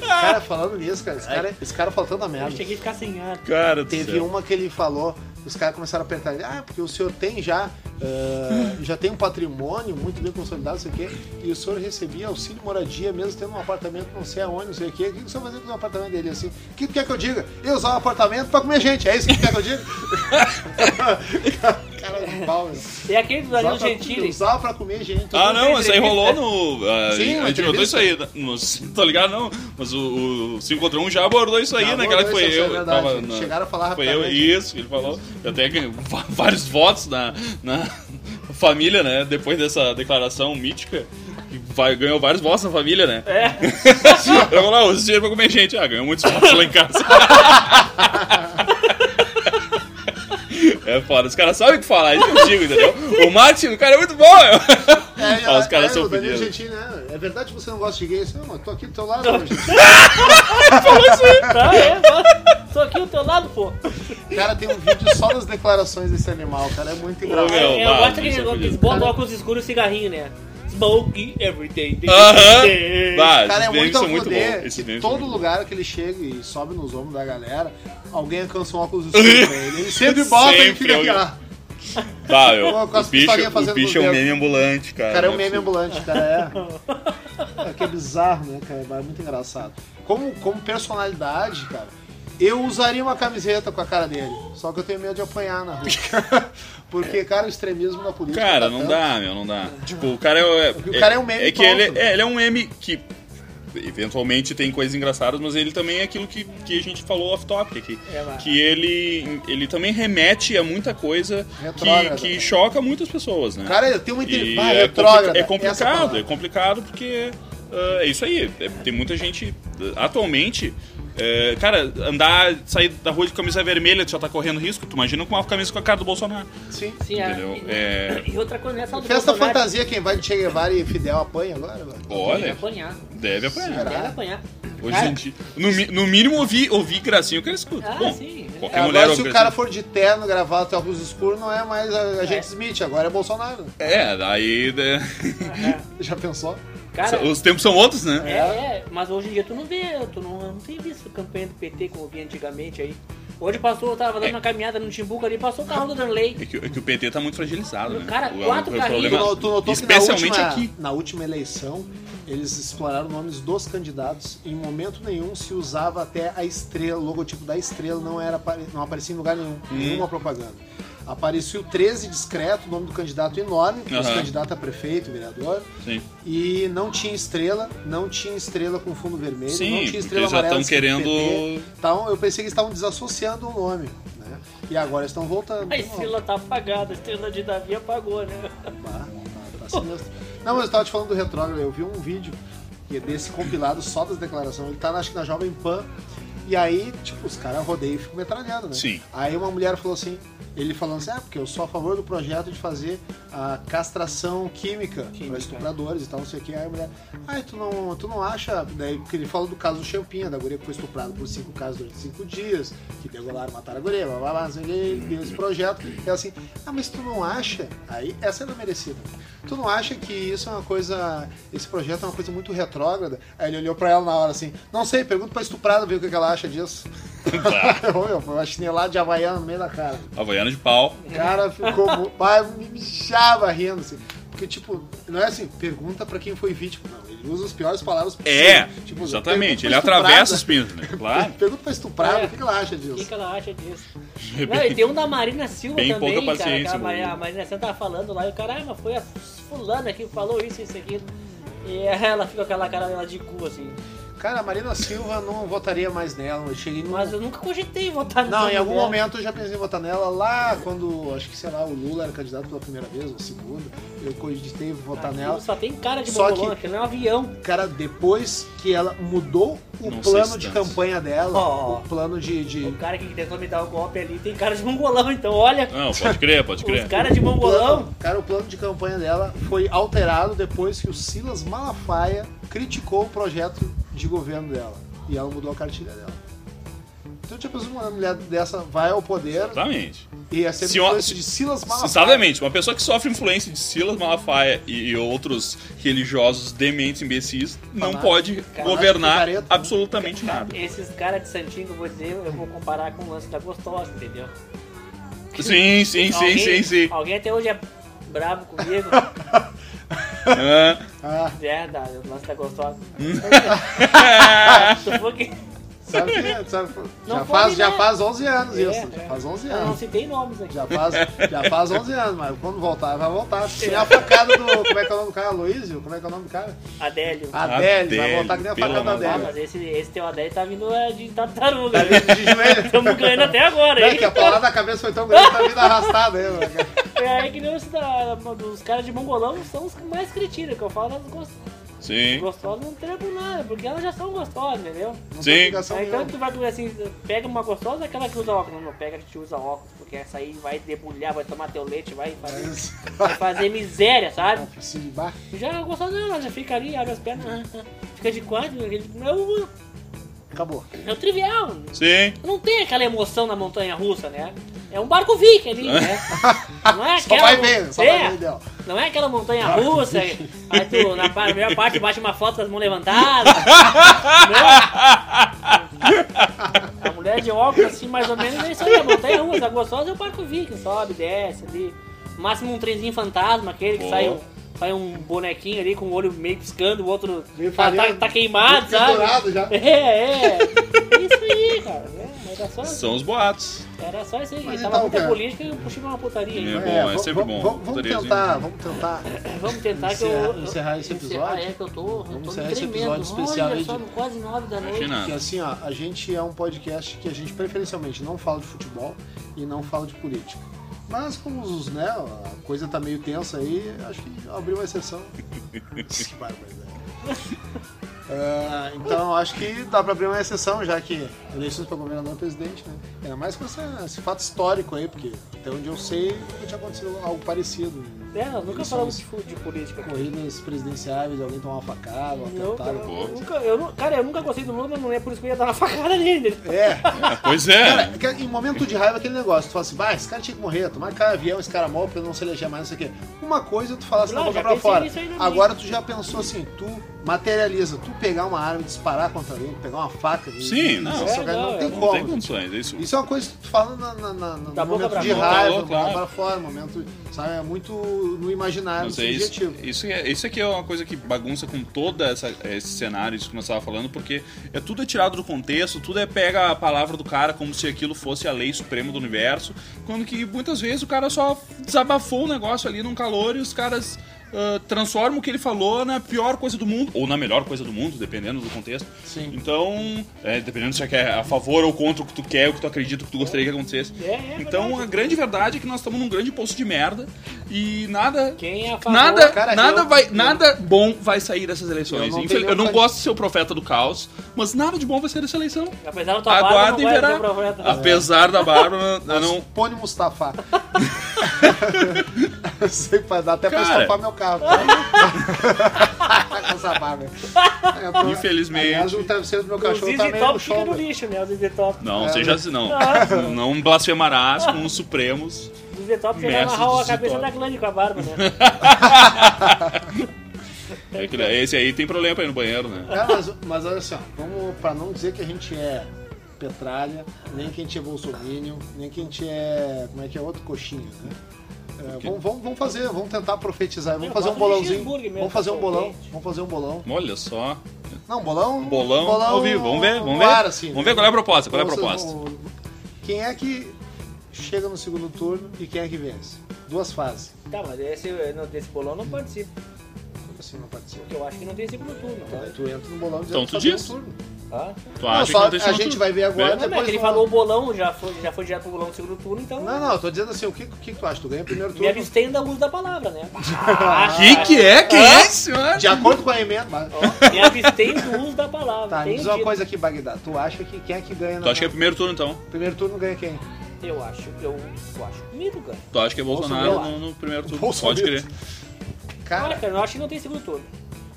[SPEAKER 2] Cara, falando nisso, cara. Esse cara, é, esse cara faltando a merda.
[SPEAKER 3] Eu cheguei a ficar sem ar.
[SPEAKER 4] Cara do
[SPEAKER 2] Teve um
[SPEAKER 4] céu.
[SPEAKER 2] uma que ele falou, os caras começaram a apertar ele, ah, porque o senhor tem já, ah, já tem um patrimônio muito bem consolidado, não sei o quê, e o senhor recebia auxílio moradia, mesmo tendo um apartamento não sei aonde, não sei o quê. O que o senhor vai fazer com o apartamento dele assim? O que tu quer que eu diga? Eu usar o apartamento pra comer gente, é isso que tu quer que eu diga? cara de pau, meu.
[SPEAKER 3] É aquele do Danilo
[SPEAKER 2] Usar pra-
[SPEAKER 3] Gentili.
[SPEAKER 2] Usar pra comer gente.
[SPEAKER 4] Ah, não,
[SPEAKER 3] fez
[SPEAKER 4] isso aí
[SPEAKER 3] entrevista?
[SPEAKER 4] rolou no. A,
[SPEAKER 2] Sim,
[SPEAKER 4] a
[SPEAKER 2] uma
[SPEAKER 4] gente notou
[SPEAKER 2] entrevista.
[SPEAKER 4] isso aí. Não, tá ligado, não? Mas o, o 5 contra 1 já abordou isso aí,
[SPEAKER 2] Já
[SPEAKER 4] né? Aquela que
[SPEAKER 2] abordou
[SPEAKER 4] foi
[SPEAKER 2] isso, é
[SPEAKER 4] eu.
[SPEAKER 2] verdade.
[SPEAKER 4] tava na-
[SPEAKER 2] Chegaram a falar
[SPEAKER 4] Foi eu,
[SPEAKER 2] rapidamente.
[SPEAKER 4] isso, ele falou. Eu até ganhei va- vários votos na, na família, né? Depois dessa declaração mítica. que vai- ganhou vários votos na família, né? É. eu vou lá, usa esse dinheiro pra comer gente. Ah, ganhou muitos votos lá em casa. É foda, os caras sabem o que falar, é isso que eu digo, entendeu? O marketing do cara é muito bom, meu.
[SPEAKER 2] É,
[SPEAKER 4] Ah, os caras
[SPEAKER 2] é,
[SPEAKER 4] são
[SPEAKER 2] o Danilo
[SPEAKER 4] fodidos.
[SPEAKER 2] Gentili, né? É verdade que você não gosta de gay? Eu disse, Não, mas tô aqui do teu lado, Danilo Gentili.
[SPEAKER 3] Ah, é? Nossa, Tô aqui do teu lado, pô.
[SPEAKER 2] Cara, tem um vídeo só das declarações desse animal, cara. É muito engraçado.
[SPEAKER 4] meu.
[SPEAKER 3] É, eu
[SPEAKER 4] bah,
[SPEAKER 3] gosto daquele
[SPEAKER 4] isso é
[SPEAKER 3] negócio que eles
[SPEAKER 4] bonito.
[SPEAKER 3] botam óculos escuros e cigarrinho, né? Smoke every day. day,
[SPEAKER 4] Aham.
[SPEAKER 3] day.
[SPEAKER 2] cara,
[SPEAKER 4] Bah, esses
[SPEAKER 2] é
[SPEAKER 4] memes
[SPEAKER 2] muito a
[SPEAKER 4] são muito
[SPEAKER 2] fuder.
[SPEAKER 4] bons. Esses
[SPEAKER 2] que
[SPEAKER 4] memes
[SPEAKER 2] todo
[SPEAKER 4] são muito
[SPEAKER 2] lugar que ele chega e sobe nos ombros da galera, alguém alcança um óculos escuro pra ele. Ele sempre bota e
[SPEAKER 4] Sempre
[SPEAKER 2] fica aqui, ó.
[SPEAKER 4] alguém. bons. Bah, meu,
[SPEAKER 2] Eu
[SPEAKER 4] o
[SPEAKER 2] gosto de farinha
[SPEAKER 4] bicho,
[SPEAKER 2] fazendo
[SPEAKER 4] o bicho é um
[SPEAKER 2] nos
[SPEAKER 4] meme ambulante, cara.
[SPEAKER 2] Cara, é
[SPEAKER 4] Não
[SPEAKER 2] um meme
[SPEAKER 4] possível.
[SPEAKER 2] ambulante, cara. É. é que é bizarro, né, cara? Mas É muito engraçado. Como, como personalidade, cara, eu usaria uma camiseta com a cara dele. Só que eu tenho medo de apanhar na rua. Porque, cara, o extremismo na política.
[SPEAKER 4] Cara,
[SPEAKER 2] tá
[SPEAKER 4] não
[SPEAKER 2] tanto.
[SPEAKER 4] dá, meu, não dá. Tipo, o cara é. é
[SPEAKER 2] O cara é um meme
[SPEAKER 4] É que ele
[SPEAKER 2] pronto.
[SPEAKER 4] é, ele é um meme que eventualmente tem coisas engraçadas, mas ele também é aquilo que, que a gente falou off-topic aqui.
[SPEAKER 3] É, mas-
[SPEAKER 4] que ele, ele também remete a muita coisa que,
[SPEAKER 2] Retrógrada. né?
[SPEAKER 4] que choca muitas pessoas, né?
[SPEAKER 2] Cara, tem uma
[SPEAKER 4] E
[SPEAKER 2] entrevista.
[SPEAKER 4] é,
[SPEAKER 2] Ah, retrógrada. né?
[SPEAKER 4] compli- é
[SPEAKER 2] essa a
[SPEAKER 4] complicado,
[SPEAKER 2] palavra.
[SPEAKER 4] é complicado porque ah, é isso aí. É, tem muita gente ah, atualmente. é, cara, andar, sair da rua de camisa vermelha, tu já tá correndo risco. Tu imagina com uma camisa com a cara do Bolsonaro.
[SPEAKER 2] Sim.
[SPEAKER 3] Sim, é.
[SPEAKER 4] Entendeu?
[SPEAKER 3] E-
[SPEAKER 4] É.
[SPEAKER 3] E outra coisa, nessa do
[SPEAKER 2] Festa
[SPEAKER 3] Bolsonaro,
[SPEAKER 2] fantasia, quem vai de Che Guevara e Fidel apanha agora? velho?
[SPEAKER 3] Deve
[SPEAKER 4] Olha,
[SPEAKER 3] é apanhar.
[SPEAKER 4] deve apanhar.
[SPEAKER 2] Será?
[SPEAKER 3] Deve apanhar.
[SPEAKER 4] Hoje
[SPEAKER 3] Cara,
[SPEAKER 4] em dia. No, mi- no mínimo, ouvir ouvi gracinho que ele escuta.
[SPEAKER 3] É. Ah,
[SPEAKER 4] Bom,
[SPEAKER 3] sim.
[SPEAKER 4] qualquer
[SPEAKER 2] Agora,
[SPEAKER 4] mulher é um
[SPEAKER 2] se
[SPEAKER 4] ouve
[SPEAKER 2] o cara
[SPEAKER 4] gracinho.
[SPEAKER 2] for de terno, gravata e óculos escuros, não é mais a, a gente Smith, agora é Bolsonaro.
[SPEAKER 4] É, daí. né,
[SPEAKER 2] Já pensou?
[SPEAKER 3] Cara,
[SPEAKER 4] Os tempos são outros, né?
[SPEAKER 3] é, é, mas hoje em dia tu não vê, tu não, não tem visto campanha do PT como eu via antigamente aí. Hoje passou, eu tava dando uma caminhada no Timbuca ali, passou o carro do Danley.
[SPEAKER 4] É que, é que o PT tá muito fragilizado, né?
[SPEAKER 3] Cara,
[SPEAKER 4] O-
[SPEAKER 3] quatro
[SPEAKER 4] o
[SPEAKER 3] carrinhos.
[SPEAKER 2] Tu,
[SPEAKER 4] problema-
[SPEAKER 2] no- tu notou
[SPEAKER 4] Especialmente
[SPEAKER 2] que na última,
[SPEAKER 4] aqui.
[SPEAKER 2] na última eleição eles exploraram nomes dos candidatos. Em momento nenhum se usava até a estrela, o logotipo da estrela não, era, apare- não aparecia em lugar nenhum,
[SPEAKER 4] Hum.
[SPEAKER 2] nenhuma propaganda. Apareceu 13 discreto, o nome do candidato enorme, que fosse
[SPEAKER 4] Aham.
[SPEAKER 2] candidato a prefeito, vereador.
[SPEAKER 4] Sim.
[SPEAKER 2] E não tinha estrela, não tinha estrela com fundo vermelho,
[SPEAKER 4] Sim,
[SPEAKER 2] não tinha
[SPEAKER 4] porque
[SPEAKER 2] estrela
[SPEAKER 4] eles já
[SPEAKER 2] amarela.
[SPEAKER 4] tão
[SPEAKER 2] sem
[SPEAKER 4] querendo-
[SPEAKER 2] PT. Então, eu pensei que eles estavam desassociando o nome, né? E agora estão voltando.
[SPEAKER 3] A estrela tá apagada, a estrela de Davi apagou, né?
[SPEAKER 2] Bah, bah, tá sinistro. Não, mas eu tava te falando do retrógrado, eu vi um vídeo que é desse compilado só das declarações. Ele tá, acho que na Jovem Pan. E aí, tipo, os caras rodeiam e ficam metralhando, né?
[SPEAKER 4] Sim.
[SPEAKER 2] Aí uma mulher falou assim, ele falando assim, ah, porque eu sou a favor do projeto de fazer a castração química, para estupradores e tal, não sei o que. Aí a mulher, ai, tu não, tu não acha. Daí, porque ele fala do caso do Champinha, da guria que foi estuprada por cinco casos durante cinco dias, que degolaram, mataram a guria, blá blá blá, não sei o quê, ele deu esse projeto. E ela assim, ah, mas tu não acha. Aí, essa era merecida. Tu não acha que isso é uma coisa. Esse projeto é uma coisa muito retrógrada? Aí ele olhou pra ela na hora assim, não sei, pergunta pra estuprada ver o que que ela acha disso. Ô, meu, Foi uma chinelada de Havaiana no meio da cara.
[SPEAKER 4] Havaiana de pau.
[SPEAKER 2] O cara ficou. mo- Mas me mijava rindo, assim. Porque, tipo, não é assim, pergunta pra quem foi vítima, não. Ele usa as piores palavras
[SPEAKER 4] É,
[SPEAKER 2] possíveis. Tipo,
[SPEAKER 4] exatamente.
[SPEAKER 2] pergunta pra
[SPEAKER 4] Ele
[SPEAKER 2] estuprada.
[SPEAKER 4] atravessa os pinos, né? Claro.
[SPEAKER 2] Pergunta pra estuprada,
[SPEAKER 3] É.
[SPEAKER 2] o que que ela acha
[SPEAKER 3] O que, que
[SPEAKER 2] disso?
[SPEAKER 3] ela acha disso? Não, e tem um da Marina Silva
[SPEAKER 4] É Bem
[SPEAKER 3] também,
[SPEAKER 4] pouca
[SPEAKER 3] cara.
[SPEAKER 4] paciência,
[SPEAKER 3] que a Mari-
[SPEAKER 4] mano.
[SPEAKER 3] a Marina Silva tava falando lá, e o cara, ah, mas foi a fulana que falou isso, isso, e aquilo. E ela fica com aquela cara dela de cu, assim.
[SPEAKER 2] Cara, a Marina Silva não votaria mais nela. Eu cheguei num-
[SPEAKER 3] Mas eu nunca cogitei votar
[SPEAKER 2] Não,
[SPEAKER 3] nessa
[SPEAKER 2] em algum
[SPEAKER 3] mulher.
[SPEAKER 2] momento eu já pensei em votar nela lá quando, acho que sei lá, o Lula era candidato pela primeira vez, ou segunda. Eu cogitei votar
[SPEAKER 3] Aquilo
[SPEAKER 2] nela.
[SPEAKER 3] Só tem cara de
[SPEAKER 2] Só
[SPEAKER 3] bololão,
[SPEAKER 2] que-
[SPEAKER 3] aquilo é um avião.
[SPEAKER 2] Cara, depois que ela mudou o
[SPEAKER 4] Não sei
[SPEAKER 2] plano
[SPEAKER 4] se
[SPEAKER 2] de
[SPEAKER 4] dança.
[SPEAKER 2] campanha dela,
[SPEAKER 3] Ó.
[SPEAKER 2] o plano de. de-
[SPEAKER 3] O cara que tentou me dar o golpe ali tem cara de mongolão, então olha.
[SPEAKER 4] Não, pode crer, pode
[SPEAKER 3] Os
[SPEAKER 4] crer.
[SPEAKER 3] caras de
[SPEAKER 2] o plano-
[SPEAKER 3] mongolão.
[SPEAKER 2] cara, o plano de campanha dela foi alterado depois que o Silas Malafaia criticou o projeto de governo dela. E ela mudou a cartilha dela. Então já pensou uma mulher dessa vai ao poder
[SPEAKER 4] Exatamente.
[SPEAKER 2] e é sempre
[SPEAKER 4] Se o-
[SPEAKER 2] influência de Silas Malafaia.
[SPEAKER 4] Exatamente, uma pessoa que sofre influência de Silas Malafaia e outros religiosos dementes imbecis não
[SPEAKER 2] Fanático.
[SPEAKER 4] pode
[SPEAKER 3] Fanático,
[SPEAKER 4] governar
[SPEAKER 2] picareta.
[SPEAKER 4] absolutamente nada.
[SPEAKER 3] Esses caras de Santinho que eu vou dizer, eu vou comparar com o lance da Gostosa, entendeu?
[SPEAKER 4] Sim, sim, sim, sim,
[SPEAKER 3] Alguém-
[SPEAKER 4] sim.
[SPEAKER 3] Alguém até hoje é bravo comigo,
[SPEAKER 4] Ah,
[SPEAKER 2] Ah,
[SPEAKER 3] é, da, o lance da Gostosa. Se for que-
[SPEAKER 2] sabe, que- sabe, que-
[SPEAKER 3] Não
[SPEAKER 2] já,
[SPEAKER 3] foi
[SPEAKER 2] faz, já
[SPEAKER 3] né?
[SPEAKER 2] faz 11 anos
[SPEAKER 3] É,
[SPEAKER 2] isso. Já
[SPEAKER 3] é.
[SPEAKER 2] faz 11
[SPEAKER 3] Eu não
[SPEAKER 2] anos.
[SPEAKER 3] citei nomes aqui.
[SPEAKER 2] Já faz, já faz 11 anos, mas quando voltar, vai
[SPEAKER 3] É.
[SPEAKER 2] voltar. Que nem a facada do. Como é que é o nome do cara? Luísio? Como é que é o nome do cara?
[SPEAKER 3] Adélio.
[SPEAKER 2] Adélio. Vai
[SPEAKER 4] Adélio,
[SPEAKER 2] voltar que nem a
[SPEAKER 4] pelo
[SPEAKER 2] facada da
[SPEAKER 4] amor de
[SPEAKER 3] Ah,
[SPEAKER 2] Ah, Adélio.
[SPEAKER 3] mas esse, esse teu Adélio tá vindo é, de tartaruga.
[SPEAKER 2] De joelho.
[SPEAKER 3] Estamos ganhando até agora,
[SPEAKER 2] É
[SPEAKER 3] hein?
[SPEAKER 2] que a palavra da cabeça foi tão grande que tá vindo arrastada aí, mano.
[SPEAKER 3] É aí que nem os, da, os caras de mongolão são os que mais cretinos, que eu falo das gostosas.
[SPEAKER 4] sim.
[SPEAKER 3] Gostosas não tem por nada, porque elas já são gostosas, entendeu?
[SPEAKER 2] Não
[SPEAKER 4] Sim.
[SPEAKER 2] tem ligação
[SPEAKER 3] Aí
[SPEAKER 2] nenhuma.
[SPEAKER 3] tanto tu vai comer assim, pega uma gostosa, aquela que usa óculos. Não, pega a que usa óculos, porque essa aí vai debulhar, vai tomar teu leite, vai
[SPEAKER 2] É.
[SPEAKER 3] fazer, vai fazer miséria, sabe?
[SPEAKER 2] Oficina de bar.
[SPEAKER 3] Já a gostosa não, ela já fica ali, abre as pernas, ah, ah, fica de quadro, aquele- é o,
[SPEAKER 2] Acabou.
[SPEAKER 3] é o trivial.
[SPEAKER 4] Sim.
[SPEAKER 3] Não tem aquela emoção na montanha russa, né? É um barco viking ali, né? Não é
[SPEAKER 2] Só
[SPEAKER 3] aquela.
[SPEAKER 2] vai ver, só
[SPEAKER 3] é,
[SPEAKER 2] vai ver, Del.
[SPEAKER 3] Não é aquela montanha russa, é, aí tu, na par- primeira parte, bate uma foto com as mãos levantadas. Não. A mulher de óculos, assim, mais ou menos, é isso aí, a montanha russa. A gostosa é o Parco Viking, sobe, desce ali. No Máximo um trenzinho fantasma, aquele que
[SPEAKER 4] Boa.
[SPEAKER 3] sai um, sai um bonequinho ali com o olho meio piscando, o outro
[SPEAKER 2] Meio
[SPEAKER 3] tá, tá,
[SPEAKER 2] falhado.
[SPEAKER 3] tá queimado,
[SPEAKER 2] Meio
[SPEAKER 3] sabe?
[SPEAKER 2] pendurado já.
[SPEAKER 3] É, é. Isso aí, cara. É, era, só,
[SPEAKER 4] São os boatos.
[SPEAKER 3] era só isso aí.
[SPEAKER 2] Mas
[SPEAKER 3] Tava
[SPEAKER 2] então,
[SPEAKER 3] muita
[SPEAKER 2] cara.
[SPEAKER 3] política e puxei uma putaria aí.
[SPEAKER 4] É bom, é
[SPEAKER 2] vamos-
[SPEAKER 4] sempre
[SPEAKER 2] vamos-
[SPEAKER 4] bom. assim.
[SPEAKER 2] Vamos, vamos
[SPEAKER 4] Três
[SPEAKER 2] tentar, vamos tentar.
[SPEAKER 3] Vamos tentar que
[SPEAKER 2] Encerrar-
[SPEAKER 3] eu. eu-
[SPEAKER 2] encerrar esse
[SPEAKER 3] encerrar,
[SPEAKER 2] episódio?
[SPEAKER 3] É que eu tô. eu
[SPEAKER 2] Vamos
[SPEAKER 3] tô
[SPEAKER 2] encerrar
[SPEAKER 3] me
[SPEAKER 2] esse
[SPEAKER 3] tremendo.
[SPEAKER 2] episódio especial
[SPEAKER 3] Olha
[SPEAKER 2] aí
[SPEAKER 3] só,
[SPEAKER 2] de-
[SPEAKER 3] quase nove da noite.
[SPEAKER 4] Imagina.
[SPEAKER 2] Que assim, ó, a gente é um podcast que a gente preferencialmente não fala de futebol e não fala de política. Mas como os, né, a coisa tá meio tensa aí, acho que abriu uma exceção. que barbaridade. Ah, então acho que dá pra abrir uma exceção, já que eleições para governador e presidente, né? Ainda mais com essa- esse fato histórico aí, porque até onde eu sei nunca tinha acontecido algo parecido.
[SPEAKER 3] É, nós nunca
[SPEAKER 2] Eles
[SPEAKER 3] falamos
[SPEAKER 2] são
[SPEAKER 3] de, fu- de política. aqui.
[SPEAKER 2] Corridas presidenciais, de alguém tomar uma facada, um
[SPEAKER 3] Não, tá cara,
[SPEAKER 2] atentado.
[SPEAKER 3] eu nunca, eu, nu- cara, eu nunca gostei do Lula, mas não é por isso que eu ia dar uma facada nele.
[SPEAKER 2] É,
[SPEAKER 4] Pois é.
[SPEAKER 2] Cara, que- em momento de raiva, aquele negócio, tu fala assim, vai, esse cara tinha que morrer, tomar cara avião, esse cara morre pra ele não se eleger mais, não sei o quê. Uma coisa é tu falar assim da
[SPEAKER 3] Não,
[SPEAKER 2] boca
[SPEAKER 3] já
[SPEAKER 2] pra
[SPEAKER 3] pensei
[SPEAKER 2] fora.
[SPEAKER 3] nisso aí também.
[SPEAKER 2] Agora tu já pensou assim, tu materializa, tu pegar uma arma, e disparar contra alguém, pegar uma faca. e-
[SPEAKER 4] Sim,
[SPEAKER 2] e-
[SPEAKER 4] não.
[SPEAKER 2] isso, cara,
[SPEAKER 3] É,
[SPEAKER 2] não,
[SPEAKER 3] não,
[SPEAKER 2] tem
[SPEAKER 3] é,
[SPEAKER 4] Não
[SPEAKER 2] como.
[SPEAKER 4] tem condições, é isso.
[SPEAKER 2] Isso é uma coisa que tu fala na, na, na, no
[SPEAKER 3] Da boca
[SPEAKER 2] momento
[SPEAKER 3] pra
[SPEAKER 2] de
[SPEAKER 3] fora.
[SPEAKER 2] raiva, da
[SPEAKER 4] Falou, Tá claro.
[SPEAKER 2] boca pra fora, momento, sabe, é muito no imaginário,
[SPEAKER 4] Mas é isso,
[SPEAKER 2] subjetivo.
[SPEAKER 4] isso, é, isso aqui é uma coisa que bagunça com todo esse cenário isso que nós estávamos falando, porque é tudo é tirado do contexto, tudo é pega a palavra do cara como se aquilo fosse a lei suprema do universo, quando que muitas vezes o cara só desabafou o negócio ali num calor e os caras ah, transformam o que ele falou na pior coisa do mundo, ou na melhor coisa do mundo, dependendo do contexto.
[SPEAKER 2] Sim.
[SPEAKER 4] Então, é, dependendo se é que é a favor ou contra o que tu quer, o que tu acredita, o que tu gostaria que acontecesse.
[SPEAKER 3] É, é
[SPEAKER 4] Então,
[SPEAKER 3] verdade.
[SPEAKER 4] a grande verdade é que nós estamos num grande poço de merda e nada
[SPEAKER 3] Quem é a favor,
[SPEAKER 4] nada,
[SPEAKER 2] cara,
[SPEAKER 4] nada,
[SPEAKER 2] eu-
[SPEAKER 4] vai, nada bom vai sair dessas eleições.
[SPEAKER 2] Eu
[SPEAKER 4] Infel-
[SPEAKER 2] não
[SPEAKER 4] Eu não,
[SPEAKER 2] tenho vontade.
[SPEAKER 4] gosto de ser o profeta do caos, mas nada de bom vai sair dessa eleição.
[SPEAKER 3] Apesar da tua barba,
[SPEAKER 4] Aguarda
[SPEAKER 3] não
[SPEAKER 4] e
[SPEAKER 3] vai
[SPEAKER 4] verá.
[SPEAKER 3] ser profeta.
[SPEAKER 4] Apesar da Bárbara, eu não.
[SPEAKER 2] Pone Mustafa. Eu sei, pra dar até pra
[SPEAKER 4] Cara.
[SPEAKER 2] estafar meu carro. tá? Com essa barba. É, Eu tô-
[SPEAKER 4] Infelizmente.
[SPEAKER 2] Aliás, o travesseiro do meu
[SPEAKER 3] O
[SPEAKER 2] cachorro tá
[SPEAKER 3] Zizi
[SPEAKER 2] meio
[SPEAKER 3] Top
[SPEAKER 2] no
[SPEAKER 3] fica
[SPEAKER 2] chão.
[SPEAKER 3] no
[SPEAKER 2] velho.
[SPEAKER 3] lixo, né? O Zizi Top.
[SPEAKER 4] Não,
[SPEAKER 2] É,
[SPEAKER 4] seja
[SPEAKER 2] né?
[SPEAKER 4] assim, não. Não blasfemarás com os Supremos.
[SPEAKER 3] O Zizi Top você vai
[SPEAKER 4] Mestre
[SPEAKER 3] amarrar a
[SPEAKER 4] Zizi
[SPEAKER 3] cabeça
[SPEAKER 4] Top.
[SPEAKER 3] da Glande com a barba, né?
[SPEAKER 4] É que esse aí tem problema pra ir no banheiro, né?
[SPEAKER 2] Cara, mas, mas olha só, vamos pra não dizer que a gente é petralha, nem que a gente é bolsominion, nem que a gente é. Como é que é outro coxinha, né? É, vamos, vamos- vamos fazer, vamos tentar profetizar, vamos
[SPEAKER 3] Eu
[SPEAKER 2] fazer um
[SPEAKER 3] gosto de
[SPEAKER 2] bolãozinho.
[SPEAKER 3] cheeseburger mesmo,
[SPEAKER 2] Vamos fazer um bolão,
[SPEAKER 3] sorvete.
[SPEAKER 2] vamos fazer um bolão.
[SPEAKER 4] Olha só.
[SPEAKER 2] Não, um bolão.
[SPEAKER 4] Um Bolão, ao vivo. Vamos ver, vamos ver.
[SPEAKER 2] no ar, assim,
[SPEAKER 4] vamos
[SPEAKER 2] né?
[SPEAKER 4] ver qual é a proposta. Qual é a
[SPEAKER 2] Então, vocês
[SPEAKER 4] proposta?
[SPEAKER 2] vão- Quem é que chega no segundo turno e quem é que vence? Duas fases.
[SPEAKER 3] Tá, mas esse, não, desse bolão eu não participo,
[SPEAKER 2] Como assim não participa?
[SPEAKER 3] porque eu acho que não tem segundo turno, tá?
[SPEAKER 2] Daí tu entra no bolão e diz
[SPEAKER 4] Então
[SPEAKER 2] que
[SPEAKER 4] tu
[SPEAKER 2] só tem um
[SPEAKER 4] diz?
[SPEAKER 2] turno.
[SPEAKER 3] Tá?
[SPEAKER 4] Tu
[SPEAKER 2] um- Não,
[SPEAKER 4] acha
[SPEAKER 2] só-
[SPEAKER 4] que não tem
[SPEAKER 2] a
[SPEAKER 4] segundo
[SPEAKER 2] gente
[SPEAKER 4] turno?
[SPEAKER 2] vai ver agora.
[SPEAKER 3] Não, mas é
[SPEAKER 2] depois
[SPEAKER 3] que ele
[SPEAKER 2] vamos-
[SPEAKER 3] falou o bolão, já foi, já foi direto pro bolão do segundo turno, então...
[SPEAKER 2] Não, não, eu tô dizendo assim, o que, o que tu acha? Tu ganha o primeiro
[SPEAKER 3] Me
[SPEAKER 2] turno.
[SPEAKER 3] abstendo da uso da palavra, né?
[SPEAKER 4] Que que é? Que é, senhora?
[SPEAKER 2] De acordo com a emenda. mas-
[SPEAKER 3] Ó, Me abstém do uso da palavra.
[SPEAKER 2] Tá, me diz uma
[SPEAKER 3] entendi.
[SPEAKER 2] coisa aqui, Bagdá. Tu acha que quem é que ganha
[SPEAKER 4] Tu
[SPEAKER 2] na.
[SPEAKER 4] acha que é primeiro turno, então?
[SPEAKER 2] Primeiro turno ganha quem?
[SPEAKER 3] Eu acho, eu, eu acho comigo, cara.
[SPEAKER 4] Tu acha que é Bolsonaro
[SPEAKER 2] Bolsonaro.
[SPEAKER 4] no, no primeiro turno?
[SPEAKER 2] Bolsonaro.
[SPEAKER 4] Pode crer.
[SPEAKER 3] Olha,
[SPEAKER 2] Cara,
[SPEAKER 3] cara, eu acho que não tem segundo turno.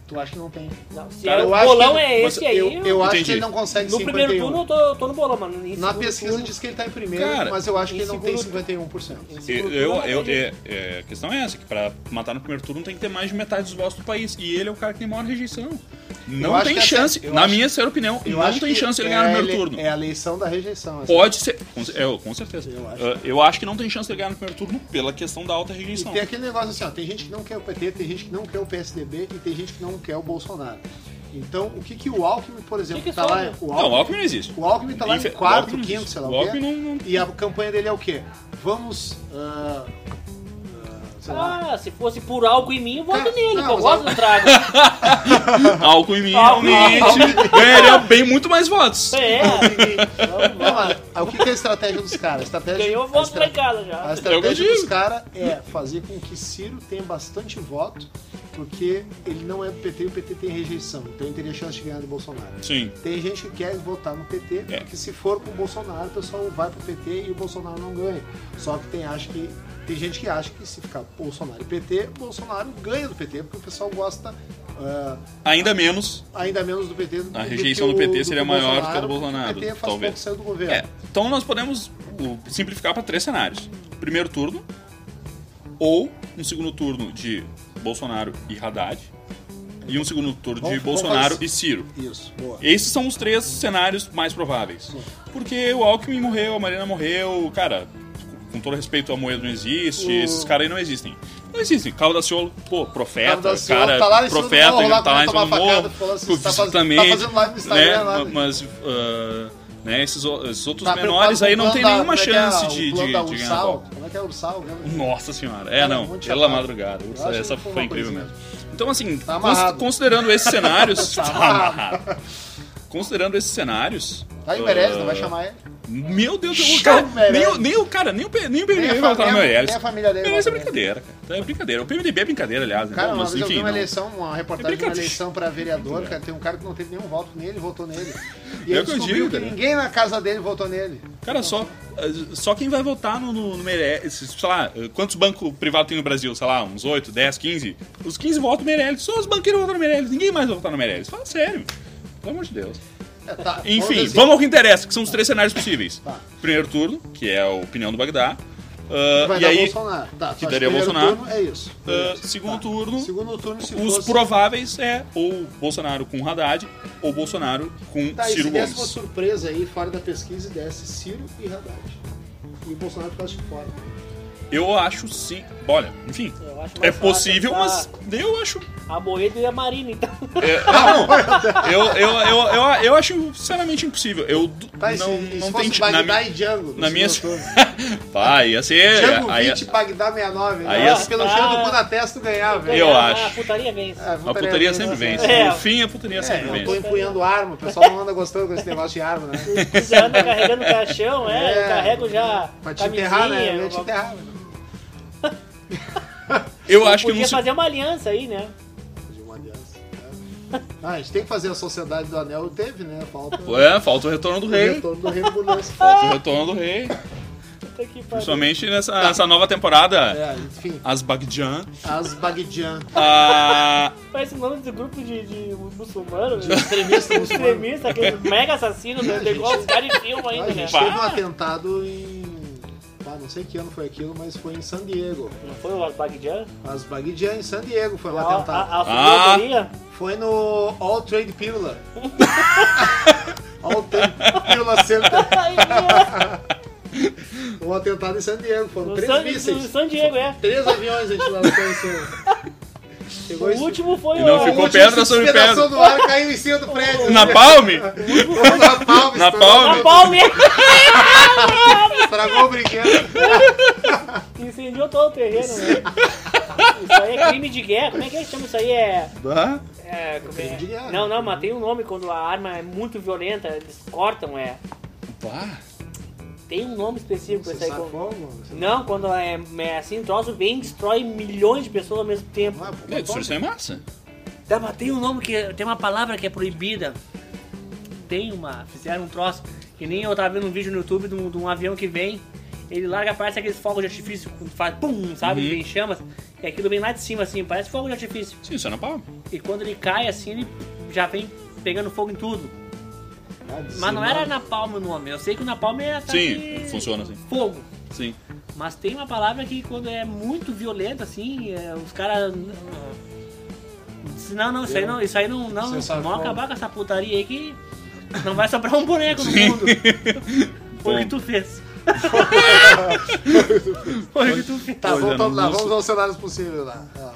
[SPEAKER 2] Tu acha que não tem?
[SPEAKER 3] Não, se
[SPEAKER 2] Cara,
[SPEAKER 3] é, o
[SPEAKER 2] eu acho
[SPEAKER 3] bolão
[SPEAKER 2] que-
[SPEAKER 3] é
[SPEAKER 2] mas
[SPEAKER 3] esse aí.
[SPEAKER 2] Eu, eu acho que
[SPEAKER 4] Entendi.
[SPEAKER 2] ele não consegue
[SPEAKER 3] no
[SPEAKER 2] 51.
[SPEAKER 3] primeiro turno eu tô, eu tô no bolão, mano. Em
[SPEAKER 2] Na
[SPEAKER 3] segundo
[SPEAKER 2] pesquisa
[SPEAKER 3] turno,
[SPEAKER 2] diz que ele tá em primeiro,
[SPEAKER 4] Cara,
[SPEAKER 2] mas eu acho que
[SPEAKER 3] em
[SPEAKER 2] ele não tem
[SPEAKER 3] segundo-
[SPEAKER 2] 51%.
[SPEAKER 3] em segundo
[SPEAKER 4] Eu,
[SPEAKER 3] turno
[SPEAKER 4] eu,
[SPEAKER 3] não
[SPEAKER 4] eu-
[SPEAKER 3] tem jeito.
[SPEAKER 4] é, é, a questão é essa, que pra matar no primeiro turno tem que ter mais de metade dos votos do país. E ele é o cara que tem maior rejeição.
[SPEAKER 2] Eu
[SPEAKER 4] Não
[SPEAKER 2] acho
[SPEAKER 4] tem
[SPEAKER 2] que até-
[SPEAKER 4] chance,
[SPEAKER 2] eu
[SPEAKER 4] na
[SPEAKER 2] acho-
[SPEAKER 4] minha sincera opinião,
[SPEAKER 2] Eu
[SPEAKER 4] não
[SPEAKER 2] acho
[SPEAKER 4] tem
[SPEAKER 2] que
[SPEAKER 4] chance
[SPEAKER 2] é
[SPEAKER 4] ele ganhar
[SPEAKER 2] a
[SPEAKER 4] no primeiro
[SPEAKER 2] ele-
[SPEAKER 4] turno.
[SPEAKER 2] É a eleição da rejeição. assim.
[SPEAKER 4] Pode ser. Com, é, com certeza.
[SPEAKER 2] Eu
[SPEAKER 4] Eu
[SPEAKER 2] acho.
[SPEAKER 4] acho. eu acho que não tem chance de ele ganhar no primeiro turno pela questão da alta
[SPEAKER 2] E
[SPEAKER 4] rejeição.
[SPEAKER 2] tem aquele negócio assim, ó, tem gente que não quer o PT, tem gente que não quer o PSDB e tem gente que não quer o Bolsonaro. Então, o que que o Alckmin, por exemplo,
[SPEAKER 3] que
[SPEAKER 2] tá lá...
[SPEAKER 3] sobe?
[SPEAKER 2] O
[SPEAKER 4] Não, o
[SPEAKER 2] Alckmin,
[SPEAKER 4] Alckmin não existe.
[SPEAKER 2] o Alckmin tá lá
[SPEAKER 4] Infe-
[SPEAKER 2] em
[SPEAKER 4] o
[SPEAKER 2] quarto,
[SPEAKER 4] Alckmin não
[SPEAKER 2] quinto,
[SPEAKER 4] existe.
[SPEAKER 2] sei lá
[SPEAKER 4] O
[SPEAKER 2] o quê.
[SPEAKER 4] Alckmin não- não-
[SPEAKER 2] E a campanha dele é o quê? Vamos... ah, ah, sei lá...
[SPEAKER 3] Ah, se fosse por álcool em mim, eu voto
[SPEAKER 2] Cara,
[SPEAKER 3] nele,
[SPEAKER 2] não,
[SPEAKER 3] que eu
[SPEAKER 2] mas
[SPEAKER 3] gosto do trago.
[SPEAKER 4] Alco em mim,
[SPEAKER 3] Álcool em mim.
[SPEAKER 4] realmente, ganharia bem muito mais votos.
[SPEAKER 3] É, então,
[SPEAKER 2] Não, mas, ah, o que, que é a estratégia dos caras? A Estratégia,
[SPEAKER 3] ganhou
[SPEAKER 2] a
[SPEAKER 3] voto
[SPEAKER 2] estra-
[SPEAKER 3] lá em casa
[SPEAKER 2] A
[SPEAKER 3] já.
[SPEAKER 2] estratégia
[SPEAKER 4] É o que eu
[SPEAKER 2] dos
[SPEAKER 4] digo.
[SPEAKER 2] caras é fazer com que Ciro tenha bastante voto, porque ele não é do PT e o PT tem rejeição. Então ele teria chance de ganhar do Bolsonaro.
[SPEAKER 4] Sim.
[SPEAKER 2] Tem gente que quer votar no PT,
[SPEAKER 4] É.
[SPEAKER 2] porque se for pro Bolsonaro, o pessoal vai pro PT e o Bolsonaro não ganha. Só que tem, acho que, tem gente que acha que se ficar Bolsonaro e PT, Bolsonaro ganha do PT, porque o pessoal gosta ah,
[SPEAKER 4] Ainda menos.
[SPEAKER 2] ainda menos do PT do
[SPEAKER 4] A
[SPEAKER 2] do
[SPEAKER 4] rejeição
[SPEAKER 2] que
[SPEAKER 4] do
[SPEAKER 2] o-
[SPEAKER 4] PT seria maior do que a
[SPEAKER 2] porque
[SPEAKER 4] do Bolsonaro,
[SPEAKER 2] O PT faz
[SPEAKER 4] talvez.
[SPEAKER 2] pouco saiu do governo.
[SPEAKER 4] É, então nós podemos o, simplificar para três cenários. Primeiro turno, ou um segundo turno de Bolsonaro e Haddad, e um segundo turno de
[SPEAKER 2] Vamos- vamos
[SPEAKER 4] Bolsonaro
[SPEAKER 2] fazer-
[SPEAKER 4] e Ciro.
[SPEAKER 2] Isso, boa.
[SPEAKER 4] Esses são os três cenários mais prováveis. Porque o Alckmin morreu, a Marina morreu, cara, com todo respeito, a Moeda não existe, esses caras aí não existem. Não existem. Calvo da Ciolo, pô, profeta,
[SPEAKER 2] Daciolo
[SPEAKER 4] cara,
[SPEAKER 2] tá lá em cima do
[SPEAKER 4] profeta,
[SPEAKER 2] morro,
[SPEAKER 4] ele
[SPEAKER 2] lá
[SPEAKER 4] tá lá em
[SPEAKER 2] comendo
[SPEAKER 4] cima do
[SPEAKER 2] uma facada,
[SPEAKER 4] morro,
[SPEAKER 2] falou assim, tá faz- tá
[SPEAKER 4] fisicamente,
[SPEAKER 2] fazendo live no Instagram
[SPEAKER 4] né,
[SPEAKER 2] lá, né?
[SPEAKER 4] Mas, ah, né, esses, o- esses outros
[SPEAKER 2] Tá
[SPEAKER 4] menores
[SPEAKER 2] preocupado
[SPEAKER 4] aí
[SPEAKER 2] com o
[SPEAKER 4] não tem
[SPEAKER 2] plano da-
[SPEAKER 4] nenhuma
[SPEAKER 2] como é que é
[SPEAKER 4] chance
[SPEAKER 2] o
[SPEAKER 4] de,
[SPEAKER 2] plano
[SPEAKER 4] de,
[SPEAKER 2] da
[SPEAKER 4] de ganhar a
[SPEAKER 2] Ursal?
[SPEAKER 4] bola.
[SPEAKER 2] Como é que é o Ursal?
[SPEAKER 4] Nossa senhora,
[SPEAKER 2] Cara,
[SPEAKER 4] é
[SPEAKER 2] um
[SPEAKER 4] não,
[SPEAKER 2] monte de
[SPEAKER 4] pela
[SPEAKER 2] chapado.
[SPEAKER 4] madrugada,
[SPEAKER 2] Eu
[SPEAKER 4] essa,
[SPEAKER 2] acho
[SPEAKER 4] essa
[SPEAKER 2] que foi
[SPEAKER 4] foi,
[SPEAKER 2] uma
[SPEAKER 4] incrível
[SPEAKER 2] coisinha.
[SPEAKER 4] mesmo. Então assim,
[SPEAKER 2] Tá
[SPEAKER 4] cons-
[SPEAKER 2] amarrado.
[SPEAKER 4] considerando esses cenários,
[SPEAKER 2] Tá
[SPEAKER 4] tá
[SPEAKER 2] amarrado.
[SPEAKER 4] amarrado. Considerando esses cenários,
[SPEAKER 2] Aí o Meirelles
[SPEAKER 4] ah,
[SPEAKER 2] não Tá vai chamar ele.
[SPEAKER 4] meu Deus,
[SPEAKER 2] Chama
[SPEAKER 4] o cara,
[SPEAKER 2] o Meirelles.
[SPEAKER 4] nem, o- nem o cara, nem o, P- nem o PMDB
[SPEAKER 2] Nem a
[SPEAKER 4] vai votar no
[SPEAKER 2] família-
[SPEAKER 4] Meirelles.
[SPEAKER 2] nem a família dele
[SPEAKER 4] Meirelles é
[SPEAKER 2] vota nele.
[SPEAKER 4] brincadeira, cara. É brincadeira. O PMDB é brincadeira, aliás. né?
[SPEAKER 2] Cara,
[SPEAKER 4] Bom,
[SPEAKER 2] uma
[SPEAKER 4] mas,
[SPEAKER 2] vez eu vi
[SPEAKER 4] enfim,
[SPEAKER 2] uma
[SPEAKER 4] não. É
[SPEAKER 2] eleição, uma reportagem de uma
[SPEAKER 4] brincadeira.
[SPEAKER 2] eleição pra vereador, cara, tem um cara que não teve nenhum voto nele, votou nele. E
[SPEAKER 4] É
[SPEAKER 2] ele
[SPEAKER 4] o que eu
[SPEAKER 2] descobriu
[SPEAKER 4] digo,
[SPEAKER 2] que
[SPEAKER 4] cara.
[SPEAKER 2] ninguém na casa dele votou nele.
[SPEAKER 4] Cara, só, só quem vai votar no, no, no Meirelles, sei lá, quantos bancos privados tem no Brasil? Sei lá, uns 8, 10, 15? Os 15 votam no Meirelles, só os banqueiros votam no Meirelles, ninguém mais vai votar no Meirelles. Fala sério, pelo amor de Deus.
[SPEAKER 2] É, tá,
[SPEAKER 4] Enfim,
[SPEAKER 2] dizer-
[SPEAKER 4] vamos ao que interessa, que são os três cenários possíveis.
[SPEAKER 2] Tá.
[SPEAKER 4] Primeiro turno, que é a opinião do Bagdá. Ah,
[SPEAKER 2] Vai
[SPEAKER 4] e
[SPEAKER 2] dar
[SPEAKER 4] aí,
[SPEAKER 2] Bolsonaro. Tá,
[SPEAKER 4] que
[SPEAKER 2] só
[SPEAKER 4] daria
[SPEAKER 2] de primeiro
[SPEAKER 4] Bolsonaro.
[SPEAKER 2] turno, é isso.
[SPEAKER 4] ah,
[SPEAKER 2] Beleza.
[SPEAKER 4] segundo
[SPEAKER 2] Tá.
[SPEAKER 4] turno,
[SPEAKER 2] Segundo turno, se
[SPEAKER 4] os
[SPEAKER 2] fosse...
[SPEAKER 4] prováveis é ou Bolsonaro com Haddad ou Bolsonaro com
[SPEAKER 2] Tá, e
[SPEAKER 4] Ciro
[SPEAKER 2] se desse uma
[SPEAKER 4] Gomes.
[SPEAKER 2] surpresa aí, fora da pesquisa, e desse Ciro e Haddad. E o Bolsonaro ficasse de fora.
[SPEAKER 4] Eu acho sim. Olha, enfim.
[SPEAKER 3] Eu acho mais
[SPEAKER 4] É
[SPEAKER 3] fácil
[SPEAKER 4] possível,
[SPEAKER 3] tá
[SPEAKER 4] mas eu acho.
[SPEAKER 3] A Moeda e a Marina, então.
[SPEAKER 4] é, ah, não. eu, eu, eu, eu, eu acho sinceramente impossível. Eu du-
[SPEAKER 2] Tá, e se,
[SPEAKER 4] não,
[SPEAKER 2] e se
[SPEAKER 4] não
[SPEAKER 2] fosse
[SPEAKER 4] tem
[SPEAKER 2] Bagdá
[SPEAKER 4] na,
[SPEAKER 2] e Django? no
[SPEAKER 4] na minha.
[SPEAKER 2] segundo turno?
[SPEAKER 4] Pá, ia ser.
[SPEAKER 2] Django
[SPEAKER 4] aí- é-
[SPEAKER 2] 20, Bagdá 69.
[SPEAKER 4] aí é-
[SPEAKER 2] né?
[SPEAKER 4] as-
[SPEAKER 2] Pelo cheiro do
[SPEAKER 3] Ah.
[SPEAKER 2] cu na testa, tu ganhava.
[SPEAKER 4] Eu
[SPEAKER 3] Ah, A
[SPEAKER 4] acho.
[SPEAKER 3] putaria vence.
[SPEAKER 2] Ah,
[SPEAKER 4] a putaria sempre vence.
[SPEAKER 3] É.
[SPEAKER 4] No fim, a putaria sempre
[SPEAKER 2] É, eu tô
[SPEAKER 4] vence.
[SPEAKER 2] empunhando arma, o pessoal não anda gostando com esse negócio de arma, né?
[SPEAKER 3] Já anda carregando caixão, é,
[SPEAKER 2] É.
[SPEAKER 3] eu carrego já
[SPEAKER 2] Pra te
[SPEAKER 3] camisinha.
[SPEAKER 2] enterrar, né? Eu ia te
[SPEAKER 3] eu-
[SPEAKER 2] enterrar. né?
[SPEAKER 4] Eu acho que
[SPEAKER 3] podia
[SPEAKER 4] não se
[SPEAKER 3] fazer uma aliança aí, né?
[SPEAKER 2] De uma aliança. né? Ah, a gente tem que fazer a Sociedade do Anel, teve, né? Falta o
[SPEAKER 4] É, falta o retorno do rei.
[SPEAKER 2] retorno do Rei Bulhões.
[SPEAKER 4] Falta o retorno do rei.
[SPEAKER 3] Puta que pariu.
[SPEAKER 4] Principalmente nessa, nessa nova temporada.
[SPEAKER 2] É, enfim,
[SPEAKER 4] As Bagdjan.
[SPEAKER 2] as Bagdian.
[SPEAKER 4] A.
[SPEAKER 3] Parece o nome do grupo de, de muçulmano, né?
[SPEAKER 2] Extremista muçulmano.
[SPEAKER 3] Extremista, aquele mega assassino, né?
[SPEAKER 2] gente.
[SPEAKER 3] Igual os caras de filme
[SPEAKER 2] Ah,
[SPEAKER 3] ainda, né?
[SPEAKER 2] gente, teve um atentado em. Ah, não sei que ano foi aquilo, mas foi em San Diego.
[SPEAKER 3] Não foi o Bagdian?
[SPEAKER 2] As Bagdian em San Diego foi o
[SPEAKER 3] A,
[SPEAKER 2] atentado.
[SPEAKER 3] a, a
[SPEAKER 4] Ah.
[SPEAKER 3] fudoria?
[SPEAKER 2] Foi no All Trade Pillar. All Trade Pillar Center.
[SPEAKER 3] Ai, meu.
[SPEAKER 2] Um atentado em San Diego. Foram
[SPEAKER 3] No
[SPEAKER 2] três
[SPEAKER 3] San, no
[SPEAKER 2] mísseis.
[SPEAKER 3] San Diego, é.
[SPEAKER 2] Três aviões a gente lançou em cima.
[SPEAKER 3] O
[SPEAKER 2] Chegou em-
[SPEAKER 3] último foi
[SPEAKER 4] E não
[SPEAKER 3] o...
[SPEAKER 2] o último
[SPEAKER 4] ficou- pedra sobre pedra.
[SPEAKER 2] despedaçou do ar caiu em cima do prédio.
[SPEAKER 4] Na Palme?
[SPEAKER 2] Na palma.
[SPEAKER 4] Na
[SPEAKER 3] A
[SPEAKER 4] palme?
[SPEAKER 3] Palme!
[SPEAKER 2] Estragou o brinquedo.
[SPEAKER 3] Incendiou todo o terreno, né? Isso aí é crime de guerra. Como é que é que chama isso aí? É... É, como
[SPEAKER 2] crime
[SPEAKER 3] é?
[SPEAKER 2] de guerra.
[SPEAKER 3] Não, não, mas tem um nome quando a arma é muito violenta, eles cortam, é.
[SPEAKER 4] Bah.
[SPEAKER 3] Tem um nome específico pra isso aí.
[SPEAKER 2] Sabe
[SPEAKER 3] quando-
[SPEAKER 2] como?
[SPEAKER 3] Não, quando é, é assim, o troço vem e destrói milhões de pessoas ao mesmo tempo.
[SPEAKER 2] Ah, pô,
[SPEAKER 4] É, destruição em massa.
[SPEAKER 3] Tá, mas tem um nome que. Tem uma palavra que é proibida. Tem uma. Fizeram um troço. Que nem eu tava vendo um vídeo no YouTube de um, de um avião que vem ele larga, parece aqueles fogos de artifício, quando faz pum, sabe?
[SPEAKER 4] Uhum.
[SPEAKER 3] Ele vem chamas. E aquilo vem lá de cima, assim, parece fogo de artifício.
[SPEAKER 4] Sim, isso é na pau.
[SPEAKER 3] E quando ele cai, assim, ele já vem pegando fogo em tudo. Mas não era napalm o nome, eu sei que o napalm é ataque...
[SPEAKER 4] Sim, funciona assim.
[SPEAKER 3] Fogo.
[SPEAKER 4] Sim.
[SPEAKER 3] Mas tem uma palavra que quando é muito violento, assim, é, os caras... Não, não, isso aí não, isso aí não, não,
[SPEAKER 2] Você sabe
[SPEAKER 3] vão
[SPEAKER 2] qual.
[SPEAKER 3] acabar com essa putaria aí que não vai sobrar um boneco no mundo. Foi o que
[SPEAKER 4] Bom.
[SPEAKER 3] tu fez. Foi o que tu fez.
[SPEAKER 2] Tá,
[SPEAKER 4] Pois é,
[SPEAKER 2] voltando
[SPEAKER 4] não-
[SPEAKER 2] lá,
[SPEAKER 4] não
[SPEAKER 2] vamos aos cenários possíveis lá. Ah.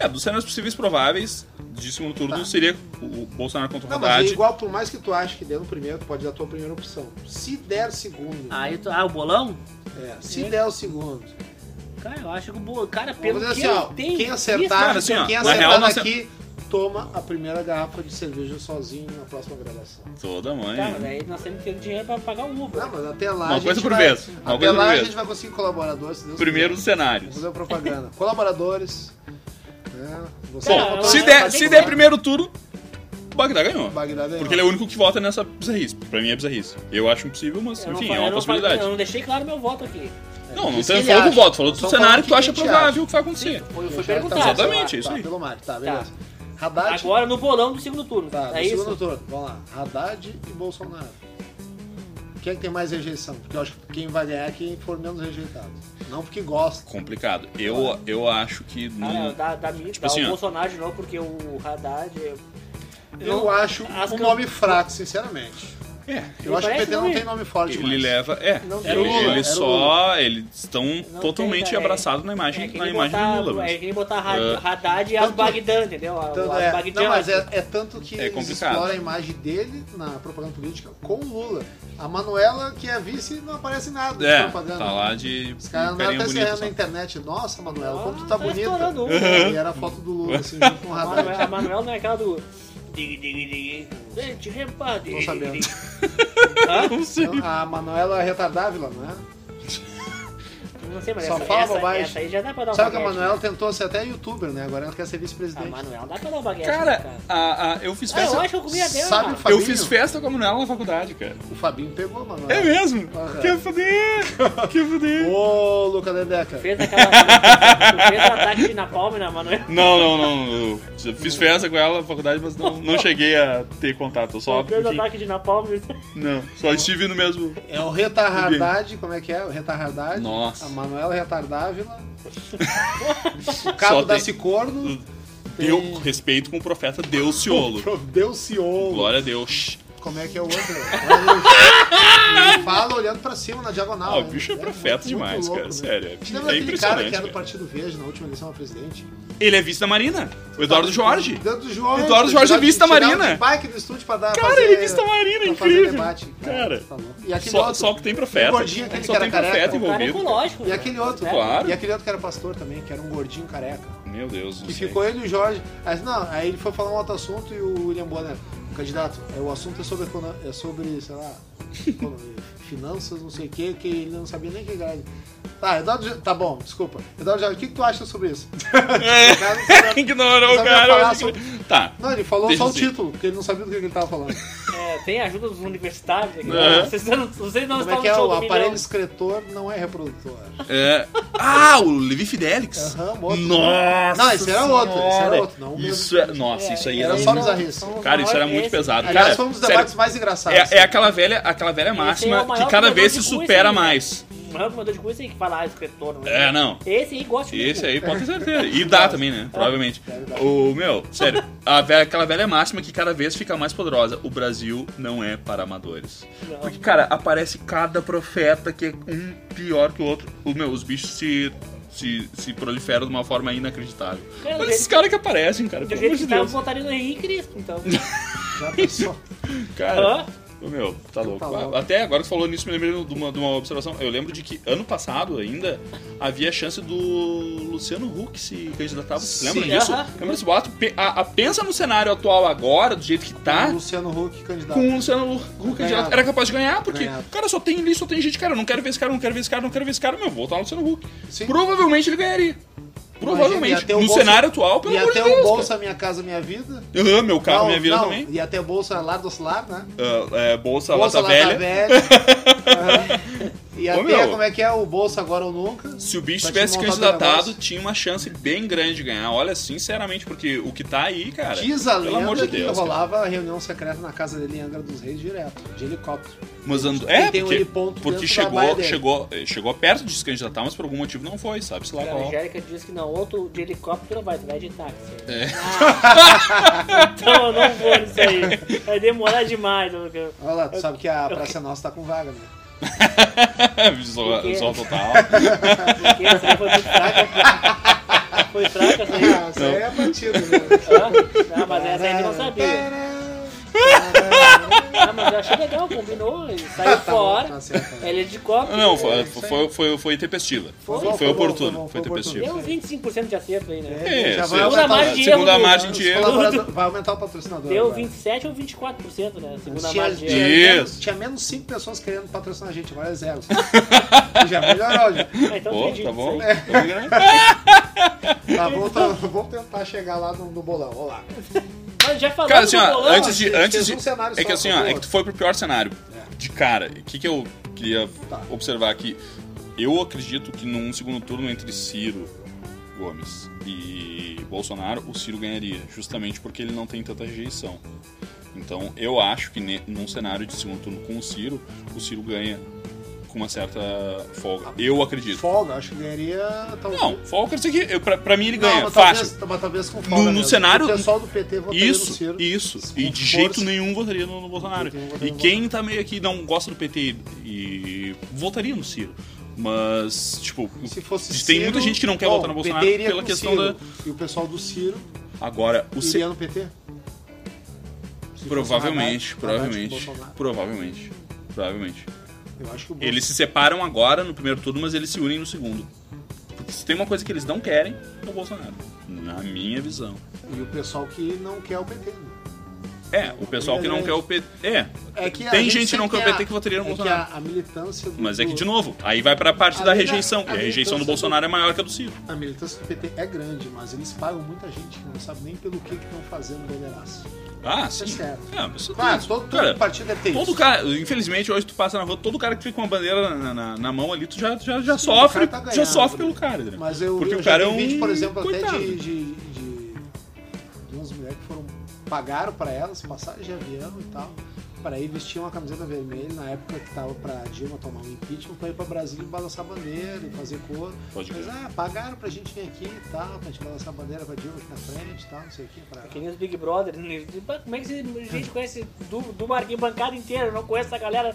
[SPEAKER 4] É, dos cenários possíveis prováveis, de segundo turno seria o Bolsonaro contra o
[SPEAKER 2] Não, mas é
[SPEAKER 4] Haddad.
[SPEAKER 2] igual, por mais que tu ache que dê no primeiro, tu pode dar a tua primeira opção. Se der segundo.
[SPEAKER 3] Aí tu, ah, o bolão?
[SPEAKER 2] É, se der o segundo.
[SPEAKER 3] Cara, eu acho que o bolão. Cara,
[SPEAKER 2] Vamos
[SPEAKER 3] pelo que
[SPEAKER 2] dizer
[SPEAKER 3] eu
[SPEAKER 2] assim, ó,
[SPEAKER 3] tenho
[SPEAKER 2] quem
[SPEAKER 4] cara,
[SPEAKER 2] acertar,
[SPEAKER 4] assim, ó,
[SPEAKER 2] quem
[SPEAKER 4] na
[SPEAKER 2] acertar
[SPEAKER 4] real, nós-
[SPEAKER 2] daqui, toma a primeira garrafa de cerveja sozinho na próxima gravação.
[SPEAKER 4] Toda mãe.
[SPEAKER 3] Tá, mas aí nós temos que ter dinheiro pra pagar o Uber.
[SPEAKER 2] Não, mas até lá.
[SPEAKER 4] Uma
[SPEAKER 2] a gente
[SPEAKER 4] coisa por
[SPEAKER 2] vai-
[SPEAKER 4] vez, uma
[SPEAKER 2] Até
[SPEAKER 4] coisa por
[SPEAKER 2] lá a
[SPEAKER 4] vez.
[SPEAKER 2] gente vai conseguir colaboradores, se Deus
[SPEAKER 4] Primeiro os
[SPEAKER 2] quiser. Vamos
[SPEAKER 4] cenários.
[SPEAKER 2] fazer uma propaganda. Colaboradores. né, você
[SPEAKER 3] Bom,
[SPEAKER 2] vai
[SPEAKER 3] eu
[SPEAKER 2] votar
[SPEAKER 4] Se
[SPEAKER 3] acho-
[SPEAKER 2] no
[SPEAKER 4] der,
[SPEAKER 3] mas tem
[SPEAKER 4] se
[SPEAKER 3] que
[SPEAKER 4] der
[SPEAKER 3] ser.
[SPEAKER 4] primeiro turno, o Bagdá ganhou.
[SPEAKER 2] é Bagdá né? Daniel.
[SPEAKER 4] Porque ele é o único que vota nessa bizarrice. Pra mim é bizarrice. Eu acho impossível, mas
[SPEAKER 3] Eu não
[SPEAKER 4] enfim,
[SPEAKER 3] falei-
[SPEAKER 4] é uma
[SPEAKER 3] eu não falei-
[SPEAKER 4] possibilidade.
[SPEAKER 3] Eu não deixei claro meu voto aqui.
[SPEAKER 4] Não, não
[SPEAKER 2] Disse
[SPEAKER 4] tem
[SPEAKER 2] que
[SPEAKER 4] falou
[SPEAKER 2] ele
[SPEAKER 4] do
[SPEAKER 2] acha.
[SPEAKER 4] voto, falou do
[SPEAKER 2] Só falou
[SPEAKER 4] cenário que
[SPEAKER 2] que
[SPEAKER 4] tu acha
[SPEAKER 2] a gente
[SPEAKER 4] provável
[SPEAKER 2] acha.
[SPEAKER 4] o que vai acontecer.
[SPEAKER 3] Foi, foi
[SPEAKER 2] Deixa- tá,
[SPEAKER 3] perguntado.
[SPEAKER 2] tá,
[SPEAKER 4] um- Exatamente,
[SPEAKER 2] tá,
[SPEAKER 4] isso aí.
[SPEAKER 2] Pelo Mário, tá, beleza. Haddad.
[SPEAKER 3] Agora no bolão do segundo turno.
[SPEAKER 2] Tá,
[SPEAKER 3] é
[SPEAKER 2] no segundo
[SPEAKER 3] isso?
[SPEAKER 2] turno. Vamos lá. Haddad e Bolsonaro. Quem é que tem mais rejeição? Porque eu acho que quem vai ganhar é quem for menos rejeitado. Não porque gosta.
[SPEAKER 4] Complicado. Eu, eu acho que.
[SPEAKER 3] Cara,
[SPEAKER 4] Não...
[SPEAKER 3] dá, dá, mim- dá
[SPEAKER 4] assim, ó.
[SPEAKER 3] o Bolsonaro de novo, porque o Haddad. é-
[SPEAKER 2] Eu
[SPEAKER 3] Não,
[SPEAKER 2] acho
[SPEAKER 3] as
[SPEAKER 2] um
[SPEAKER 3] can-
[SPEAKER 2] nome fraco, sinceramente.
[SPEAKER 4] É.
[SPEAKER 2] Eu acho que o
[SPEAKER 3] parece
[SPEAKER 2] PT não
[SPEAKER 3] nome-
[SPEAKER 2] tem nome forte
[SPEAKER 4] Ele
[SPEAKER 2] mais.
[SPEAKER 4] leva. É,
[SPEAKER 3] Não tem
[SPEAKER 4] ele,
[SPEAKER 2] Lula,
[SPEAKER 4] ele
[SPEAKER 2] era
[SPEAKER 4] só. Eles estão
[SPEAKER 3] tem,
[SPEAKER 4] totalmente
[SPEAKER 3] cara, é-
[SPEAKER 4] abraçados na imagem,
[SPEAKER 3] é que
[SPEAKER 4] na
[SPEAKER 3] nem
[SPEAKER 4] imagem
[SPEAKER 3] botar,
[SPEAKER 4] do Lula.
[SPEAKER 3] É
[SPEAKER 4] mas-
[SPEAKER 3] que nem botar Ra-
[SPEAKER 4] Ah.
[SPEAKER 3] Haddad e as
[SPEAKER 2] Tanto-
[SPEAKER 3] Bagdan, entendeu? A-
[SPEAKER 2] Tanto
[SPEAKER 3] as
[SPEAKER 2] é,
[SPEAKER 3] Bagdan,
[SPEAKER 2] não, mas
[SPEAKER 3] assim.
[SPEAKER 2] é, é tanto que
[SPEAKER 4] É
[SPEAKER 2] eles
[SPEAKER 4] complicado.
[SPEAKER 2] exploram a imagem dele na propaganda política com o Lula. A Manuela, que é vice, não aparece nada de
[SPEAKER 4] É,
[SPEAKER 2] propaganda.
[SPEAKER 4] tá lá de
[SPEAKER 2] Os caras andam
[SPEAKER 4] carinha
[SPEAKER 2] até
[SPEAKER 4] bonita.
[SPEAKER 2] se na
[SPEAKER 4] só.
[SPEAKER 2] internet. Nossa, Manuela, como tu
[SPEAKER 3] Ah, tá
[SPEAKER 2] tá, bonita.
[SPEAKER 3] estourando um.
[SPEAKER 2] E era a foto do Lula, assim, junto com o
[SPEAKER 3] A Manuel, a
[SPEAKER 2] Haddad.
[SPEAKER 3] Manuel não é aquela do. Dig, dig, dig. Gente, repare.
[SPEAKER 2] Tô sabendo.
[SPEAKER 3] Hã?
[SPEAKER 2] Então, A Manuela é retardávila, não é?
[SPEAKER 3] Não sei, mas
[SPEAKER 2] Só
[SPEAKER 3] essa,
[SPEAKER 2] fala
[SPEAKER 3] essa,
[SPEAKER 2] bobagem.
[SPEAKER 3] essa aí já dá pra dar um
[SPEAKER 2] Sabe que a
[SPEAKER 3] baguete.
[SPEAKER 2] Manuela tentou ser até youtuber, né? Agora ela quer ser
[SPEAKER 3] A
[SPEAKER 2] vice-presidente.
[SPEAKER 3] Manuel dá pra dar um baguete. né,
[SPEAKER 4] Cara, a, a- eu
[SPEAKER 2] É,
[SPEAKER 4] fiz
[SPEAKER 3] Ah, eu
[SPEAKER 4] festa.
[SPEAKER 2] um
[SPEAKER 3] acho que eu comia dela.
[SPEAKER 2] Sabe o
[SPEAKER 3] mano.
[SPEAKER 4] eu
[SPEAKER 2] Fabinho?
[SPEAKER 4] fiz festa com a Manuela na faculdade, cara.
[SPEAKER 2] O Fabinho pegou a Manuela.
[SPEAKER 4] É mesmo?
[SPEAKER 2] Aham.
[SPEAKER 4] Que foder! Que foder!
[SPEAKER 2] Ô, Luca Dedeca.
[SPEAKER 3] Fez aquela. fez o ataque né, na palma na Manuel.
[SPEAKER 4] Não, não, não. Eu fiz festa com ela na faculdade, mas não, não cheguei a ter contato. Eu só.
[SPEAKER 3] Fez o
[SPEAKER 2] tá-
[SPEAKER 4] enfim,
[SPEAKER 3] ataque de Napalm.
[SPEAKER 4] não, só estive no mesmo.
[SPEAKER 2] É o retardade, como é que é? O retardade.
[SPEAKER 4] Nossa.
[SPEAKER 2] A Manuela é retardávila. o Cabo
[SPEAKER 4] Só
[SPEAKER 2] da
[SPEAKER 4] tem-
[SPEAKER 2] Cicorno.
[SPEAKER 4] Deu respeito com o profeta Deuciolo.
[SPEAKER 2] Deu ciolo.
[SPEAKER 4] Glória a Deus.
[SPEAKER 2] Como é que é o outro? Ele fala olhando pra cima na diagonal.
[SPEAKER 4] Ah, o
[SPEAKER 2] né?
[SPEAKER 4] bicho é profeta
[SPEAKER 2] muito
[SPEAKER 4] demais,
[SPEAKER 2] louco,
[SPEAKER 4] cara.
[SPEAKER 2] né?
[SPEAKER 4] Sério.
[SPEAKER 2] Você
[SPEAKER 4] É,
[SPEAKER 2] lembra daquele cara
[SPEAKER 4] é
[SPEAKER 2] que
[SPEAKER 4] impressionante.
[SPEAKER 2] era do
[SPEAKER 4] cara.
[SPEAKER 2] Partido Verde na última eleição a presidente?
[SPEAKER 4] Ele é vice da Marina. O
[SPEAKER 2] Tá,
[SPEAKER 4] Eduardo Jorge.
[SPEAKER 2] Eduardo Jorge.
[SPEAKER 4] Eduardo Jorge é vice da
[SPEAKER 2] Tiraram
[SPEAKER 4] Marina.
[SPEAKER 2] de bike do estúdio pra dar.
[SPEAKER 4] Cara,
[SPEAKER 2] fazer-
[SPEAKER 4] ele é vice da Marina,
[SPEAKER 2] pra fazer
[SPEAKER 4] incrível.
[SPEAKER 2] debate.
[SPEAKER 4] Cara,
[SPEAKER 2] tá louco. E aquele
[SPEAKER 4] Só,
[SPEAKER 2] outro.
[SPEAKER 4] só que tem profeta.
[SPEAKER 2] Gordinho, aquele
[SPEAKER 4] só
[SPEAKER 2] que
[SPEAKER 4] tem
[SPEAKER 2] era careca.
[SPEAKER 4] profeta
[SPEAKER 3] O cara é
[SPEAKER 4] envolvido.
[SPEAKER 3] ecológico.
[SPEAKER 2] E aquele outro.
[SPEAKER 3] né?
[SPEAKER 4] Claro.
[SPEAKER 2] E aquele outro que era pastor também, que era um gordinho careca.
[SPEAKER 4] Meu Deus.
[SPEAKER 2] E
[SPEAKER 4] do céu.
[SPEAKER 2] ficou ele e o Jorge. Aí, não, aí ele foi falar um outro assunto e o William Bonner, o candidato, é, o assunto é sobre, econo- é sobre sei lá, econo- finanças, não sei o que, que ele não sabia nem o que era. Tá, Eduardo, Jo- tá bom, desculpa. Eduardo Jorge, o que, que tu acha sobre isso? O cara não sabia-
[SPEAKER 4] Ignorou o
[SPEAKER 2] Sabe eu
[SPEAKER 4] cara.
[SPEAKER 2] falar
[SPEAKER 4] mas-
[SPEAKER 2] sobre-
[SPEAKER 4] Tá.
[SPEAKER 2] Não, ele falou
[SPEAKER 4] Deixa
[SPEAKER 2] só o
[SPEAKER 4] assim.
[SPEAKER 2] título, porque ele não sabia do que que ele tava falando.
[SPEAKER 3] É, tem a ajuda dos universitários. aqui. né?
[SPEAKER 4] É.
[SPEAKER 3] Vocês não, vocês não
[SPEAKER 2] Como
[SPEAKER 3] estavam
[SPEAKER 2] é que é?
[SPEAKER 3] no show
[SPEAKER 2] O
[SPEAKER 3] domingo,
[SPEAKER 2] aparelho
[SPEAKER 3] não.
[SPEAKER 2] excretor não é reprodutor.
[SPEAKER 4] É... Ah, o Levi Fidelix.
[SPEAKER 2] Aham, outro.
[SPEAKER 4] Nossa!
[SPEAKER 2] Não, esse era outro, esse era
[SPEAKER 4] Senhora.
[SPEAKER 2] outro, não, o mesmo.
[SPEAKER 4] Isso é... Nossa, isso aí
[SPEAKER 2] era
[SPEAKER 4] era
[SPEAKER 2] só
[SPEAKER 4] muito-
[SPEAKER 2] nos bizarrice.
[SPEAKER 4] Cara, isso era muito pesado.
[SPEAKER 2] Aliás,
[SPEAKER 4] Cara,
[SPEAKER 2] foi um dos
[SPEAKER 4] sério,
[SPEAKER 2] debates mais engraçados.
[SPEAKER 4] É, é aquela velha, aquela velha
[SPEAKER 3] é
[SPEAKER 4] máxima
[SPEAKER 3] o maior
[SPEAKER 4] que cada
[SPEAKER 3] comedor
[SPEAKER 4] vez
[SPEAKER 3] de né?
[SPEAKER 4] se
[SPEAKER 3] cu, esse
[SPEAKER 4] supera
[SPEAKER 3] aí.
[SPEAKER 4] mais.
[SPEAKER 3] Não, mandou de coisa aí que fala, ah, escritor. Não
[SPEAKER 4] É, não.
[SPEAKER 3] Esse aí gosta de
[SPEAKER 4] Esse
[SPEAKER 3] cu.
[SPEAKER 4] aí pode ter certeza. E dá também, né? Provavelmente. O meu, sério, a velha- aquela velha máxima que cada vez fica mais poderosa. O Brasil não é para amadores.
[SPEAKER 3] Não.
[SPEAKER 4] Porque, cara, aparece cada profeta que é um pior que o outro. O meu, os bichos se, se, se proliferam de uma forma inacreditável.
[SPEAKER 3] Cara,
[SPEAKER 4] Olha
[SPEAKER 3] do
[SPEAKER 4] esses caras que aparecem, cara.
[SPEAKER 3] Do
[SPEAKER 4] Pelo
[SPEAKER 3] jeito
[SPEAKER 4] amor de
[SPEAKER 3] que tá tava
[SPEAKER 4] Deus.
[SPEAKER 3] votaria no Henrique Cristo, então.
[SPEAKER 2] Já pensou?
[SPEAKER 4] Cara,
[SPEAKER 3] Hã?
[SPEAKER 4] ô, meu, tá louco.
[SPEAKER 2] louco.
[SPEAKER 4] Até agora que tu falou nisso, me lembrei de uma, de uma observação. Eu lembro de que ano passado ainda havia chance do Luciano Huck se candidatar. Você lembra
[SPEAKER 2] Sim.
[SPEAKER 4] disso?
[SPEAKER 3] Aham.
[SPEAKER 4] Lembra desse boato? Pe- a- a- pensa no cenário atual agora, do jeito que tá.
[SPEAKER 2] O Luciano Huck, candidato.
[SPEAKER 4] Com o Luciano
[SPEAKER 2] um
[SPEAKER 4] Huck candidato. Era capaz de ganhar, porque,
[SPEAKER 2] Ganhava.
[SPEAKER 4] cara, só tem ali, só tem gente, cara, eu não quero ver esse cara, eu não quero ver esse cara, eu não quero ver esse cara, meu, vou votar no Luciano Huck.
[SPEAKER 2] Sim.
[SPEAKER 4] Provavelmente ele ganharia. Provavelmente.
[SPEAKER 2] ia ter o
[SPEAKER 4] no
[SPEAKER 2] Bolsa-
[SPEAKER 4] cenário atual, pelo
[SPEAKER 2] E
[SPEAKER 4] amor de
[SPEAKER 2] até
[SPEAKER 4] Deus.
[SPEAKER 2] o
[SPEAKER 4] cara.
[SPEAKER 2] Bolsa Minha Casa Minha Vida.
[SPEAKER 4] Aham, meu carro,
[SPEAKER 2] Não,
[SPEAKER 4] minha vida
[SPEAKER 2] não,
[SPEAKER 4] também.
[SPEAKER 2] E até o Bolsa Lar do Solar, né?
[SPEAKER 4] Ah, é, bolsa,
[SPEAKER 2] Bolsa
[SPEAKER 4] lata velha.
[SPEAKER 2] Velha. Aham. E E até
[SPEAKER 4] Ô, meu,
[SPEAKER 2] como é que é o bolso agora ou nunca?
[SPEAKER 4] Se o bicho
[SPEAKER 2] Pra te
[SPEAKER 4] tivesse
[SPEAKER 2] montar teu
[SPEAKER 4] candidatado,
[SPEAKER 2] negócio.
[SPEAKER 4] tinha uma chance bem grande de ganhar. Olha, sinceramente, porque o que tá aí, cara.
[SPEAKER 2] Diz a
[SPEAKER 4] pelo amor
[SPEAKER 2] lenda
[SPEAKER 4] de
[SPEAKER 2] que tá
[SPEAKER 4] Deus. cara.
[SPEAKER 2] rolava reunião secreta na casa dele em Angra dos Reis direto, de helicóptero.
[SPEAKER 4] Mas andou.
[SPEAKER 2] E
[SPEAKER 4] É,
[SPEAKER 2] tem um
[SPEAKER 4] porque,
[SPEAKER 2] heliponto
[SPEAKER 4] porque
[SPEAKER 2] dentro da baia
[SPEAKER 4] chegou,
[SPEAKER 2] dele.
[SPEAKER 4] chegou, eh, chegou perto de se candidatar, mas por algum motivo não foi, sabe? Se lá
[SPEAKER 3] A
[SPEAKER 4] qual.
[SPEAKER 3] Angélica diz que não, outro de helicóptero vai, tu vai de táxi.
[SPEAKER 4] É.
[SPEAKER 3] Ah, então eu não vou nisso aí. Vai demorar demais, né, Lucas.
[SPEAKER 2] Olha lá, tu sabe que a Praça Nossa tá com vaga, né?
[SPEAKER 4] Visual
[SPEAKER 3] Porque-
[SPEAKER 4] visual total.
[SPEAKER 3] Porque essa aí foi muito fraca. Foi fraca essa aí.
[SPEAKER 2] Ah, isso aí é batido, né?
[SPEAKER 3] Ah, mas essa aí eu não sabia. Ah, mas eu achei legal, combinou, ele saiu
[SPEAKER 2] Tá bom,
[SPEAKER 3] fora.
[SPEAKER 2] tá certo.
[SPEAKER 3] Ele é de copo.
[SPEAKER 4] Ah, Não,
[SPEAKER 2] É,
[SPEAKER 4] foi,
[SPEAKER 2] isso aí.
[SPEAKER 4] foi, foi, foi tempestiva. Foi,
[SPEAKER 3] Foi,
[SPEAKER 4] foi,
[SPEAKER 2] foi bom,
[SPEAKER 4] oportuno.
[SPEAKER 2] foi bom,
[SPEAKER 4] Foi
[SPEAKER 2] foi oportuno.
[SPEAKER 4] tempestiva.
[SPEAKER 3] Deu uns 25% de acerto aí, né?
[SPEAKER 2] É, já
[SPEAKER 4] se-
[SPEAKER 2] vai aumentar
[SPEAKER 3] Segunda margem
[SPEAKER 2] o-
[SPEAKER 3] de
[SPEAKER 4] segunda
[SPEAKER 3] erro do-
[SPEAKER 4] margem de
[SPEAKER 2] os
[SPEAKER 4] erro.
[SPEAKER 2] colaboradores- Vai aumentar o patrocinador.
[SPEAKER 3] Deu
[SPEAKER 2] agora.
[SPEAKER 3] 27 ou 24%, né? Segunda
[SPEAKER 2] É, Tinha,
[SPEAKER 3] margem de
[SPEAKER 2] tinha,
[SPEAKER 3] erro.
[SPEAKER 2] menos,
[SPEAKER 4] Isso.
[SPEAKER 2] tinha menos 5 pessoas querendo patrocinar a gente, agora é zero. já melhorou, já.
[SPEAKER 3] Ah, então
[SPEAKER 4] Pô,
[SPEAKER 3] acredito
[SPEAKER 4] tá bom?
[SPEAKER 3] nisso
[SPEAKER 2] É.
[SPEAKER 4] Tá
[SPEAKER 3] aí.
[SPEAKER 4] bom, né?
[SPEAKER 2] Tá, bom, tá, vamos tentar chegar lá no, no bolão. Vamos lá.
[SPEAKER 3] Mas
[SPEAKER 2] Tá
[SPEAKER 3] já falamos
[SPEAKER 4] Cara, assim,
[SPEAKER 3] do
[SPEAKER 4] ó,
[SPEAKER 3] bolão,
[SPEAKER 4] antes de.
[SPEAKER 2] a gente
[SPEAKER 4] Antes
[SPEAKER 2] fez
[SPEAKER 4] de
[SPEAKER 2] um cenário
[SPEAKER 4] é que
[SPEAKER 2] só, por
[SPEAKER 4] assim, ó,
[SPEAKER 2] favor.
[SPEAKER 4] é que tu foi pro pior cenário. De cara, o que, que eu queria
[SPEAKER 2] Tá.
[SPEAKER 4] observar aqui? Eu acredito que num segundo turno entre Ciro Gomes e Bolsonaro, o Ciro ganharia, justamente porque ele não tem tanta rejeição. Então, eu acho que ne- num cenário de segundo turno com o Ciro, o Ciro ganha com uma certa folga. Eu acredito.
[SPEAKER 2] Ah. Folga, acho que ganharia. Talvez.
[SPEAKER 4] Não, folga quer dizer que eu- pra, pra mim ele
[SPEAKER 2] Não,
[SPEAKER 4] ganha,
[SPEAKER 2] mas
[SPEAKER 4] fácil.
[SPEAKER 2] Talvez, mas talvez com folga.
[SPEAKER 4] No- no
[SPEAKER 2] mesmo.
[SPEAKER 4] cenário-
[SPEAKER 2] O pessoal do PT votaria no
[SPEAKER 4] Isso,
[SPEAKER 2] Ciro.
[SPEAKER 4] isso.
[SPEAKER 2] Com
[SPEAKER 4] E de
[SPEAKER 2] força.
[SPEAKER 4] jeito nenhum votaria no, no Bolsonaro.
[SPEAKER 2] De jeito nenhum
[SPEAKER 4] E
[SPEAKER 2] votaria no
[SPEAKER 4] quem tá meio aqui não gosta do PT e, e votaria no Ciro. Mas, tipo,
[SPEAKER 2] Se fosse
[SPEAKER 4] tem
[SPEAKER 2] Ciro,
[SPEAKER 4] muita gente que não quer
[SPEAKER 2] bom,
[SPEAKER 4] votar
[SPEAKER 2] o
[SPEAKER 4] no Bolsonaro
[SPEAKER 2] PT iria
[SPEAKER 4] pela
[SPEAKER 2] com
[SPEAKER 4] questão
[SPEAKER 2] Ciro.
[SPEAKER 4] da.
[SPEAKER 2] E o pessoal do Ciro
[SPEAKER 4] Agora, o
[SPEAKER 2] iria
[SPEAKER 4] Ciro.
[SPEAKER 2] no PT? Se
[SPEAKER 4] Provavelmente,
[SPEAKER 2] fosse o Haddad- Haddad com
[SPEAKER 4] provavelmente.
[SPEAKER 2] Bolsonaro.
[SPEAKER 4] Provavelmente. Provavelmente.
[SPEAKER 2] Eu acho que o Bolsonaro.
[SPEAKER 4] Eles se separam agora no primeiro turno, mas eles se unem no segundo. Porque se tem uma coisa que eles não querem, é o Bolsonaro. Na minha visão.
[SPEAKER 2] E o pessoal que não quer o PT. né?
[SPEAKER 4] É, o pessoal que não quer o PT. É,
[SPEAKER 2] É que a
[SPEAKER 4] tem gente que
[SPEAKER 2] sempre
[SPEAKER 4] não quer o
[SPEAKER 2] tem a-
[SPEAKER 4] PT que votaria no
[SPEAKER 2] é que
[SPEAKER 4] Bolsonaro.
[SPEAKER 2] a, a militância do,
[SPEAKER 4] Mas é que, de
[SPEAKER 2] do-
[SPEAKER 4] novo, aí vai pra parte
[SPEAKER 2] A
[SPEAKER 4] da
[SPEAKER 2] minha-
[SPEAKER 4] rejeição.
[SPEAKER 2] a
[SPEAKER 4] E a rejeição do
[SPEAKER 2] militância
[SPEAKER 4] Bolsonaro é maior que a do Ciro.
[SPEAKER 2] A militância do PT é grande, mas eles pagam muita gente que não sabe nem pelo que que estão fazendo bandeiraço.
[SPEAKER 4] Ah, sim.
[SPEAKER 2] certo.
[SPEAKER 4] É, mas isso-
[SPEAKER 2] Claro, todo, todo
[SPEAKER 4] cara,
[SPEAKER 2] partido é ter
[SPEAKER 4] todo
[SPEAKER 2] isso.
[SPEAKER 4] cara, infelizmente, hoje tu passa na rua, todo cara que fica com uma bandeira na, na- na mão ali, tu já, já, já
[SPEAKER 2] Sim,
[SPEAKER 4] sofre,
[SPEAKER 2] o cara tá
[SPEAKER 4] já
[SPEAKER 2] ganhado,
[SPEAKER 4] sofre
[SPEAKER 2] né?
[SPEAKER 4] pelo cara. entendeu?
[SPEAKER 2] Mas eu,
[SPEAKER 4] Porque
[SPEAKER 2] eu
[SPEAKER 4] o cara
[SPEAKER 2] já
[SPEAKER 4] é
[SPEAKER 2] vi
[SPEAKER 4] um
[SPEAKER 2] vídeo, por exemplo,
[SPEAKER 4] coitado.
[SPEAKER 2] até de, de, de, de umas mulheres que foram pagaram pra elas passagem de avião e tal, para ir vestir uma camiseta vermelha na época que tava pra Dilma tomar um impeachment, pra ir pra Brasília e balançar a bandeira e fazer cor.
[SPEAKER 4] Pode
[SPEAKER 2] Mas
[SPEAKER 4] crer.
[SPEAKER 2] ah, pagaram pra gente vir aqui e tal, pra gente balançar a bandeira pra Dilma aqui na frente e tal, não sei o que. Pra...
[SPEAKER 3] É Que nem os Big Brother. né? Como é que esse- a gente conhece do, do Marquinhos bancada inteira? Não conhece essa galera.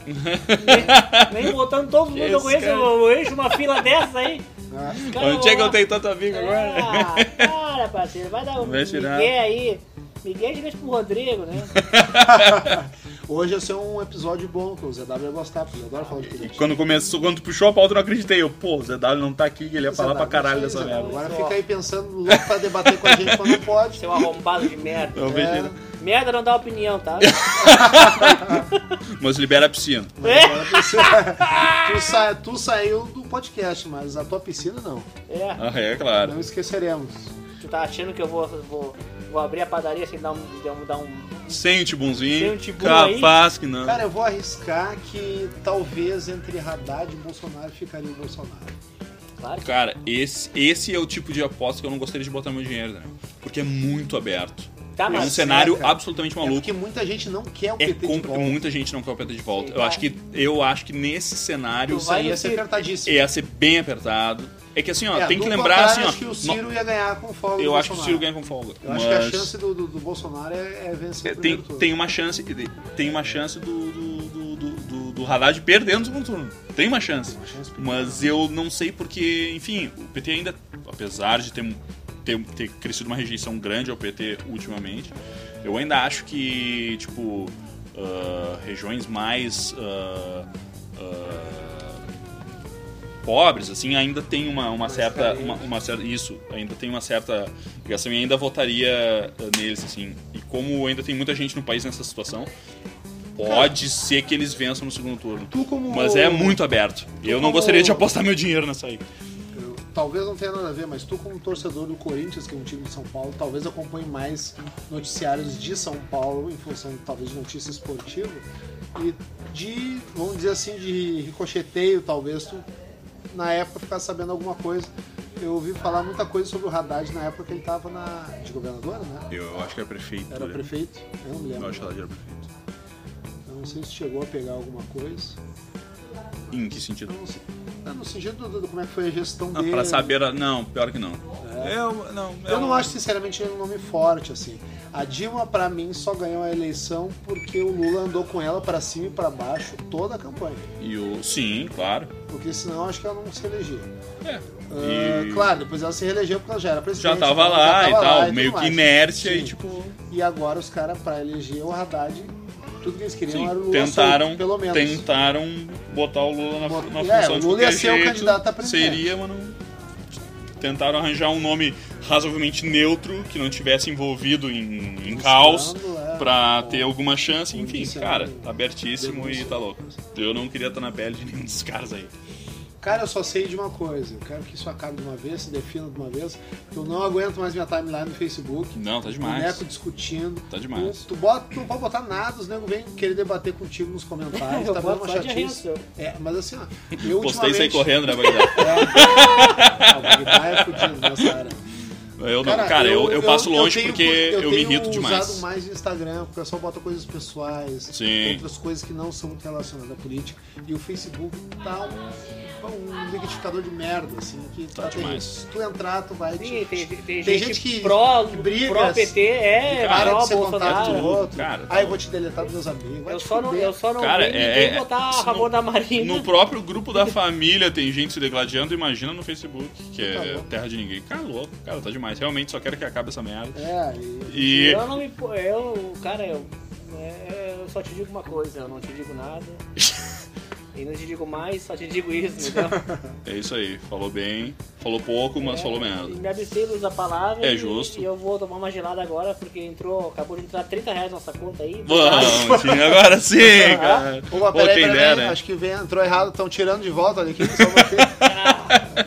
[SPEAKER 3] Nem, nem botando todo mundo que eu
[SPEAKER 4] Esse
[SPEAKER 3] conheço,
[SPEAKER 4] cara.
[SPEAKER 3] eu, eu encho uma fila dessa aí.
[SPEAKER 2] Ah,
[SPEAKER 3] Os caras
[SPEAKER 4] Onde
[SPEAKER 3] vão
[SPEAKER 4] é que eu
[SPEAKER 3] lá.
[SPEAKER 4] tenho tanto amigo agora?
[SPEAKER 3] Ah, para, parceiro. Vai dar um
[SPEAKER 4] Vai tirar.
[SPEAKER 3] Miguel aí. Miguel é gigante pro Rodrigo, né?
[SPEAKER 2] Hoje ia ser um episódio bom, que o ZW ia gostar, porque eu adoro falar de
[SPEAKER 4] E
[SPEAKER 2] política.
[SPEAKER 4] quando começou, quando puxou a pauta, eu não acreditei. Eu, pô, o ZW não tá aqui, que ele ia falar
[SPEAKER 2] ZW,
[SPEAKER 4] pra caralho
[SPEAKER 2] isso
[SPEAKER 4] dessa
[SPEAKER 2] aí,
[SPEAKER 4] merda.
[SPEAKER 2] Agora fica aí pensando louco pra debater com a gente quando pode.
[SPEAKER 3] Seu arrombado de merda.
[SPEAKER 2] É um
[SPEAKER 3] É.
[SPEAKER 4] Eu vejo ele.
[SPEAKER 3] Merda não dá opinião, tá?
[SPEAKER 4] Mas libera a piscina.
[SPEAKER 2] Mas
[SPEAKER 3] É?
[SPEAKER 2] agora tu, tu, sa- tu saiu do podcast, mas a tua piscina não.
[SPEAKER 3] É.
[SPEAKER 4] Ah, é claro.
[SPEAKER 2] Não esqueceremos.
[SPEAKER 3] Tu tá achando que eu vou, vou, vou abrir a padaria sem dar um. Dar um, dar
[SPEAKER 2] Uhum.
[SPEAKER 3] um-
[SPEAKER 4] Sente bonzinho.
[SPEAKER 3] Sente bom aí.
[SPEAKER 4] Capaz que não.
[SPEAKER 2] Cara, eu vou arriscar que talvez entre Haddad e Bolsonaro ficaria o Bolsonaro.
[SPEAKER 4] Tá
[SPEAKER 3] Claro que
[SPEAKER 4] Cara, esse, esse é o tipo de aposta que eu não gostaria de botar meu dinheiro, né? Porque é muito aberto.
[SPEAKER 3] tá,
[SPEAKER 4] É um
[SPEAKER 3] mas.
[SPEAKER 4] cenário
[SPEAKER 2] cara.
[SPEAKER 4] absolutamente
[SPEAKER 2] Ah, É
[SPEAKER 4] maluco.
[SPEAKER 2] porque um muita gente não quer o
[SPEAKER 4] É
[SPEAKER 2] PT de
[SPEAKER 4] compl-
[SPEAKER 2] volta.
[SPEAKER 4] muita gente não quer o PT de volta.
[SPEAKER 3] Sim,
[SPEAKER 4] Eu
[SPEAKER 3] vai.
[SPEAKER 4] acho que eu acho que nesse cenário
[SPEAKER 3] Tu
[SPEAKER 2] Isso aí ia ser
[SPEAKER 3] Vai no
[SPEAKER 2] apertadíssimo.
[SPEAKER 4] ia ser bem apertado. É que assim, ó,
[SPEAKER 2] É,
[SPEAKER 4] tem
[SPEAKER 2] do
[SPEAKER 4] que lembrar assim,
[SPEAKER 2] contrário,
[SPEAKER 4] ó,
[SPEAKER 2] acho que o
[SPEAKER 4] no-
[SPEAKER 2] Ciro ia ganhar com folga
[SPEAKER 4] eu
[SPEAKER 2] do
[SPEAKER 4] acho que o Ciro
[SPEAKER 2] Bolsonaro.
[SPEAKER 4] ganha com folga.
[SPEAKER 2] Eu acho que a
[SPEAKER 4] mas-
[SPEAKER 2] chance do, do- do Bolsonaro é, é vencer o
[SPEAKER 4] É, tem,
[SPEAKER 2] primeiro turno.
[SPEAKER 4] tem uma chance tem uma chance do do, do, do, do- do Haddad perder no segundo turno. Tem uma chance.
[SPEAKER 2] chance pequena.
[SPEAKER 4] Mas eu não sei porque, enfim, o PT ainda, apesar de ter, ter, ter crescido uma rejeição grande ao PT ultimamente, eu ainda acho que, tipo, ah, regiões mais ah, ah, pobres, assim, ainda tem uma, uma certa. Uma, uma certa. Isso, ainda tem uma certa ligação e ainda votaria eh, neles, assim. E como ainda tem muita gente no país nessa situação, pode ser que eles vençam no segundo turno.
[SPEAKER 2] Tu como-
[SPEAKER 4] Mas é muito aberto. Eu não
[SPEAKER 2] como-
[SPEAKER 4] gostaria de apostar meu dinheiro nessa aí.
[SPEAKER 2] Eu- Talvez não tenha nada a ver, mas tu como torcedor do Corinthians, que é um time de São Paulo, talvez acompanhe mais noticiários de São Paulo em função talvez de notícia esportiva. E de, vamos dizer assim, de ricocheteio, talvez, tu, na época, ficar sabendo alguma coisa. Eu ouvi falar muita coisa sobre o Haddad na época que ele estava na, de governador, né?
[SPEAKER 4] Eu acho que era prefeito. né?
[SPEAKER 2] Era prefeito? Eu não me
[SPEAKER 4] Eu
[SPEAKER 2] lembro.
[SPEAKER 4] acho que ela era prefeito.
[SPEAKER 2] Eu não sei se chegou a pegar alguma coisa.
[SPEAKER 4] Em que
[SPEAKER 2] Eu
[SPEAKER 4] sentido?
[SPEAKER 2] não sei. Ah, No sentido do, do como é que foi a gestão
[SPEAKER 4] Ah,
[SPEAKER 2] dele.
[SPEAKER 4] pra saber. a- Não, pior que não. Eu não,
[SPEAKER 2] É. Eu não acho, sinceramente, ele um nome forte, assim. A Dilma, pra mim, só ganhou a eleição porque o Lula andou com ela pra cima e pra baixo toda a campanha.
[SPEAKER 4] E o... Sim, claro.
[SPEAKER 2] Porque senão, acho que ela não se elegia.
[SPEAKER 4] É.
[SPEAKER 2] Ah,
[SPEAKER 4] E-
[SPEAKER 2] claro, depois ela se reelegeu porque ela já era
[SPEAKER 4] Já
[SPEAKER 2] presidente.
[SPEAKER 4] tava
[SPEAKER 2] então
[SPEAKER 4] lá
[SPEAKER 2] já
[SPEAKER 4] e
[SPEAKER 2] tava
[SPEAKER 4] tal,
[SPEAKER 2] lá tudo
[SPEAKER 4] meio que
[SPEAKER 2] mais.
[SPEAKER 4] inércia
[SPEAKER 2] Sim.
[SPEAKER 4] e tipo.
[SPEAKER 2] E agora os caras, pra eleger o Haddad, tudo que eles queriam
[SPEAKER 4] Sim,
[SPEAKER 2] era o Lula
[SPEAKER 4] tentaram,
[SPEAKER 2] solto, pelo menos.
[SPEAKER 4] tentaram botar o Lula na,
[SPEAKER 2] Bota-
[SPEAKER 4] na
[SPEAKER 2] é,
[SPEAKER 4] função
[SPEAKER 2] o
[SPEAKER 4] de
[SPEAKER 2] Lula ia
[SPEAKER 4] qualquer
[SPEAKER 2] ser o
[SPEAKER 4] jeito.
[SPEAKER 2] candidato a presidente.
[SPEAKER 4] Seria, mas não... Tentaram arranjar um nome razoavelmente neutro, que não tivesse envolvido em, em caos,
[SPEAKER 2] Escândalo, é.
[SPEAKER 4] pra ter alguma chance. Enfim,
[SPEAKER 2] Denunciando.
[SPEAKER 4] cara, tá abertíssimo e
[SPEAKER 2] Denunciando.
[SPEAKER 4] tá louco. Eu não queria estar na pele de nenhum desses caras aí.
[SPEAKER 2] Cara, eu só sei de uma coisa. Eu quero que isso acabe de uma vez, se defina de uma vez. Eu não aguento mais minha timeline no Facebook.
[SPEAKER 4] Não, tá demais.
[SPEAKER 2] Boneco discutindo.
[SPEAKER 4] Tá demais.
[SPEAKER 2] Tu, tu bota, tu não pode botar nada, os nego vêm querer debater contigo nos comentários.
[SPEAKER 3] Eu
[SPEAKER 2] tá vendo
[SPEAKER 3] boto
[SPEAKER 2] uma
[SPEAKER 3] só de
[SPEAKER 2] chatice.
[SPEAKER 3] arresto.
[SPEAKER 2] É, mas assim, ó. Eu
[SPEAKER 4] Postei sair
[SPEAKER 2] ultimamente... É.
[SPEAKER 4] correndo, né, Bagdá?
[SPEAKER 2] Ah, o Bagdá é fudido nessa área.
[SPEAKER 4] Eu não, cara, eu, eu passo longe
[SPEAKER 2] tenho-
[SPEAKER 4] porque eu, me irrito
[SPEAKER 2] Eu tenho usado
[SPEAKER 4] demais.
[SPEAKER 2] mais o Instagram, o pessoal bota coisas pessoais,
[SPEAKER 4] Sim.
[SPEAKER 2] outras coisas que não são muito relacionadas à política. E o Facebook tá um, um liquidificador de merda, assim, que
[SPEAKER 4] Tá
[SPEAKER 2] tá terrível.
[SPEAKER 4] demais.
[SPEAKER 2] Se tu entrar, tu vai
[SPEAKER 3] Sim,
[SPEAKER 2] te-
[SPEAKER 3] tem, tem, tem
[SPEAKER 2] Tem
[SPEAKER 3] gente,
[SPEAKER 2] gente que-
[SPEAKER 3] pró,
[SPEAKER 2] que briga, assim.
[SPEAKER 3] pró PT, é,
[SPEAKER 4] cara,
[SPEAKER 3] pró
[SPEAKER 2] para de ser contato do
[SPEAKER 3] Bolsonaro.
[SPEAKER 2] outro.
[SPEAKER 4] Cara, tá
[SPEAKER 2] ah, eu vou te deletar dos meus amigos. vai
[SPEAKER 3] Eu
[SPEAKER 2] te
[SPEAKER 3] só não,
[SPEAKER 2] fuder.
[SPEAKER 3] eu só não
[SPEAKER 4] Cara,
[SPEAKER 3] vi
[SPEAKER 4] é-
[SPEAKER 3] ninguém
[SPEAKER 4] é-
[SPEAKER 3] botar a
[SPEAKER 4] se
[SPEAKER 3] favor
[SPEAKER 4] não-
[SPEAKER 3] da Marina.
[SPEAKER 4] No próprio grupo da família tem gente se degladiando, imagina no Facebook, que
[SPEAKER 2] Tá
[SPEAKER 4] é
[SPEAKER 2] louco.
[SPEAKER 4] terra de ninguém. Cara, louco, cara, tá demais. Realmente só quero que acabe essa merda.
[SPEAKER 2] É, e...
[SPEAKER 4] E.
[SPEAKER 3] Eu não me. po- Eu, cara, eu. é, eu só te digo uma coisa, eu não te digo nada. e não te digo mais, só te digo isso, entendeu?
[SPEAKER 4] É isso aí. Falou bem, falou pouco, mas falou
[SPEAKER 3] E
[SPEAKER 4] merda.
[SPEAKER 3] me abstei da palavra.
[SPEAKER 4] É
[SPEAKER 3] e-
[SPEAKER 4] justo.
[SPEAKER 3] E eu vou tomar uma gelada agora, porque entrou, acabou de entrar 30 reais na nossa conta aí.
[SPEAKER 4] Vamos, time, agora sim, cara.
[SPEAKER 2] Opa,
[SPEAKER 4] Pô,
[SPEAKER 2] peraí,
[SPEAKER 4] quem
[SPEAKER 2] peraí,
[SPEAKER 4] dera, né?
[SPEAKER 2] acho que vem, entrou errado, estão tirando de volta ali, que só você.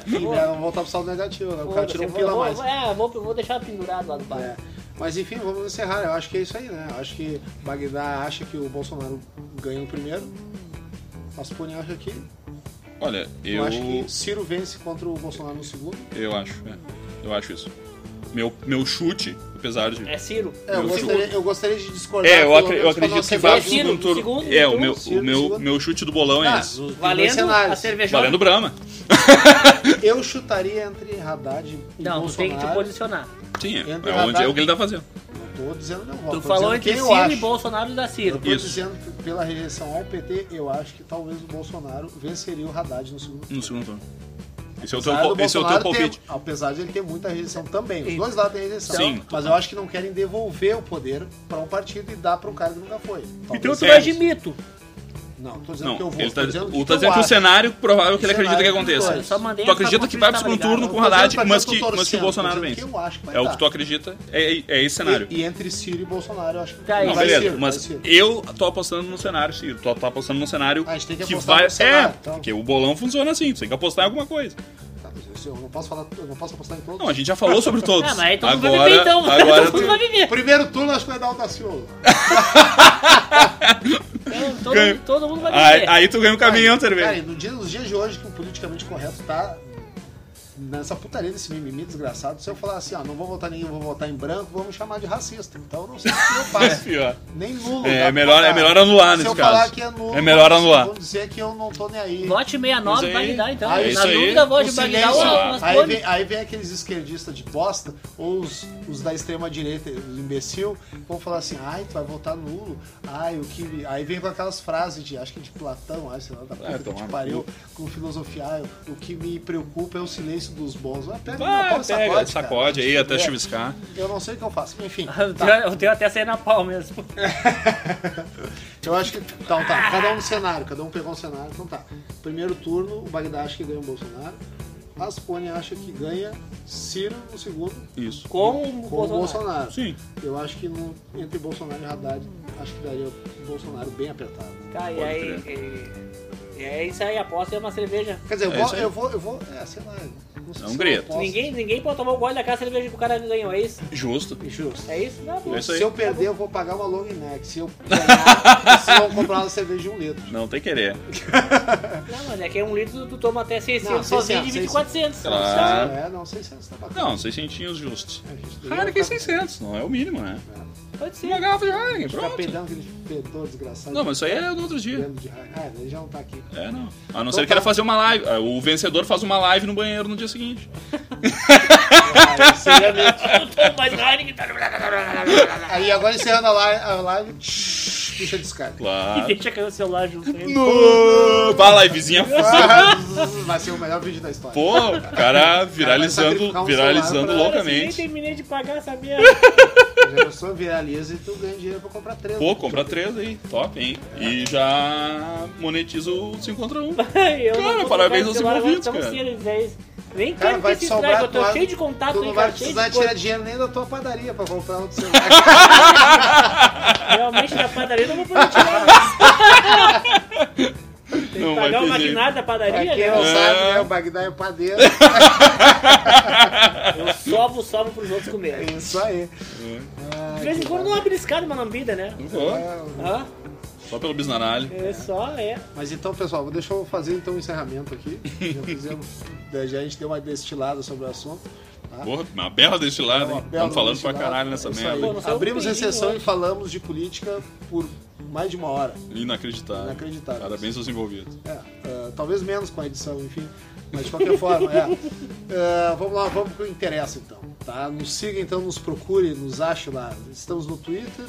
[SPEAKER 2] Ih, vamos voltar pro saldo negativo, né? o cara
[SPEAKER 3] Foda-se,
[SPEAKER 2] tirou
[SPEAKER 3] eu
[SPEAKER 2] um
[SPEAKER 3] vou-
[SPEAKER 2] pila
[SPEAKER 3] eu
[SPEAKER 2] a
[SPEAKER 3] vou-
[SPEAKER 2] mais.
[SPEAKER 3] É, eu vou, eu vou deixar pendurado lá do bar.
[SPEAKER 2] É. Mas enfim, vamos encerrar. Eu acho que é isso aí, né? Eu acho que Bagdá acha que o Bolsonaro ganha no primeiro. Pasponi acha que.
[SPEAKER 4] Olha,
[SPEAKER 2] Eu...
[SPEAKER 4] eu.
[SPEAKER 2] acho que Ciro vence contra o Bolsonaro no segundo.
[SPEAKER 4] Eu acho, é. Eu acho isso. Meu, meu chute, apesar de.
[SPEAKER 3] É Ciro.
[SPEAKER 2] É, eu
[SPEAKER 4] No
[SPEAKER 2] gostaria, eu gostaria de discordar.
[SPEAKER 4] É, eu,
[SPEAKER 2] pelo
[SPEAKER 4] acre- eu
[SPEAKER 2] menos, pra não
[SPEAKER 4] acredito que
[SPEAKER 2] ser
[SPEAKER 4] vá
[SPEAKER 3] vai-
[SPEAKER 2] mais-
[SPEAKER 4] pro
[SPEAKER 3] Ciro,
[SPEAKER 4] segundo turno.
[SPEAKER 3] segundo,
[SPEAKER 4] É, o
[SPEAKER 3] então,
[SPEAKER 4] meu,
[SPEAKER 2] Ciro,
[SPEAKER 4] o meu,
[SPEAKER 2] segundo.
[SPEAKER 4] meu chute do bolão é
[SPEAKER 2] Ah,
[SPEAKER 4] esse.
[SPEAKER 2] os- os dois
[SPEAKER 3] Valendo
[SPEAKER 2] cenários.
[SPEAKER 3] a cerveja.
[SPEAKER 4] Valendo Brahma.
[SPEAKER 2] Eu chutaria entre Haddad e
[SPEAKER 3] Não, tu tem
[SPEAKER 2] Bolsonaro.
[SPEAKER 3] que te posicionar.
[SPEAKER 4] Sim, é,
[SPEAKER 2] Entre
[SPEAKER 4] é onde, é o que ele tá fazendo.
[SPEAKER 2] Não tô dizendo meu voto.
[SPEAKER 3] Tu
[SPEAKER 2] tô
[SPEAKER 3] falou
[SPEAKER 2] dizendo
[SPEAKER 3] entre
[SPEAKER 2] quem eu
[SPEAKER 3] Ciro e
[SPEAKER 2] acho.
[SPEAKER 3] Bolsonaro da
[SPEAKER 2] Eu
[SPEAKER 3] Ciro.
[SPEAKER 2] tô
[SPEAKER 4] Isso.
[SPEAKER 2] dizendo que pela rejeição ao PT, eu acho que talvez o Bolsonaro venceria o Haddad no segundo
[SPEAKER 4] No segundo turno. Esse é o teu,
[SPEAKER 2] Apesar
[SPEAKER 4] pal-
[SPEAKER 2] do
[SPEAKER 4] esse é o teu
[SPEAKER 2] Bolsonaro
[SPEAKER 4] palpite.
[SPEAKER 2] ter- apesar de ele ter muita rejeição também. Os
[SPEAKER 3] Então,
[SPEAKER 2] dois lados têm rejeição.
[SPEAKER 4] Sim.
[SPEAKER 2] Mas eu acho que não querem devolver o poder pra um partido e dar pra um cara que nunca foi. Talvez-
[SPEAKER 3] Então tu
[SPEAKER 4] Sério.
[SPEAKER 3] é de mito.
[SPEAKER 2] Não, tô dizendo
[SPEAKER 4] Não,
[SPEAKER 2] que eu vou.
[SPEAKER 4] ele tá,
[SPEAKER 2] tô dizendo
[SPEAKER 4] o
[SPEAKER 2] que
[SPEAKER 4] tá
[SPEAKER 2] eu
[SPEAKER 4] dizendo que o
[SPEAKER 2] acho.
[SPEAKER 4] cenário provável que ele
[SPEAKER 2] Cenário
[SPEAKER 4] acredita que
[SPEAKER 2] dos
[SPEAKER 4] aconteça.
[SPEAKER 2] um dois.
[SPEAKER 3] Só mandei
[SPEAKER 4] Tu
[SPEAKER 3] essa
[SPEAKER 4] acredita que vai pro segundo
[SPEAKER 3] palpite, tá
[SPEAKER 4] turno
[SPEAKER 3] ligado?
[SPEAKER 4] com o
[SPEAKER 2] Tô dizendo
[SPEAKER 4] Haddad,
[SPEAKER 2] pra quem
[SPEAKER 4] mas
[SPEAKER 2] eu tô
[SPEAKER 4] que, mas que o
[SPEAKER 2] torcendo,
[SPEAKER 4] Bolsonaro
[SPEAKER 2] tô dizendo
[SPEAKER 4] vence.
[SPEAKER 2] que eu acho que vai
[SPEAKER 4] É o
[SPEAKER 2] dar.
[SPEAKER 4] que tu acredita, é, é- é esse cenário.
[SPEAKER 2] E, e entre Ciro e Bolsonaro, eu acho que
[SPEAKER 3] Tá,
[SPEAKER 4] Não,
[SPEAKER 3] vai
[SPEAKER 4] beleza,
[SPEAKER 2] Ciro,
[SPEAKER 4] mas
[SPEAKER 2] vai Ciro.
[SPEAKER 4] eu tô apostando num cenário, Ciro. Tu tá apostando num cenário
[SPEAKER 2] Ah, a gente tem que apostar
[SPEAKER 4] vai.
[SPEAKER 2] num cenário,
[SPEAKER 4] é,
[SPEAKER 2] então.
[SPEAKER 4] porque o bolão funciona assim, tu tem que apostar em alguma coisa.
[SPEAKER 2] Tá, mas eu não posso falar, eu não posso apostar em todos.
[SPEAKER 4] Não, a gente já falou sobre todos.
[SPEAKER 3] Ah, mas aí todo mundo
[SPEAKER 4] agora,
[SPEAKER 3] vai viver então.
[SPEAKER 4] Agora
[SPEAKER 3] Todo mundo vai viver.
[SPEAKER 2] Primeiro turno, acho que vai dar o Daciolo.
[SPEAKER 3] Então, todo,
[SPEAKER 4] Ganho.
[SPEAKER 3] todo mundo vai
[SPEAKER 4] aí,
[SPEAKER 3] viver.
[SPEAKER 4] aí tu ganha um caminhão,
[SPEAKER 2] Cara, e
[SPEAKER 4] cerveja.
[SPEAKER 2] no dia, nos dias de hoje que o politicamente correto tá nessa putaria desse mimimi desgraçado, se eu falar assim, ó, não vou votar em ninguém, vou votar em branco, vão me chamar de racista. Então eu não sei o que eu
[SPEAKER 4] É
[SPEAKER 2] faço.
[SPEAKER 4] pior.
[SPEAKER 2] Nem nulo.
[SPEAKER 4] É,
[SPEAKER 2] dá pra
[SPEAKER 4] melhor-
[SPEAKER 2] votar.
[SPEAKER 4] é melhor anular
[SPEAKER 2] se
[SPEAKER 4] nesse
[SPEAKER 2] eu falar
[SPEAKER 4] caso.
[SPEAKER 2] que é nulo,
[SPEAKER 4] É melhor
[SPEAKER 2] vão-
[SPEAKER 4] anular.
[SPEAKER 2] Vão dizer que eu não tô nem aí.
[SPEAKER 3] Vote 69
[SPEAKER 4] Mas
[SPEAKER 3] vai
[SPEAKER 4] aí-
[SPEAKER 3] dar, então.
[SPEAKER 4] aí
[SPEAKER 3] Na
[SPEAKER 4] isso aí-
[SPEAKER 3] dúvida, vote
[SPEAKER 2] O
[SPEAKER 3] Bagdá ou
[SPEAKER 2] silêncio,
[SPEAKER 3] algumas
[SPEAKER 2] aí,
[SPEAKER 3] coisas.
[SPEAKER 2] vem, aí vem aqueles esquerdistas de bosta, ou os, os da extrema direita, os imbecil, vão falar assim, ai, tu vai votar nulo, ai, o que. Aí vem com aquelas frases de, acho que é de Platão, ai, sei lá, da puta que
[SPEAKER 4] É, tomar
[SPEAKER 2] te
[SPEAKER 4] no
[SPEAKER 2] pariu, com filosofia, ai, o que me preocupa é o silêncio dos bons. Ah, pega,
[SPEAKER 4] Vai,
[SPEAKER 2] meu pau e
[SPEAKER 4] pega,
[SPEAKER 2] sacode,
[SPEAKER 4] sacode,
[SPEAKER 2] cara.
[SPEAKER 4] aí até
[SPEAKER 2] É,
[SPEAKER 4] chuviscar.
[SPEAKER 2] Eu não sei o que eu faço. Enfim,
[SPEAKER 3] Eu
[SPEAKER 2] tá.
[SPEAKER 3] tenho- Eu tenho até sair na pau mesmo.
[SPEAKER 2] Eu acho que. Então tá, cada um no cenário, cada um pegou um cenário, então tá. Primeiro turno, o Bagdá acha que ganha o Bolsonaro. Aspone acha que ganha Ciro no segundo
[SPEAKER 4] Isso.
[SPEAKER 3] Com o
[SPEAKER 2] com o
[SPEAKER 3] Bolsonaro.
[SPEAKER 2] Bolsonaro.
[SPEAKER 4] Sim.
[SPEAKER 2] Eu acho que no- entre Bolsonaro e Haddad, acho que daria o Bolsonaro bem apertado.
[SPEAKER 3] Tá, e
[SPEAKER 4] Pode
[SPEAKER 3] aí. E, e é isso aí, aposta é uma cerveja.
[SPEAKER 2] Quer dizer, eu,
[SPEAKER 4] É
[SPEAKER 2] vou,
[SPEAKER 4] isso aí.
[SPEAKER 2] eu vou, eu vou, é, sei lá, eu bagunça.
[SPEAKER 4] É um grito.
[SPEAKER 2] Posso.
[SPEAKER 3] Ninguém, ninguém pode tomar o gole da casa cerveja que o cara ganhou, é isso?
[SPEAKER 4] Justo.
[SPEAKER 2] Justo.
[SPEAKER 3] É isso? Não,
[SPEAKER 4] É isso aí.
[SPEAKER 2] Se eu perder, eu vou pagar uma long neck. Se eu ganhar, se eu vou comprar uma cerveja de um litro.
[SPEAKER 4] Não tem querer.
[SPEAKER 3] não, mas é que é um litro, tu toma até 600
[SPEAKER 2] Não,
[SPEAKER 3] sozinho
[SPEAKER 2] 600,
[SPEAKER 3] e divide 400.
[SPEAKER 4] Claro.
[SPEAKER 2] É, não, 600 tá bacana.
[SPEAKER 4] Não, 600 justos.
[SPEAKER 2] A gente devia
[SPEAKER 4] Heineken é
[SPEAKER 2] ficar-
[SPEAKER 4] 600, não é o mínimo, né?
[SPEAKER 3] Tá, Pode ser.
[SPEAKER 4] Uma garrafa de Heineken,
[SPEAKER 2] Ficar
[SPEAKER 4] pronto.
[SPEAKER 2] peidando aquele fedor desgraçado.
[SPEAKER 4] Não, mas isso aí é do outro dia.
[SPEAKER 2] Lembro de raio. Ah, ele já não tá aqui.
[SPEAKER 4] É, não. A não
[SPEAKER 2] Então
[SPEAKER 4] ser que
[SPEAKER 2] tá.
[SPEAKER 4] queira fazer uma live. Ah, O vencedor faz uma live no banheiro no dia seguinte.
[SPEAKER 2] Ah, seriamente.
[SPEAKER 3] Mas Heineken tá...
[SPEAKER 2] Aí agora encerrando a live, a live puxa a descarga.
[SPEAKER 4] Claro.
[SPEAKER 5] Deixa cair o celular junto aí.
[SPEAKER 4] No... Vai, livezinha.
[SPEAKER 2] Hum, Vai ser o melhor vídeo da história.
[SPEAKER 4] Pô, o cara viralizando,
[SPEAKER 2] sacrificar um
[SPEAKER 4] viralizando
[SPEAKER 2] celular
[SPEAKER 3] Cara, assim, nem
[SPEAKER 4] loucamente.
[SPEAKER 3] terminei de pagar essa merda.
[SPEAKER 2] Já pensou, viraliza e tu ganha dinheiro pra comprar três. né?
[SPEAKER 4] Pô, compra três aí, top, hein? E já monetiza o 5 contra 1.
[SPEAKER 3] Eu não
[SPEAKER 4] Cara,
[SPEAKER 3] vou
[SPEAKER 4] parabéns
[SPEAKER 3] trocar
[SPEAKER 4] aos
[SPEAKER 3] de celular agora
[SPEAKER 4] envolvidos,
[SPEAKER 3] tão
[SPEAKER 4] cara.
[SPEAKER 3] cedo, eles é isso. Nem
[SPEAKER 2] Cara,
[SPEAKER 3] quero que
[SPEAKER 2] vai te
[SPEAKER 3] se
[SPEAKER 2] sobrar
[SPEAKER 3] estrague, eu tô
[SPEAKER 2] tu-
[SPEAKER 3] cheio de contato
[SPEAKER 2] Tu
[SPEAKER 3] aí,
[SPEAKER 2] não
[SPEAKER 3] cara,
[SPEAKER 2] vai
[SPEAKER 3] cheio
[SPEAKER 2] precisar
[SPEAKER 3] de
[SPEAKER 2] tirar
[SPEAKER 3] coisa.
[SPEAKER 2] dinheiro nem da tua padaria pra comprar outro celular.
[SPEAKER 3] Realmente da padaria eu não vou poder tirar, mas
[SPEAKER 4] Não vai
[SPEAKER 3] pagar o
[SPEAKER 4] ter jeito.
[SPEAKER 3] maquinário da padaria,
[SPEAKER 2] pra quem não
[SPEAKER 4] É.
[SPEAKER 3] né?
[SPEAKER 2] sabe, né, o Bagdá é o padeiro.
[SPEAKER 3] Eu sovo, sovo pros outros comerem.
[SPEAKER 2] É isso aí.
[SPEAKER 3] De vez em quando não abre escada uma lambida, né?
[SPEAKER 4] Não vou,
[SPEAKER 2] Uhum.
[SPEAKER 3] Ah,
[SPEAKER 4] Só pelo bisnaralho.
[SPEAKER 3] é só, é.
[SPEAKER 2] Mas então, pessoal, vou- deixa eu fazer então o encerramento aqui. Já fizemos, já a gente deu uma destilada sobre o assunto.
[SPEAKER 4] Porra, uma bela destilada, hein?
[SPEAKER 2] Tá? É bela
[SPEAKER 4] Estamos falando pra
[SPEAKER 2] destilada,
[SPEAKER 4] caralho nessa
[SPEAKER 2] é isso
[SPEAKER 4] merda.
[SPEAKER 2] aí.
[SPEAKER 3] Pô, não saiu
[SPEAKER 2] Abrimos
[SPEAKER 3] um peidinho
[SPEAKER 2] exceção
[SPEAKER 3] hoje.
[SPEAKER 2] e falamos de política por mais de uma hora.
[SPEAKER 4] Inacreditável.
[SPEAKER 2] Inacreditável.
[SPEAKER 4] Parabéns aos envolvidos.
[SPEAKER 2] É, ah, talvez menos com a edição, enfim. Mas de qualquer forma, é. Ah, vamos lá, vamos pro que interessa então. Tá? Nos siga então, nos procure, nos ache lá. Estamos no Twitter,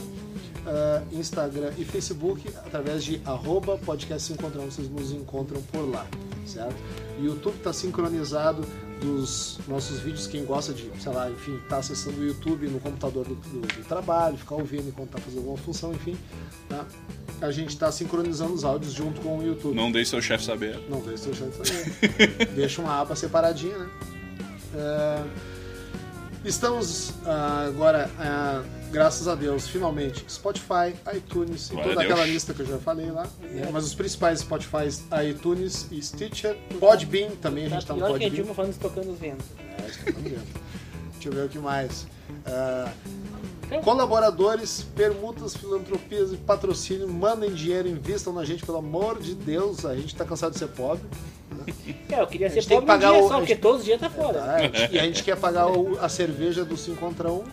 [SPEAKER 2] ah, Instagram e Facebook, através de arroba podcast se encontram, vocês nos encontram por lá, certo? O YouTube está sincronizado dos nossos vídeos, quem gosta de, sei lá, enfim, tá acessando o YouTube no computador do, do- do trabalho, ficar ouvindo enquanto tá fazendo alguma função, enfim. tá? A gente está sincronizando os áudios junto com o YouTube.
[SPEAKER 4] Não deixe seu chefe saber.
[SPEAKER 2] Não deixa seu chance saber. deixa uma aba separadinha, né? É, Estamos ah, agora, ah, graças a Deus, finalmente, Spotify, iTunes e
[SPEAKER 4] Glória
[SPEAKER 2] toda
[SPEAKER 4] a Deus.
[SPEAKER 2] aquela lista que eu já falei lá. né? Mas os principais Spotify, iTunes e Stitcher. Podbean também, a gente tá
[SPEAKER 3] Tá
[SPEAKER 2] no
[SPEAKER 3] pior que a
[SPEAKER 2] Podbean.
[SPEAKER 3] Dilma falando tocando os ventos.
[SPEAKER 2] É, isso que eu tô vendo. Deixa eu ver o que mais. Ah,
[SPEAKER 3] Então,
[SPEAKER 2] colaboradores, permutas, filantropias e patrocínio, mandem dinheiro, invistam na gente, pelo amor de Deus, a gente tá cansado de ser pobre.
[SPEAKER 3] É, eu queria
[SPEAKER 2] A gente
[SPEAKER 3] ser
[SPEAKER 2] tem
[SPEAKER 3] pobre
[SPEAKER 2] que
[SPEAKER 3] um
[SPEAKER 2] pagar
[SPEAKER 3] dia
[SPEAKER 2] o-
[SPEAKER 3] só,
[SPEAKER 2] a
[SPEAKER 3] porque
[SPEAKER 2] gente-
[SPEAKER 3] todos os dias tá fora.
[SPEAKER 2] tá? E a gente quer pagar o- a cerveja do 5 contra 1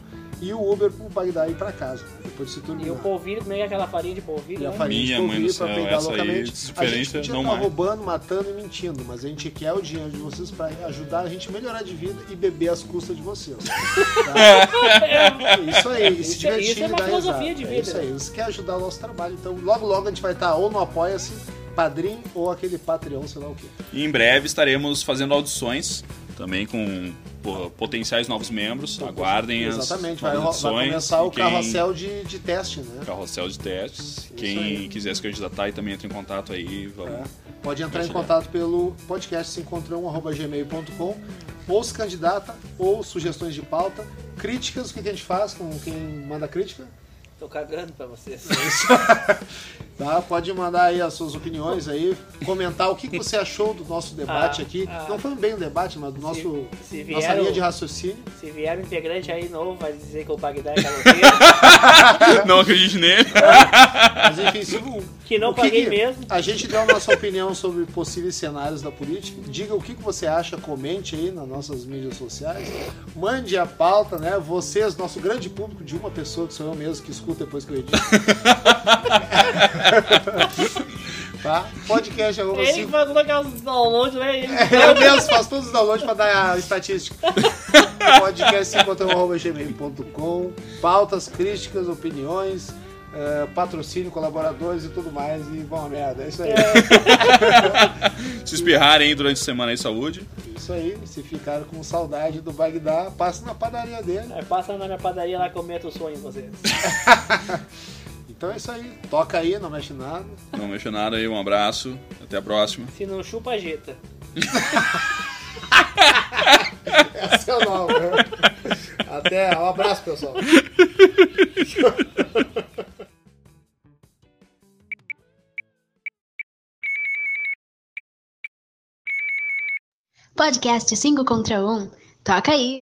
[SPEAKER 2] e o Uber pro Bagdá ir pra casa, depois se
[SPEAKER 3] E o
[SPEAKER 2] turminar.
[SPEAKER 3] polvilho, como é que é aquela farinha de polvilho?
[SPEAKER 2] E a
[SPEAKER 3] né?
[SPEAKER 2] farinha
[SPEAKER 4] Minha
[SPEAKER 2] de
[SPEAKER 4] mãe do
[SPEAKER 2] polvilho pra
[SPEAKER 4] céu,
[SPEAKER 2] peidar
[SPEAKER 4] essa aí,
[SPEAKER 3] é
[SPEAKER 2] loucamente. A gente
[SPEAKER 4] diferença,
[SPEAKER 2] podia
[SPEAKER 4] não
[SPEAKER 2] tá
[SPEAKER 4] mais.
[SPEAKER 2] roubando, matando e mentindo, mas a gente quer o dinheiro de vocês pra ajudar a gente a melhorar de vida e beber às custas de vocês. Tá? Isso aí, e se
[SPEAKER 3] Isso-
[SPEAKER 2] divertir
[SPEAKER 3] isso é
[SPEAKER 2] e
[SPEAKER 3] uma
[SPEAKER 2] dar
[SPEAKER 3] filosofia
[SPEAKER 2] risada.
[SPEAKER 3] de
[SPEAKER 2] É
[SPEAKER 3] vida. né?
[SPEAKER 2] isso aí, isso quer ajudar o nosso trabalho. Então, logo, logo a gente vai estar ou no Apoia-se, Padrim ou aquele Patreon, sei lá o quê.
[SPEAKER 4] E em breve estaremos fazendo audições também com pô, potenciais novos membros. Aguardem as
[SPEAKER 2] Então, Exatamente, vai, ro- vai
[SPEAKER 4] audições.
[SPEAKER 2] começar o
[SPEAKER 4] E quem-
[SPEAKER 2] carrossel de, de teste, né?
[SPEAKER 4] Carrossel de testes.
[SPEAKER 2] aí.
[SPEAKER 4] Quem quiser se candidatar e também entra em contato aí.
[SPEAKER 2] É.
[SPEAKER 4] Vamos.
[SPEAKER 2] Pode entrar
[SPEAKER 4] Pode
[SPEAKER 2] em
[SPEAKER 4] chegar.
[SPEAKER 2] contato pelo podcast se encontrão, arroba gmail.com ou se candidata, ou sugestões de pauta, críticas, o que que a gente faz com quem manda crítica,
[SPEAKER 3] Tô cagando pra vocês.
[SPEAKER 2] tá? Pode mandar aí as suas opiniões aí, comentar o que, que você achou do nosso debate
[SPEAKER 3] Ah,
[SPEAKER 2] aqui.
[SPEAKER 3] ah.
[SPEAKER 2] Não foi bem um debate, mas do nosso
[SPEAKER 3] se vier
[SPEAKER 2] nossa linha
[SPEAKER 3] o-
[SPEAKER 2] de raciocínio.
[SPEAKER 3] Se vier um integrante aí novo, vai dizer que o Bagdá é caloteiro.
[SPEAKER 2] É.
[SPEAKER 4] Não acredite nele.
[SPEAKER 2] Mas enfim, se o-
[SPEAKER 3] Que não
[SPEAKER 2] o
[SPEAKER 3] paguei mesmo.
[SPEAKER 2] A gente deu a nossa opinião sobre possíveis cenários da política. Diga o que, que você acha, comente aí nas nossas mídias sociais. Mande a pauta, né? Vocês, nosso grande público de uma pessoa, que sou eu mesmo, que escuta depois que eu edito. tá? Podcast arroba
[SPEAKER 3] Ele
[SPEAKER 2] cinco-
[SPEAKER 3] que faz aqueles downloads, né? Ele
[SPEAKER 2] eu mesmo faço todos os downloads pra dar a estatística. Podcast gmail.com Pautas, críticas, opiniões, eh, patrocínio, colaboradores e tudo mais. E vão a merda. É isso aí.
[SPEAKER 4] Se espirrarem aí durante a semana aí, saúde.
[SPEAKER 2] Isso aí. Se ficaram com saudade do Bagdá, passa na padaria dele.
[SPEAKER 3] Aí passa na minha padaria lá e comenta o sonho em vocês.
[SPEAKER 2] Então é isso aí. Toca aí, não mexe nada.
[SPEAKER 4] Não mexa nada aí, um abraço. Até a próxima.
[SPEAKER 3] Se não chupa, ajeita.
[SPEAKER 2] Essa é o nome. né? Até. Um abraço, pessoal.
[SPEAKER 6] Podcast 5 contra 1. Toca aí!